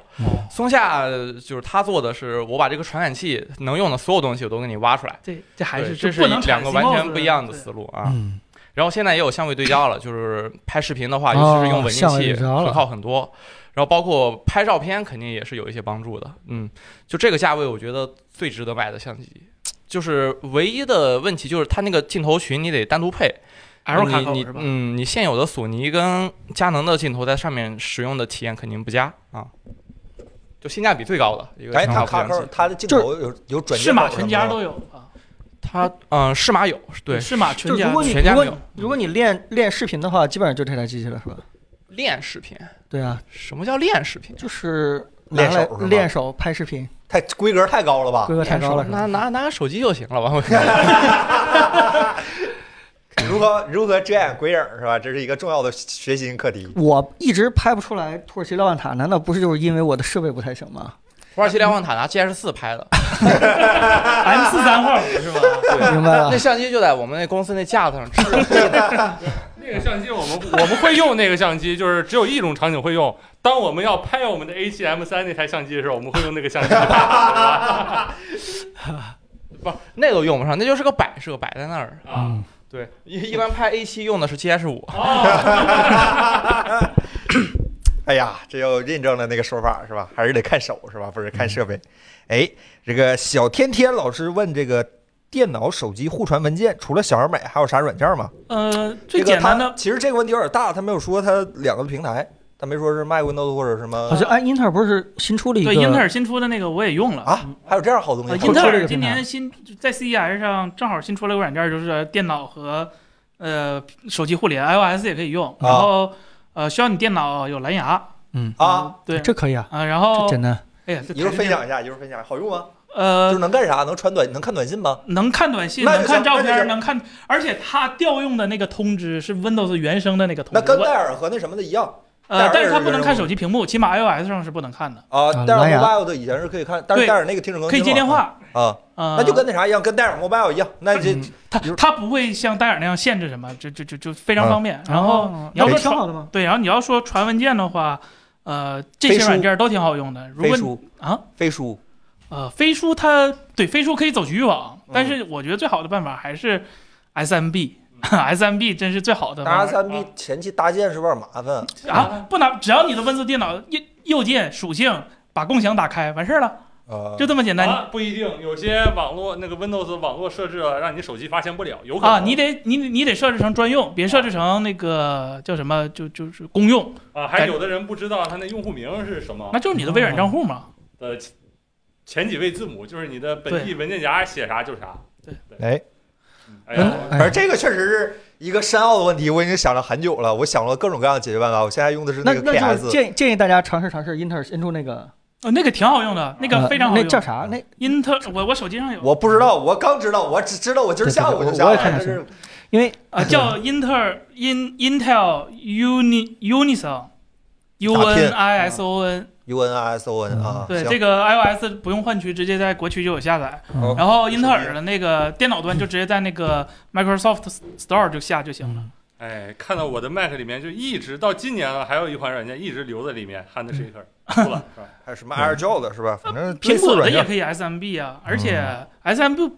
松下呃就是他做的是我把这个传感器能用的所有东西我都给你挖出来。
这这还
对
是
这
就是不能
两个
产
完全
CMOS
不一样的
对
思路啊。
嗯，
然后现在也有相位对焦了，就是拍视频的话，尤其是用稳定
哦相位
器，
对焦了
可靠很多。然后包括拍照片，肯定也是有一些帮助的。嗯，就这个价位，我觉得最值得买的相机，就是唯一的问题就是它那个镜头群你得单独配。
L 卡
你
口
你
是吧？
嗯，你现有的索尼跟佳能的镜头在上面使用的体验肯定不佳啊，就性价比最高的一个
哎，
挺
他
好
卡
的相
扣
机。，
他的镜头有有转接
适马
口什么
全家
的吗
都有啊，
它嗯，适马有对
适马全
就如
家
果你
全家
如果
没有
你如果你练练视频的话，基本上就这台机器了，是吧？
练视频，
对啊，
什么叫练视 频？
就是拿
练
来
手是吧啊
练手拍视频，
太规格太高了吧
规？格太高了，是吧
拿？拿拿手机就行了吧？我
如何如何遮掩鬼影儿是吧？这是一个重要的学习课题。
我一直拍不出来土耳其瞭望塔，难道不是就是因为我的设备不太行吗？
土耳其瞭望塔拿 GS 四拍 的，
M 四三画幅是吧？
明白了
那，相机就在我们那公司那架子上支 着。
那个相机我们我们会用那个相机，就是只有一种场景会用。当我们要拍我们的 A7M 三那台相机的时候，我们会用那个相机。
那都用不上，那就是个摆设，摆在那儿。
啊，
对，一一般拍 A 7用的是 GS 五。
哎呀，这又印证了那个说法是吧？还是得看手是吧？不是看设
嗯
备。哎，这个小天天老师问这个电脑、手机互传文件，除了小而美，还有啥软件吗？
呃，最简单
这个
的
他其实这个问题有点大，他没有说他两个平台，他没说是 Mac、Windows 或者什么
好像哎，英特尔不是新出了一个
对英特尔新出的那个我也用了
啊，还有这样好东
呃，
西。
英
出
特
这
尔
个
今
平台
年新在 CES 上正好新出了个软件，就是电脑和呃手机互联，iOS 也可以用。然后呃，需要你电脑有蓝牙
啊，
对
这可以啊，
啊，然后
这简单。
哎呀，这
一会儿
太
分享一下，一会儿分享一下，好用吗？就
呃
是能干啥？能传短，能看短信吗？
能看短信，
那就
能看
行
照
那就行
片，能看，而且它调用的那个通知是 Windows 原生的那个通
那
知
跟，戴尔和那什么的一样戴
呃
尔，
但是它
是
不能
原
看
生
手机屏幕，起码 iOS 上是不能看的，
啊
啊。
戴尔
蓝牙
Mobile 的以前是可以看，但是
对
戴尔那个停止更新
可以接电
了
话。
啊，
呃，
那就跟那啥一样，跟戴尔 Mobile 一样。那这
它
比如
它不会像戴尔那样限制什么，就就就就非常
啊
方便。然后
哦
你要
那
说
挺
传
好的吗？
对，然后你要说传文件的话，呃，这
飞
些
书
软件都挺好用的。如
飞
果你
书
啊，
飞书
呃，飞书它对飞书可以走局域网，但
嗯
是我觉得最好的办法还是 SMB。SMB
嗯
真是最好的
当然
方
三
法
B 前期搭建是有点麻烦，
啊！不拿，只要你的 Windows 电脑右右键属性把共享打开，完事儿了，
呃，
就这么简单。
啊，不一定，有些网络那个 Windows 网络设置了，让你手机发现不了，有可能
啊，你得你你得设置成专用，别设置成那个叫什么，就就是公用，
啊，还有的人不知道他那用户名是什么
那就是你的微软账户嘛。
的前前几位字母，就是你的本地文件夹写啥就是啥。
对
对，
哎，
嗯哎呀，
反正这个确实是一个深奥的问题，我已经想了很久了，我想了各种各样的解决办法，我现在用的是
那
个
那就是
PS，
建建议大家尝试尝试英特尔新出那个呃
哦，那个挺好用的，那个非常好
那
用。
叫啥？那
Inter，我我手机上有
呃我不知道，我刚知道，我只知道我今儿下午就下
我
来
也
了，
看
但
见
是
因为
啊，叫 Inter In Intel Uni Unison U
拼
N I S O N。
U N I S O N
嗯
啊，
对，
行
这个 iOS 不用换区，直接在国区就有下载。
嗯
然后英特尔的那个电脑端就直接在那个 Microsoft Store 就下就行了。
哎，看到我的 Mac 里面就一直到今年了，还有一款软件一直留在里面，Hand Shaker 出了是吧？
还有什么 AirDrop 的是吧？反正类
呃苹
似
果
嗯
的
软
也
件嗯
可以 SMB 啊，而且 SMB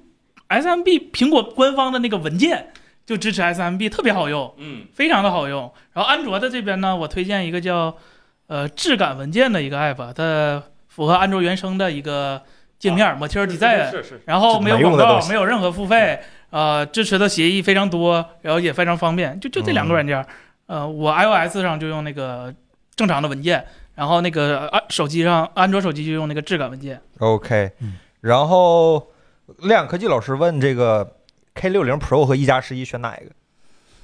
SMB 苹果官方的那个文件就支持 SMB，特别好用，
嗯，
非常的好用。然后安卓的这边呢，我推荐一个叫呃质感文件的一个 app，它符合安卓原生的一个界面，Material
啊是
Design。
是是是，
然后没有
没用
广
的
告
东，西
没有任何付费，呃，支持的协议非常多，然后也非常方便。就就这两
嗯
个软件儿，呃，我 iOS 上就用那个正常的文件，然后那个安、手机上安卓手机就用那个质感文件。
OK，
嗯
然后亮科技老师问这个 K 六零 Pro 和一加十一选哪一个，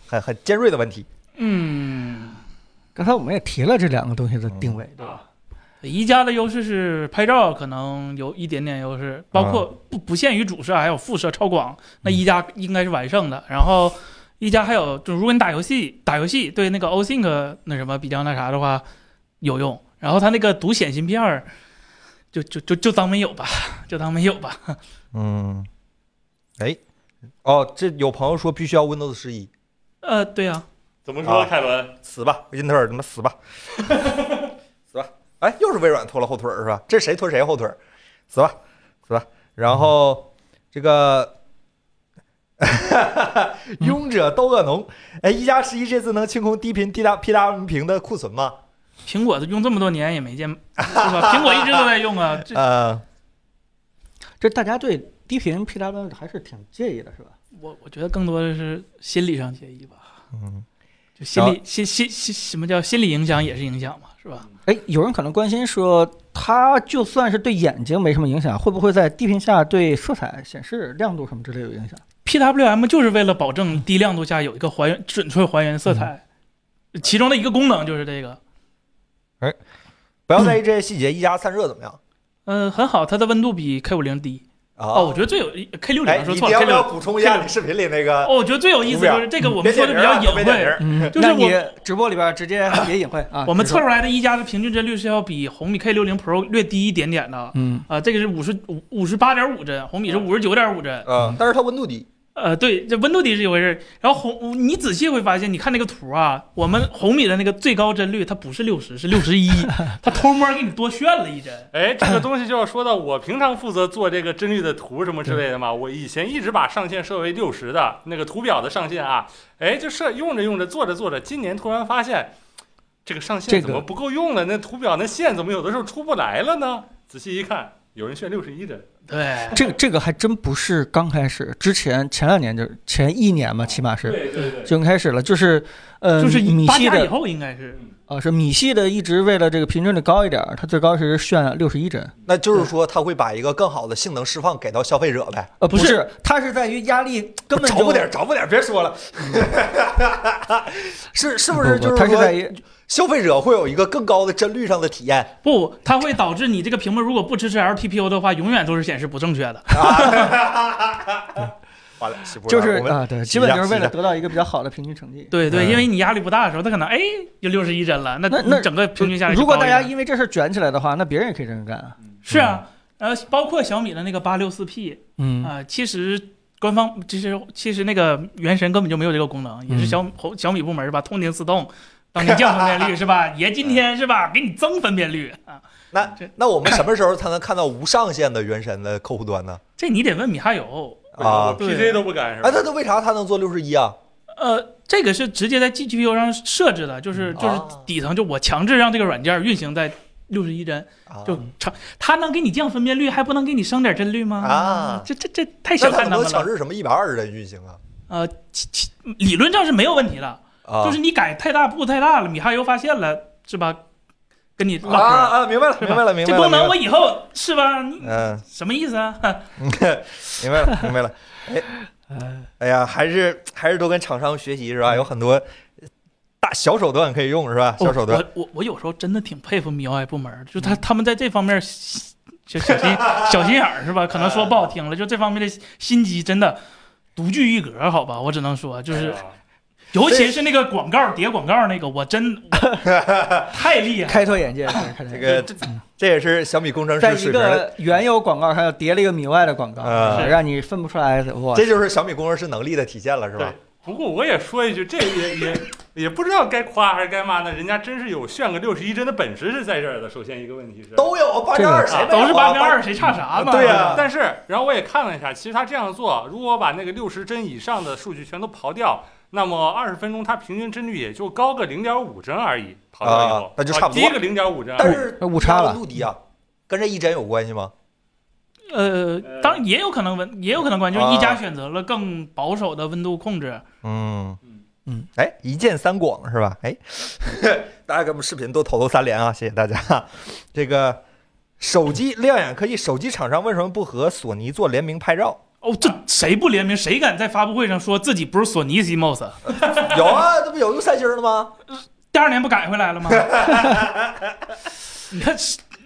很很尖锐的问题。
嗯，
刚才我们也提了这两个东西的
嗯
定位，对吧？
宜家的优势是拍照可能有一点点优势，包括不不限于主摄，还有副摄、超广，那宜家应该是完胜的。然后。宜家还有，就如果你打游戏，打游戏对那个 OSync 那什么比较那啥的话有用。然后它那个独显芯片儿，就就就就当没有吧， 就当没有吧。
嗯，哎，哦，这有朋友说必须要 Windows 十一，
呃，对啊，
怎么
啊
说？凯伦，
死吧，英特尔他妈死吧，死吧！哎，又是微软拖了后腿儿是吧？这谁拖谁后腿儿？死吧，死吧！然后这个。 勇者斗恶龙，哎，一加十一这次能清空低频 D W P W 屏的库存吗？
苹果用这么多年也没见，是吧？苹果一直都在用啊，这
呃，
这大家对低频 PWM 还是挺介意的，是吧？
我我觉得更多的是心理上介意吧，
嗯，
就心理心心心什么叫心理影响也是影响嘛，是吧？
哎，有人可能关心说，它就算是对眼睛没什么影响，会不会在低频下对色彩显示亮度什么之类有影响？
PWM 就是为了保证低亮度下有一个还原准确还原色彩，其中的一个功能就是这个。
不要在意这些细节，一加散热怎么样？
嗯，很好，它的温度比 K 五零低。哦，
啊，
我觉得最有 K 六
哎，
零说
你
错
你
了
要
，K
不
六
要补充一下你视频里那个？
哦，我觉得最有意思就是这个我
别
们说
点名
的比
儿啊
较隐
别点名
晦，
儿
嗯，
就是
你
我
直播里边直接也隐晦啊。
我们
直
测
说
出来的一加的平均帧率是要比红米 K 六零 Pro 略低一点点的。
嗯，
啊，这个是五十五五十八点五帧，红米是五十九点五帧。
嗯，但是它温度低。
呃，对，这温度低是一回事儿。然后红，你仔细会发现，你看那个图啊，我们红米的那个最高帧率它不是六十，是六十 一，它偷摸给你多炫了一帧。
哎，这个东西就要说到我平常负责做这个帧率的图什么之类的嘛。我以前一直把上限设为六十的那个图表的上限啊，哎，就设用着用着做着做着，今年突然发现这个上
这
限
个
怎么不够用了？那图表那线怎么有的时候出不来了呢？仔细一看，有人炫六十一帧，
对，
这个这个还真不是刚开始，之前前两年就前一年吧，起码是
对
对
对，
就开始了，就是呃，
就是
米
八
系
加以
的
后应该是
啊，是米系的，一直为了这个平均率高一点儿，它最高是炫六十一帧。
那就是说，它会把一个更好的性能释放给到消费者呗。
呃，不
不是
是，它是在于压力根本
着
就
不点儿，着不点儿，别说了。 是是不是
不
就
它
是
是在
说，
于
消费者会有一个更高的帧率上的体验？
不，它会导致你这个屏幕如果不支持 LTPO 的话，永远都是显示不正确的。
完了，媳妇儿
就是
我们
呃
啊，对，
洗
基本
一下
就是为
洗一下
了得到一个比较好的平均成绩。
对对，
嗯
因为你压力不大的时候，它可能哎就六十一帧了，那
那那
你整个平均下来就
如果
高
大
一
家
点
因为这事儿卷起来的话，那别人也可以这样干啊。
是啊，呃，包括小米的那个八六四 P
嗯
啊，其实官方其实其实那个原神根本就没有这个功能，
嗯
也是小米红小米部门是吧？通情自动，当年降分辨率是吧？爷今天是吧？给你增分辨率啊，
那
这
那我们什么时候才能看到无上限的原神的客户端呢？
这你得问米哈游。
啊，
对
PC 都不敢是吧啊
哎，？那它为啥它能做六十一啊？
呃，这个是直接在 GPU 上设置的，就是就是
哦
底层就我强制让这个软件运行在六十一帧，
啊
就长它能给你降分辨率，还不能给你升点帧率吗？
啊，
这这这太
那
小
它
看
能
他
不能
们
强
了。
制什么一百二十帧运行啊？
呃，其其理论上是没有问题的，
啊，
就是你改太大步太大了，米哈游发现了是吧？跟你
啊
唠嗑儿，
啊，明白了，明白了，明白
这
了。
功
明
能我
白了
以后是吧？你
嗯。
什么意思啊？
明白了，明白了。 哎，哎呀，还是还是多跟厂商学习是吧？有很多大小手段可以用是吧？ 小手段。嗯
我我我有时候真的挺佩服米 UI 部门儿，就他他们在这方面小 小心小心眼儿是吧？可能说不好听
嗯
了，就这方面的心机真的独具一格，好吧？我只能说，
哎
就是尤其是那个广告叠广告那个，我真 太厉害了。
开拓眼界，开拓
这
眼界。
个这也是小米工程
在
师
一
水平的，
个原有广告上又叠了一个米外的广告，
啊
嗯
是让你分不出来。哇，
这就是小米工程师能力的体现了是
对
吧？，
不过我也说一句，这也也也不知道该夸还是该骂呢。人家真是有炫个六十一帧的本事是在这儿的。首先一个问题是
都有八
这
加
个
二，谁没有啊
都是八跟二，谁差啥嘛？
对呀
但是，然后我也看了一下，其实他这样做，如果把那个六十帧以上的数据全都刨掉，那么二十分钟它平均帧率也就高个零点五帧而已。刨掉以后，
啊那就差不多
低个零点五帧。
但是
哎误差了
度低啊，跟这一帧有关系吗？
呃，当然也有可能温，也有可能关，就是
啊
一加选择了更保守的温度控制。
嗯
嗯
嗯，
哎，一键三广是吧？哎， 大家给我们视频多投投三连啊，谢谢大家。这个手机亮眼科技手机厂商为什么不和索尼做联名拍照？
哦，这谁不联名？谁敢在发布会上说自己不是索尼 CMOS？
有啊，这不有用三星的吗？
第二年不改回来了吗？你看，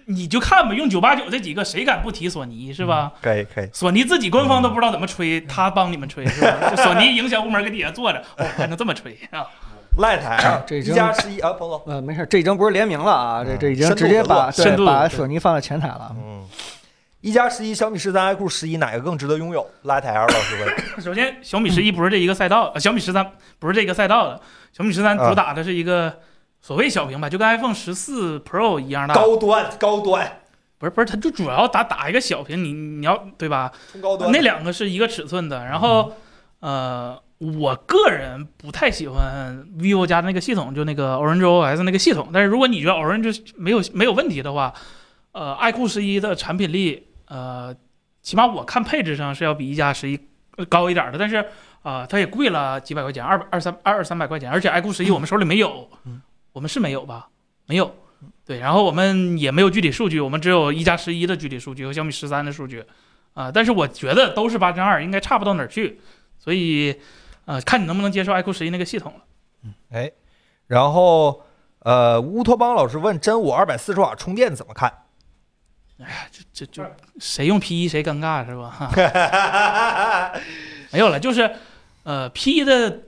你就看吧，用九八九这几个，谁敢不提索尼是吧？
可以可以，
索尼自己官方都不知道怎么吹，他帮你们吹是吧？就索尼营销部门搁底下坐着，哦，还能这么吹啊？
赖台啊
这
一
真
加十一啊，彭总，
呃，没事，这已经不是联名了啊，这
嗯
这已经
深度
直接把
合
作
对
深度
把
对
索尼放到前台了。
嗯，一加十一、小米十三、iQOO 十一哪个更值得拥有？赖台啊，老师问。
首先，小米十一不是这一个赛道，呃小米十三不是这个赛道的，小米十三主打的是一个所谓小屏吧，就跟 iPhone 十四 Pro 一样大，
高端高端，
不是不是，它就主要打打一个小屏，你你要对吧？
冲高端。嗯
那两个是一个尺寸的，然后，呃，我个人不太喜欢 vivo 家的那个系统，就那个 Orange OS 那个系统。但是如果你觉得 Orange 没有没有问题的话，呃，爱酷十一的产品力，呃，起码我看配置上是要比一加十一高一点的，但是啊、呃它也贵了几百块钱，二百二三二二三百块钱，而且爱酷十一我们手里没有，
嗯
我们是没有吧？没有。对，然后我们也没有具体数据，我们只有一加十一的具体数据和小米十三的数据，啊、但是我觉得都是八针二，应该差不到哪儿去，所以，呃，看你能不能接受 iQOO 十一那个系统了。
然后，呃，乌托邦老师问真我二百四十瓦充电怎么 看？
这就谁用 P 一谁尴尬是吧？哈
嗯
没有了，就是，呃，P 一的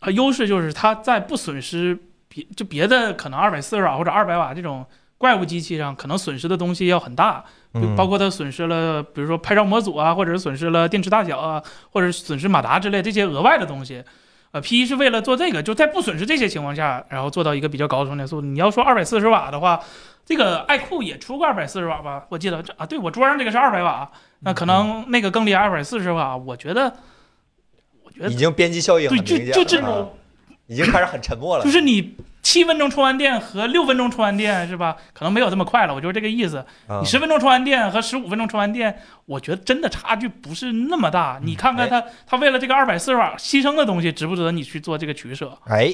呃优势就是它在不损失别就别的可能二百四十瓦或者二百瓦这种怪物机器上可能损失的东西要很大，
嗯
就包括它损失了，比如说拍照模组啊，或者是损失了电池大小啊，或者是损失马达之类这些额外的东西。呃，P 一是为了做这个，就在不损失这些情况下，然后做到一个比较高的充电速度。你要说二百四十瓦的话，这个爱酷也出过二百四十瓦吧？我记得这啊，对我桌上这个是二百瓦，那可能那个更厉害，二百四十瓦。我觉得，我觉
嗯已
得
经边际效应很
对，
明显
就就这种
啊，已经开始很沉默了
就。是你七分钟充完电和六分钟充完电是吧？可能没有这么快了，我就是这个意思。
啊
你十分钟充完电和十五分钟充完电，我觉得真的差距不是那么大。你看看他，他为了这个二百四十瓦牺牲的东西，值不值得你去做这个取舍？
哎，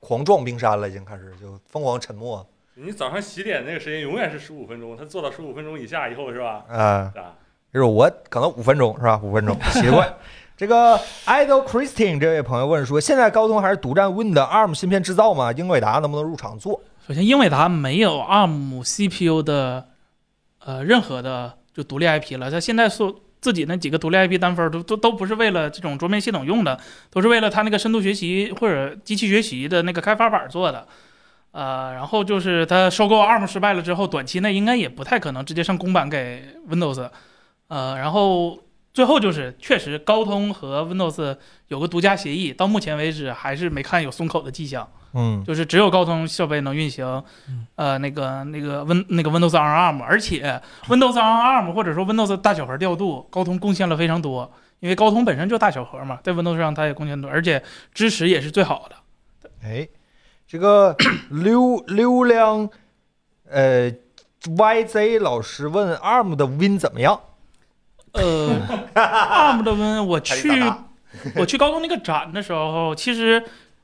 狂撞冰山了，已经开始就疯狂沉默
你早上洗脸那个时间永远是十五分钟，他做到十五分钟以下以后是吧？
呃
啊。
啊，
就是我可能五分钟是吧？五分钟习惯。这个 Idol Christine 这位朋友问说，现在高通还是独占 Win 的 ARM 芯片制造吗？英伟达能不能入场做？
首先，英伟达没有 ARM CPU 的呃任何的就独立 IP 了，它现在所自己那几个独立 IP 单分儿都都都不是为了这种桌面系统用的，都是为了它那个深度学习或者机器学习的那个开发板做的。呃，然后就是它收购 ARM 失败了之后，短期内应该也不太可能直接上公版给 Windows。呃，然后最后就是确实高通和 Windows 有个独家协议，到目前为止还是没看有松口的迹象。
嗯
就是只有高通设备能运行，呃，那个那个 Win 那个 Windows on ARM，而且 Windows on ARM 或者说 Windows 大小核调度，高通贡献了非常多，因为高通本身就大小核嘛，在 Windows 上它也贡献多，而且支持也是最好的。
哎，这个 溜溜亮，呃，YZ 老师问 ARM 的 Win 怎么样？
呃，ARM 的 Win 我
还是
去
咋打
我去高通那个展的时候，其实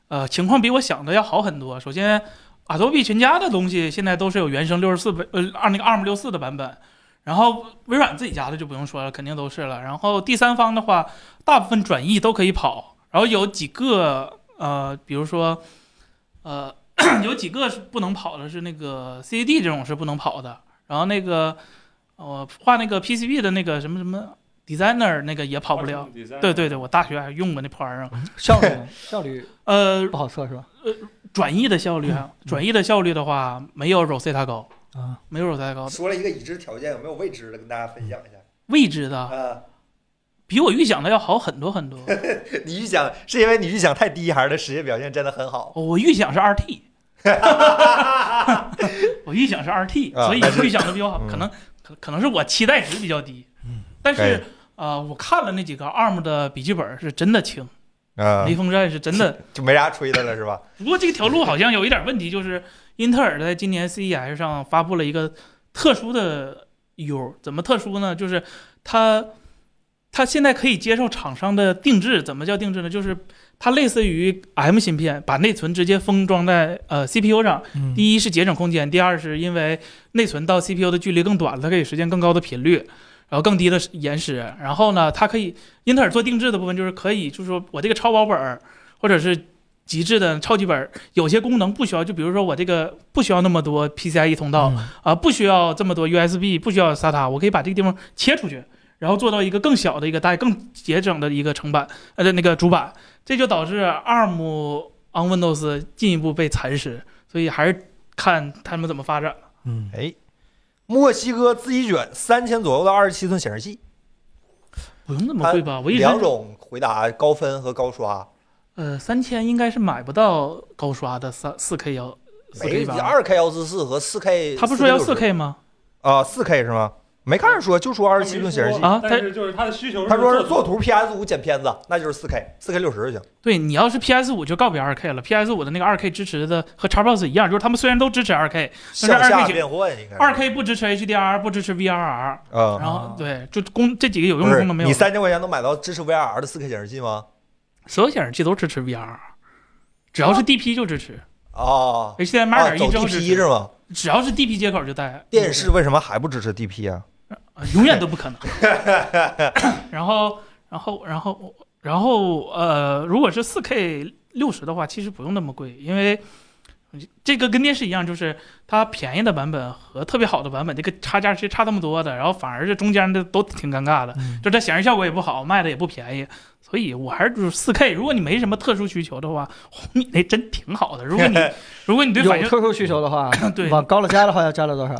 呃情况比我想的要好很多。首先，Adobe 全家的东西现在都是有原生六十四版，呃，二那个 ARM 六四的版本。然后微软自己家的就不用说了，肯定都是了。然后第三方的话，大部分转译都可以跑，然后有几个呃，比如说呃， 有几个是不能跑的，是那个 CAD 这种是不能跑的。然后那个我、画那个 PCB 的那个什么什么 Designer 那个也跑不了。。对对对，我大学还用过那破玩意儿。
效率呢效率
呃，
不好测是吧？
转译的效率啊，转译的效率的话，没有 Rosetta 高
啊，
没有 Rosetta 高。
说了一个已知条件，有没有未知的？跟大家分享一下。
位置的
啊，
比我预想的要好很多很多。
你预想是因为你预想太低，还是他实际表现真的很好？
哦我预想 是 RT，我预想是 RT，
啊
所以
但是
预想的比较好，
嗯
可能可可能是我期待值比较低，但
可以
是呃，我看了那几个 ARM 的笔记本是真的轻，
啊
雷，锋战是真的。
就没啥吹的了是吧？
不过这条路好像有一点问题，就是英特尔在今年 CES 上发布了一个特殊的 U，怎么特殊呢？就是它它现在可以接受厂商的定制，怎么叫定制呢？就是它类似于 M 芯片，把内存直接封装在呃 CPU 上，
嗯
第一是节省空间，第二是因为内存到 CPU 的距离更短，它可以实现更高的频率，然后更低的延时。然后呢，它可以英特尔做定制的部分就是可以，就是说我这个超薄本儿或者是极致的超级本儿，有些功能不需要，就比如说我这个不需要那么多 PCIe 通道啊、不需要这么多 USB，不需要 SATA，我可以把这个地方切出去。然后做到一个更小的一个大家更节省的一个成板，呃，那个主板，这就导致 ARM on Windows 进一步被蚕食，所以还是看他们怎么发展。
嗯，
哎，墨西哥自己卷三千左右的二十七寸显示器，
不用那么贵吧？我一直
两种回答高分和高刷，
呃三千应该是买不到高刷的三四 K 幺四
每
K
个
吧？
二 K 幺四四和四 K，
他不说要四
四
K 吗？
啊，四 K 是吗？没看着说，就说二十七寸显示器。
啊
但是就是他的需求是
他说是做
做
图 PS 五剪片子，那就是四 K，四 K 六十就行。
对你要是 PS 五就告别二 K 了，PS 五的那个二 K 支持的和 Xbox 一样，就是他们虽然都支持二 K，
向
但是
下
2K
变换应该是。
二 K 不支持 HDR，不支持 VRR，
嗯，
然后对，就功这几个有用
不
的
是
功能没有
你。三千块钱能买到支持 VR 的四 K 显示器吗？
所有显示器都支持 VRR，只要是 DP 就支持
哦，
，HDMI
啊，
哎二
走
点一支
DP 是
持，
吗？
只要是 DP 接口就带。
电视为什么还不支持 DP 啊？
啊永远都不可能。 然后，然后，然后，然后，呃，如果是四 K 六十的话，其实不用那么贵，因为这个跟电视一样，就是它便宜的版本和特别好的版本，这个差价是差这么多的，然后反而是中间的都挺尴尬的，
嗯
就它显示效果也不好，卖的也不便宜，所以我还是就是四 K。如果你没什么特殊需求的话，红米那真挺好的。如 果你如果你对反
有
应，，
特殊需求的话
对
往高了加的话要加 了多少？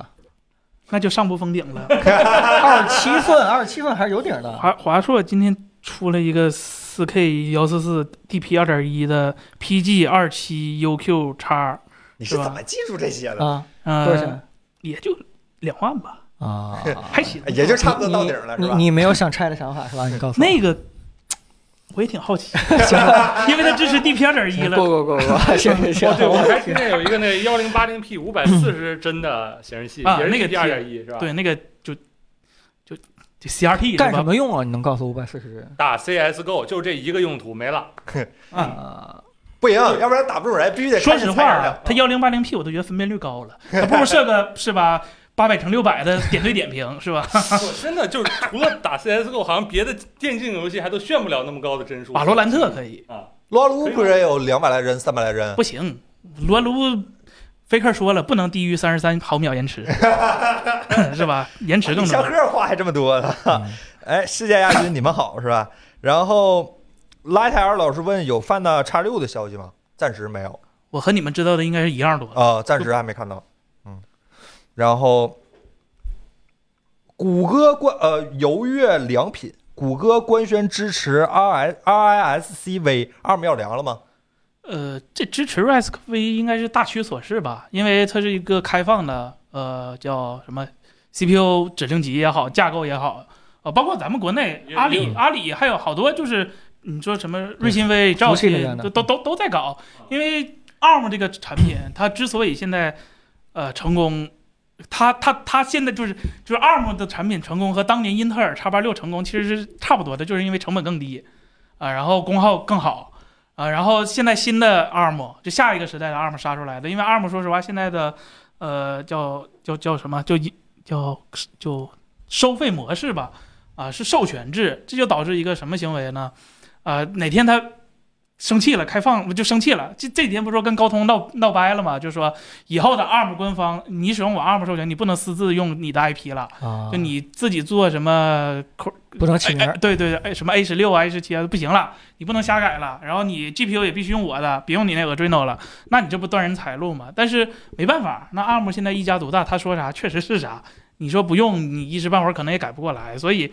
那就上不封顶了。
二十七寸，二十七寸还是有顶儿的。
华华硕今天出了一个四 K 幺四四 DP 二点一的 PG 二七 UQ 叉，
你
是吧
怎么记住这些的？
啊，多
呃
少钱，
也就两万吧，
啊？
还行。
哎也就差不多到顶了，是
你
吧？
你没有想拆的想法是吧？你告诉我
那个我也挺 好奇，因为它支持 DP 二点一
过
了。
过 过过，行行行，
哦，对，我还今天有一个那幺零八零 P 五百四十帧的显示器，
啊
也是
那个
T 二点一是吧？，
对，那个就就就 CRT 是
干什
吧？
么用啊？你能告诉我五百四十
打 CSGO 就这一个用途没了。
嗯
啊？
不赢，要不然打不中人，必须得
说
看见
实
菜
话
样
啊
的，
它幺零八零 P 我都觉得分辨率高了，它不如设个是吧八百乘六百的点对点屏是吧？
我真的就是除了打 CSGO，好像别的电竞游戏还都炫不了那么高的帧数。
瓦罗兰特可以，
撸啊撸不是也有两百来帧、三百来帧？
不行，罗卢菲克说了，不能低于三十三毫秒延迟，是吧？延迟
你
更
像
多。
赫话还这么多呢。
嗯
哎，世界亚军你们好是吧？然后拉泰尔老师问有范娜叉六的消息吗？暂时没有
我和你们知道的应该是一样多。
啊、暂时还没看到。嗯，然后谷歌官呃优越良品，谷歌官宣支持 R S R I S C V 二秒良了吗？
呃，这支持 RISC V 应该是大趋所势吧，因为它是一个开放的，呃，叫什么 CPU 指令集也好，架构也好，呃，包括咱们国内
也
阿里
也、
阿里还有好多就是你说什么瑞芯微、
服
兆
务器类
芯
的呢
都都都都在搞，因为 ARM 这个产品它之所以现在呃成功。它它它现在就是就是 ARM 的产品成功和当年英特尔 x 八六成功其实是差不多的，就是因为成本更低，啊，然后功耗更好，啊，然后现在新的 ARM 就下一个时代的 ARM 杀出来的，因为 ARM 说实话现在的呃叫叫叫什么就一叫就收费模式吧，啊、是授权制，这就导致一个什么行为呢？啊、哪天它生气了，开放就生气了。这这几天不是说跟高通闹闹掰了吗？就说以后的 ARM 官方，你使用我 ARM 授权，你不能私自用你的 IP 了，
啊
就你自己做什么口
不能起名
哎
儿
哎，对对对，哎什么 A 十六啊、A 十七啊，不行了，你不能瞎改了。然后你 GPU 也必须用我的，别用你那 Adreno 了，那你这不断人财路吗？但是没办法，那 ARM 现在一家独大，他说啥确实是啥。你说不用，你一时半会儿可能也改不过来，所以。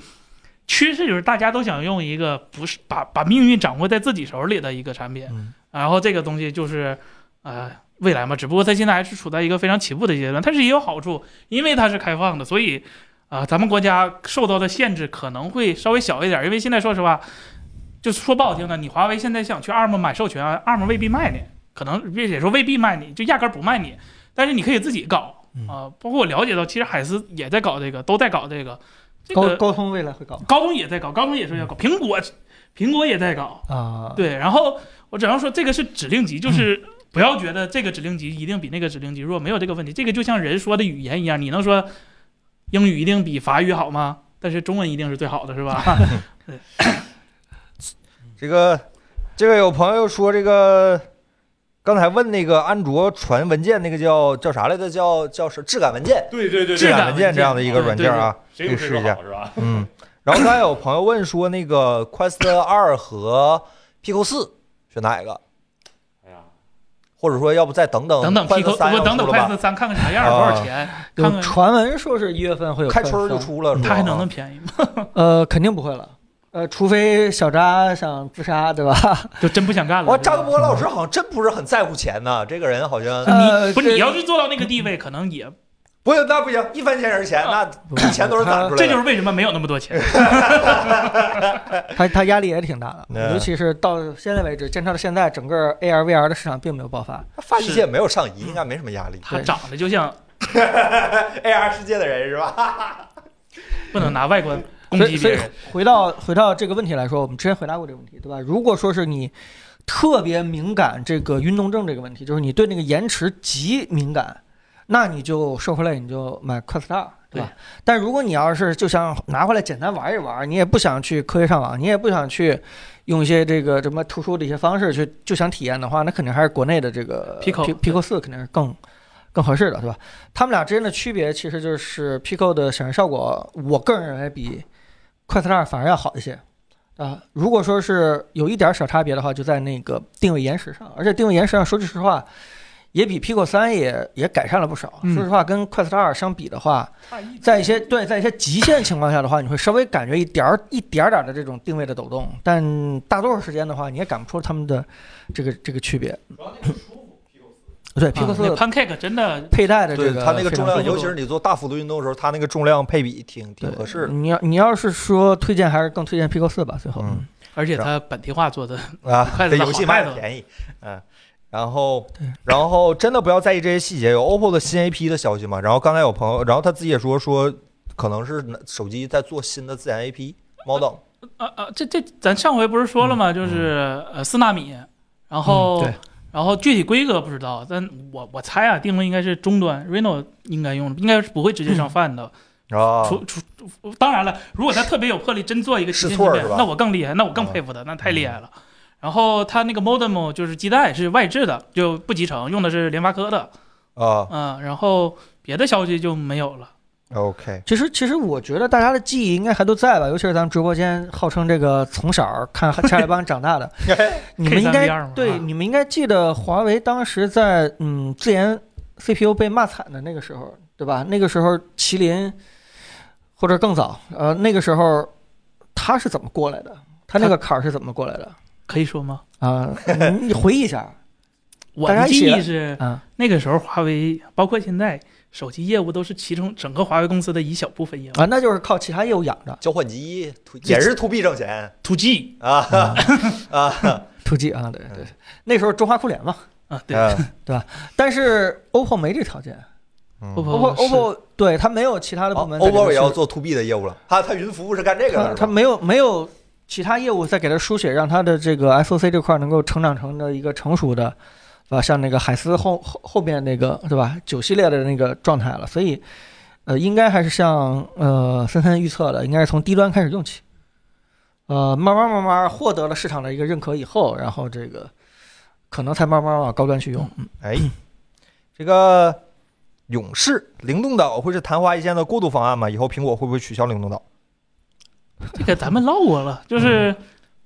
趋势就是大家都想用一个不是把把命运掌握在自己手里的一个产品，
嗯
然后这个东西就是，呃，未来嘛，只不过它现在还是处在一个非常起步的阶段，但是也有好处，因为它是开放的，所以啊、咱们国家受到的限制可能会稍微小一点，因为现在说实话，就是说不好听的，你华为现在想去 ARM 买授权，ARM 啊未必卖你，可能并且说未必卖你，就压根儿不卖你，但是你可以自己搞
嗯
啊、包括我了解到，其实海思也在搞这个，都在搞这个，这
高嗯
个
高通未来会搞
高通也在搞，高通也说要搞，苹果苹果也在搞，
啊，
对，然后我只能说这个是指令集，
嗯
就是不要觉得这个指令集一定比那个指令集弱，没有这个问题。这个就像人说的语言一样，你能说英语一定比法语好吗？但是中文一定是最好的，是吧？
这个这个有朋友说这个。刚才问那个安卓传文件那个叫叫啥来着？叫叫是质感文件，
对对对
质
质
感
感
文
文
件
件这样的一个软件啊，
谁有谁说好是吧？
嗯。然后刚才有朋友问说，那个 Quest 二和 Pico 四选哪一个？
哎呀，
或者说，要不再等等
等等
Quest
P 口，
哦三
我
要出
等等
了
快
吧哦
四三看看啥样，多少钱，看
有
看
传闻说是一月份会有
开春儿
快
就
三，
出了，是吧
它还能那么便宜吗？
呃，肯定不会了。呃，除非小扎想自杀，对吧？
就真不想干了。
哇，
是吧
张波老师好像真不是很在乎钱呐，这个人好像
嗯
呃
你不是
这
你要是做到那个地位，可能也
不行，那不行，一分钱也是钱，那
不不
钱都是攒出来的。
嗯这就是为什么没有那么多钱。
他他压力也挺大的，
嗯
尤其是到现在为止，坚持到现在，整个 AR VR 的市场并没有爆发。
发际线没有上移，应该没什么压力。
它
对
长得就像
AR 世界的人是吧？
不能拿外观攻
所以
击
所
别
以
人。
回到回到这个问题来说，我们之前回答过这个问题，对吧？如果说是你特别敏感这个运动症这个问题，就是你对那个延迟极敏感，那你就收回来，你就买 Quest 2，对吧？但如果你要是就想拿回来简单玩一玩，你也不想去科学上网，你也不想去用一些这个什么特殊的一些方式去就想体验的话，那肯定还是国内的这个
Pico，
Pico- Pico 四肯定是更更合适的，对吧？他们俩之间的区别其实就是 Pico 的显示效果，我个人认为比 Quest 2反而要好一些。啊，如果说是有一点小差别的话，就在那个定位延时上，而且定位延时上，说句实话，也比 Pico 三也也改善了不少。
嗯
说实话，跟 Quest 二相比的话，在一些对在一些极限情况下的话，你会稍微感觉一点儿一点儿点儿的这种定位的抖动，但大多数时间的话，你也感不出他们的这个这个区别。对 Pico
啊那
四
pancake 真的
佩戴的这
啊对
个
他那个
非
重
常
量，
舒服
尤其是你做大幅度运动的时候，他那个重量配比挺挺合适的。
你要你要是说推荐，还是更推荐 Pico 四吧。最后，
嗯
而且它本地化做的，
啊，
筷子
对
上
游戏
好卖
卖的
的
便宜，嗯、然后
对，
然后真的不要在意这些细节。有 OPPO 的新 AP 的消息嘛？然后刚才有朋友，然后他自己也说说，可能是手机在做新的自研 AP model，
呃呃，这这咱上回不是说了
嗯
吗？就是呃四纳米，然后、
嗯对
然后具体规格不知道，但我我猜啊，定位应该是终端 Reno 应该用，应该是不会直接上饭的。
啊，
除除，当然了，如果他特别有魄力，真做一个
试
极限
错
训
儿
练
是吧，嗯
那我更厉害，那我更佩服他，那太厉害了。然后他那个 modem 就是基带是外置的，就不集成，用的是联发科的，
啊
嗯、然后别的消息就没有了。
，OK，
其实其实我觉得大家的记忆应该还都在吧，尤其是咱们直播间号称这个从小看 查理邦长大的，你们应
K3B 二
该
嘛啊
对你们应该记得华为当时在嗯自研 CPU 被骂惨的那个时候，对吧？那个时候麒麟或者更早，呃，那个时候他是怎么过来的？他那个坎儿是怎么过来的？
可以说吗？
啊、你你回忆 一下
我
大家
的
一
记
起来
忆是，
啊，
那个时候华为包括现在手机业务都是其中整个华为公司的一小部分业务。
啊，那就是靠其他业务养着
交换机 to- 也是 to B 挣钱
to G
啊
嗯
啊，
突击啊，对对，那时候中华酷联嘛，
啊，对
嗯
但是 OPPO 没这条件。OPPO
，OPPO
OPPO 对它没有其他的部门在这个
嗯哦，OPPO
事
也要做 to B 的业务了，他他云服务是干这个
它
的，
它没有没有其他业务在给它输血，让它的这个 SOC 这块能够成长成的一个成熟的，对吧？像那个海思后后后边那个对吧？九系列的那个状态了，所以呃，应该还是像呃森森预测的，应该是从低端开始用起。呃，慢慢慢慢获得了市场的一个认可以后，然后这个可能才慢慢往高端去用。
哎，这个勇士灵动岛会是昙花一现的过渡方案吗？以后苹果会不会取消灵动岛？
这个咱们唠过了，就是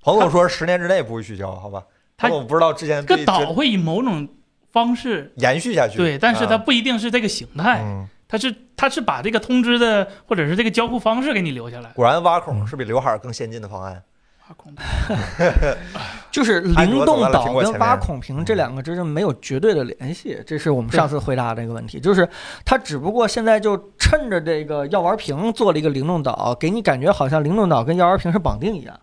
彭总说十年之内不会取消，好吧？
他
我不知道之前
这
对
个
这
岛会以某种方式
延续下去，
对，但是它
啊
不一定是这个形态，
嗯，
它是它是把这个通知的或者是这个交互方式给你留下来。
果然挖
嗯
孔是比刘海儿更先进的方案。
就是
安
灵
卓
动
走在了苹
岛
果前
跟挖
面嗯
孔屏这两个之间没有绝对的联系，这是我们上次回答的一个问题，就是它只不过现在就趁着这个药丸屏做了一个灵动岛，给你感觉好像灵动岛跟药丸屏是绑定一样。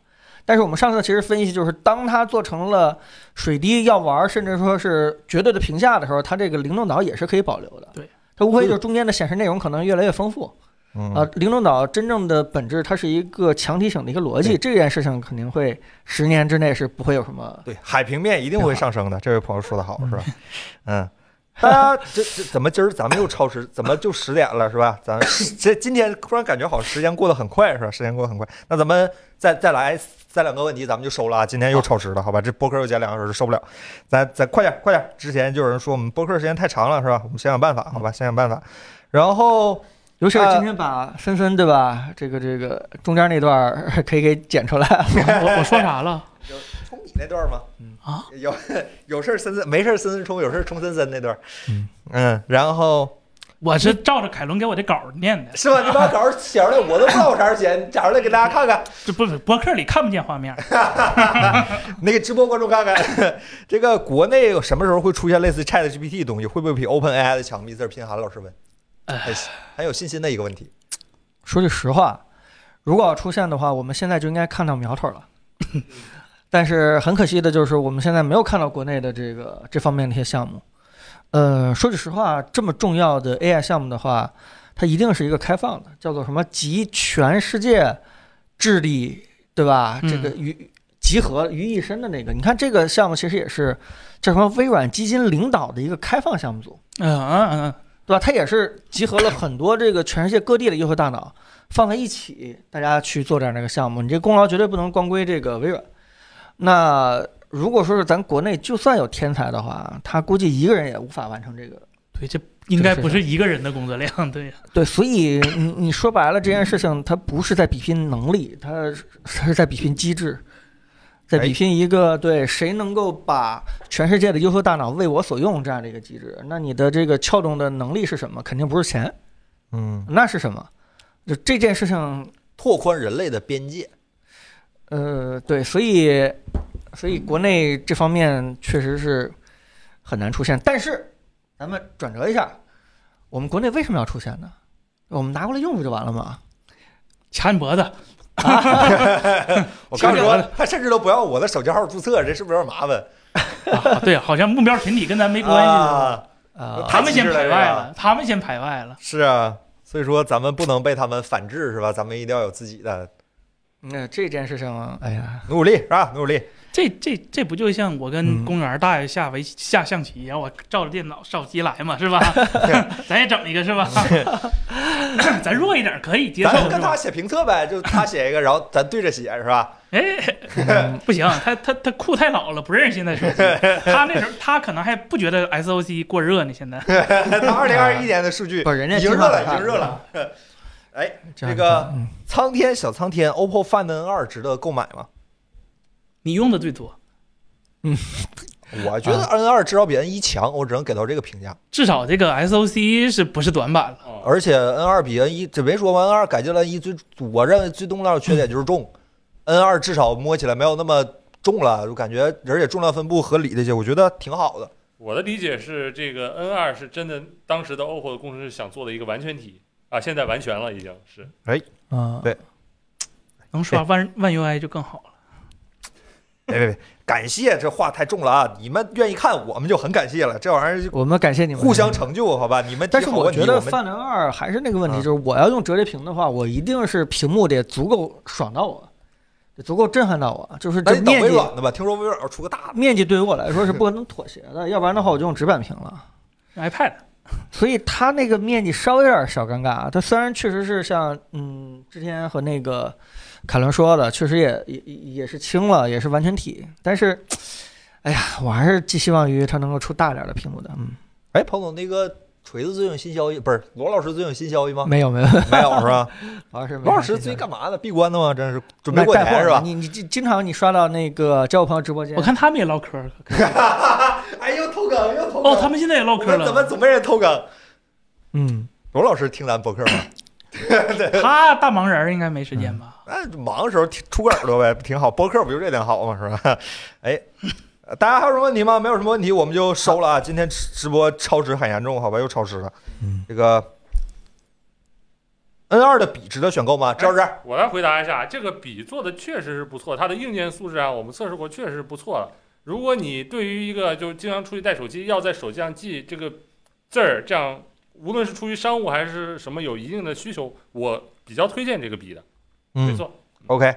但是我们上次其实分析，就是当它做成了水滴药丸，甚至说是绝对的屏下的时候，它这个灵动岛也是可以保留的。
对，
它无非就是中间的显示内容可能越来越丰富。
嗯
啊，灵动岛真正的本质，它是一个强体醒的一个逻辑，这件事情肯定会十年之内是不会有什么
对，海平面一定会上升的。这位朋友说的好，是吧？ 嗯，大家这这怎么今儿咱们又超时？怎么就十点了，是吧？咱这今天突然感觉好，时间过得很快，是吧？时间过得很快。那咱们再再来三两个问题，咱们就收了啊。今天又超时了，好吧？这播客又减两个小时，受不了。咱咱快点快点！之前就有人说我们播客时间太长了，是吧？我们想想办法，好吧？想想办法。然后
尤其是
呃
今天把森森对吧，这个这个中间那段儿 可以给剪出来。啊
我我说啥了？
冲你那段吗？
嗯
啊，
有 有事儿森森，没事儿森森冲，有事儿冲森森那段。
嗯
嗯，然后。
我是照着凯伦给我的稿儿念的，
是吧？你把稿写出来，我都不知道我啥时候写，你找出来给大家看看，
这不是博客里看不见画 面。
那个直播观众看看， 这个国内什么时候会出现类似 Chat GPT 的东西，会不会比 Open AI 的强？Mr. 拼韩老师问，很很有信心的一个问题。
说句实话，如果要出现的话，我们现在就应该看到苗头了。但是很可惜的就是，我们现在没有看到国内的这个这方面的一些项目。呃，说句实话，这么重要的 AI 项目的话，它一定是一个开放的，叫做什么集全世界智力，对吧？
嗯
这个于集合于一身的那个。你看这个项目其实也是叫什么微软基金领导的一个开放项目组，
嗯嗯嗯嗯，
对吧？它也是集合了很多这个全世界各地的优秀大脑放在一起，大家去做这样的一个项目。你这功劳绝对不能光归这个微软。那如果说是咱国内就算有天才的话，他估计一个人也无法完成这个。
对，这应该不是一个人的工作量，对呀。
对，所以你你说白了这件事情，它不是在比拼能力，它是它是在比拼机制，在比拼一个对谁能够把全世界的优秀大脑为我所用这样的一个机制。那你的这个撬动的能力是什么？肯定不是钱。
嗯，
那是什么？就这件事情，
拓宽人类的边界。
呃，对，所以，所以国内这方面确实是很难出现。但是，咱们转折一下，我们国内为什么要出现呢？我们拿过来用不就完了吗？
掐你脖子，
我刚
听着
说，他甚至都不要我的手机号注册，这是不是有点麻烦？
啊对，好像目标群体跟咱没关系，
啊，
啊、
他们先
太机智
排
了
外
呀
了，他们先排外了。
是啊，所以说咱们不能被他们反制，是吧？咱们一定要有自己的
那、这件事情，哎呀，
努力，是吧？努力。
这这这不就像
嗯
我跟公园大爷下围棋下象棋一样，我照着电脑少棋来嘛，是 吧？咱也整一个是吧？咱弱一点可以接受
咱
是
跟他
吧？
写评测呗，就他写一个，然后咱对着写，是吧？
哎，不行，他他他酷太老了，不认识现在手机。他那时候他可能还不觉得 SOC 过热呢，现在
他二零二一年的数据
啊不，人家
已经热
进化
了，
很
已
快
经热了。 哎，
这样
这个
看嗯
苍天小苍天，OPPO Find N 二值得购买吗？
你用的最多，
我觉
啊
得 N 二至少比 N 一强，我只能给到这个评价。
至少这个 SOC 是不是短板了？
哦
而且 N 二比 N 一，这别说嘛，N 二改进了 N 一最，我认为最重要的缺点就是重。N 二至少摸起来没有那么重了，我感觉而且重量分布合理这些，我觉得挺好的。
我的理解是，这个 N 二是真的当时的 OPPO 的工程师想做的一个完全体啊，现在完全了已经是。
啊，
对
能刷万万 UI 就更好了。
别别别，感谢这话太重了啊！你们愿意看，我们就很感谢了。这玩意儿
我们感谢你们
互相成就，好吧？你们提
但是
好
我
问题
觉得
们
范零二还是那个问题，
啊
就是我要用折叠屏的话，我一定是屏幕得足够爽到我，得足够震撼到我，就是
那
这
你等
面
微
积
软的吧，听说微软要出个大的。
面积对于我来说是 不能妥协的，要不然的话我就用直板屏了。
iPad
所以它那个面积稍微有点小尴尬，它虽然确实是像嗯之前和那个凯伦说的，确实也也也是轻了，也是完全体，但是，哎呀，我还是寄希望于它能够出大点儿的屏幕的。嗯，
哎，彭总，那个锤子最近有新消息不是罗老师最近有新消息吗？
没有没有，
没有是吧？
王老师 没
罗老
啥
师
信
最
息
近
了
干嘛呢？闭关呢吗？真是准备过
卖带
年
货
是吧？
你你经经常你刷到那个交友朋友直播间，
我看他们也唠嗑儿，
哎，又偷梗，又偷
哦，他们现在也唠嗑
们怎么
了。
总被人偷梗？
嗯，
罗老师听咱博客 吗？
他大忙人儿应该没时间吧？
那哎忙的时候听出个耳朵呗，挺好。博客不就这点好吗？是吧？ 哎，大家还有什么问题吗？没有什么问题，我们就收了啊。今天直直播超时很严重，好吧，又超时了。
嗯，
这个 N 二的笔值得选购吗？知道这
我来回答一下，这个笔做的确实是不错，它的硬件素质啊，我们测试过，确实是不错的。如果你对于一个就是经常出去带手机，要在手机上记这个字儿，这样无论是出于商务还是什么有一定的需求，我比较推荐这个笔的，没
嗯
错。
，OK，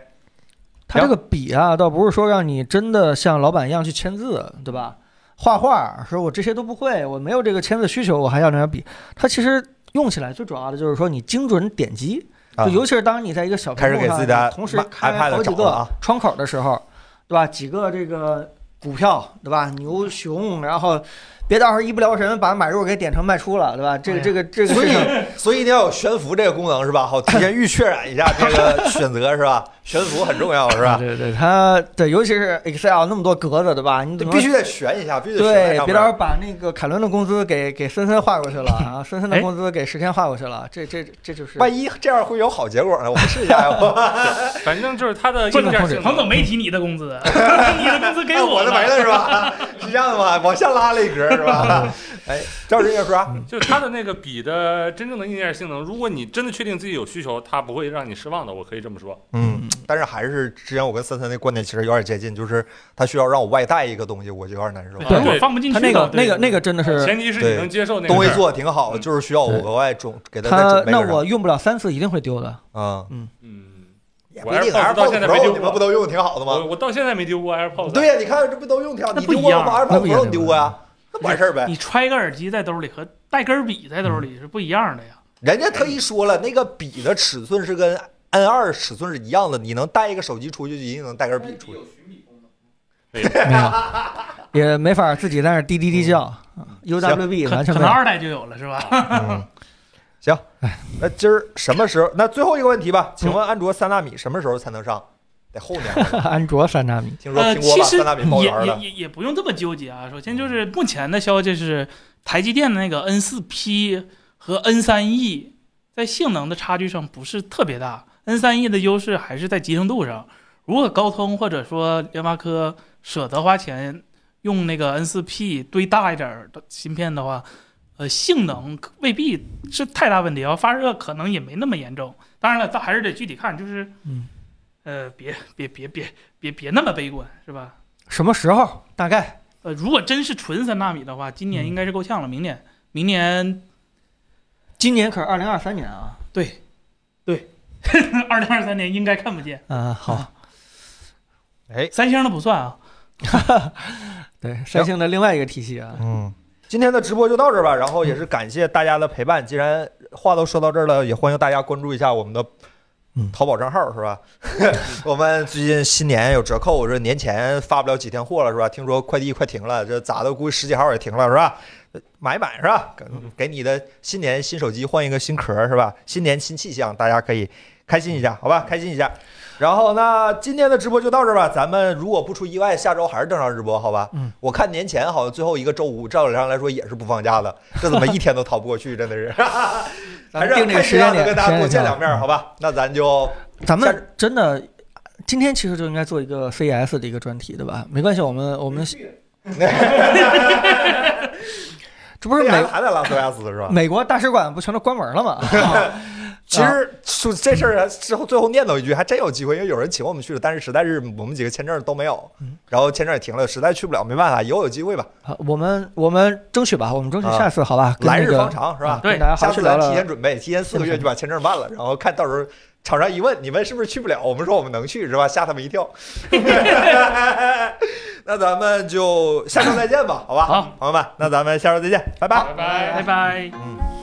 他这个笔啊，倒不是说让你真的像老板一样去签字，对吧？画画，说我这些都不会，我没有这个签字需求，我还要那张笔。它其实用起来最主要的就是说你精准点击，
啊
就尤其是当你在一个小屏幕
开始给
上，
自己的
你同时
Ma-
开
iPad
好几
找了啊
个窗口的时候，对吧？几个这个股票，对吧？牛熊，然后别到时候一不留神把买入给点成卖出了，对吧？这个这个这
哎
个
所
事
以
情。
所以一定要有悬浮这个功能是吧？好，提前预确认一下这个选择是 吧？悬浮很重要是吧？
对对，它对，尤其是 Excel 那么多格子，对吧？你怎么
必须得悬一下，必须得悬在
对，
上
别
面
到时候把那个凯伦的工资给给森森划 过去了啊，森森的工资给石天划过去了，这这这就是
万一这样会有好结果呢？我们试一下 呀。我
反正就是它的
不
硬
能
件
控制
性
彭
能，
总没提你的工资，啊 你的工资给
哎我的
了
没了是吧？ 是这样的吗？往下拉了一格是
嗯
吧？哎，赵志也说啊，
就是它的那个笔的真正的硬件性能，如果你真的确定自己有需求，它不会让你失望的，我可以这么说。
嗯，但是还是之前我跟森森的观点其实有点接近，就是他需要让我外带一个东西，我就有点难受。
对，
对
我放不进去
他
了。
那个
对
那个那个真的是
前提是
对
你能接受那个
东西
事儿
做的挺好，就是需要我额外准给他再
嗯他
准，备
那
个啥
我用不了三次一定会 丢的。
嗯，
嗯，
也
我
不一定，
AirPods
还是
到
Pro
现
Pro
在没丢过
你们不都用的挺好的吗
我？我到现在没丢过 AirPods。啊
对呀，你看这不都用挺好，
那
你
不
丢
一
过
样
我把
那
AirPods
不一样
Pro 你丢过呀？ 那完事儿呗
你。揣一个耳机在兜里和带根笔在兜
嗯
里是不一样的呀。
人家特意说了，那个笔的尺寸是跟 N 二尺寸是一样的，你能带一个手机出去，就一定能带根笔出去。
没有，也没法自己在那儿滴滴滴叫，UWB
可
完全
可
没
能
有。
二代就有了是吧？
嗯，行，
哎
那今儿什么时候？那最后一个问题吧，请问安卓三纳米什么时候才能上？得后年了。
安卓三纳米，
听说
呃，
苹果
其
把
实
三纳米包
也
圆
也
了。
也也不用这么纠结啊。首先就是目前的消息是，台积电的那个 N 四 P 和 N 三 E 在性能的差距上不是特别大，N 三 E 的优势还是在集成度上。如果高通或者说联发科舍得花钱用那个 N 四 P 堆大一点儿的芯片的话，呃，性能未必是太大问题，然后发热可能也没那么严重。当然了，咱还是得具体看，就是，
嗯，
呃，别别别别别别那么悲观，是吧？
什么时候？大概
呃，如果真是纯三纳米的话，今年应该是够呛了。明年，明年
今年可是二零二三年啊。
对，对，二零二三年应该看不见。
嗯，好，
三星的不算啊，
对，三星的另外一个体系啊，
嗯，今天的直播就到这儿吧，然后也是感谢大家的陪伴。既然话都说到这儿了，也欢迎大家关注一下我们的
嗯
淘宝账号，是吧？ 我们最近新年有折扣，这年前发不了几天货了，是吧？听说快递快停了，这咋的？估计十几号也停了，是吧？买一买是吧？给给你的新年新手机换一个新壳儿是吧？新年新气象，大家可以开心一下，好吧？开心一下。然后那今天的直播就到这儿吧，咱们如果不出意外，下周还是正常直播，好吧？
嗯，
我看年前好像最后一个周五，照理上来说也是不放假的，这怎么一天都逃不过去？真的 是，还
咱们
是
定这
开
个时间
心的
点，
跟大家多
时间
见
点
两面，好吧？那咱就
咱
下周
们真的今天其实就应该做一个 CES 的一个专题，对吧？没关系，我们我们这不是嗯美
还在拉斯维加斯是吧？
美国大使馆不全都关 门了吗？
其实说这事儿啊之后最后念叨一句，还真有机会，因为有人请我们去了，但是实在是我们几个签证都没有，
嗯
然后签证也停了，实在去不了，没办法，以后有机会吧，
好，我们我来日方长是吧争取吧，我们争取
啊
下次好吧？
来日方长是吧？
啊跟大家好
下
好去
次
聊
咱
聊
提。前准备，提前四个月就把签证办了，然后看到时候厂商一问你们是不是去不了，我们说我们能去是吧？吓他们一跳。那咱们就下周再见吧，好吧？
好，
朋友们，那咱们下周再见，拜拜。
拜拜
拜拜。
嗯。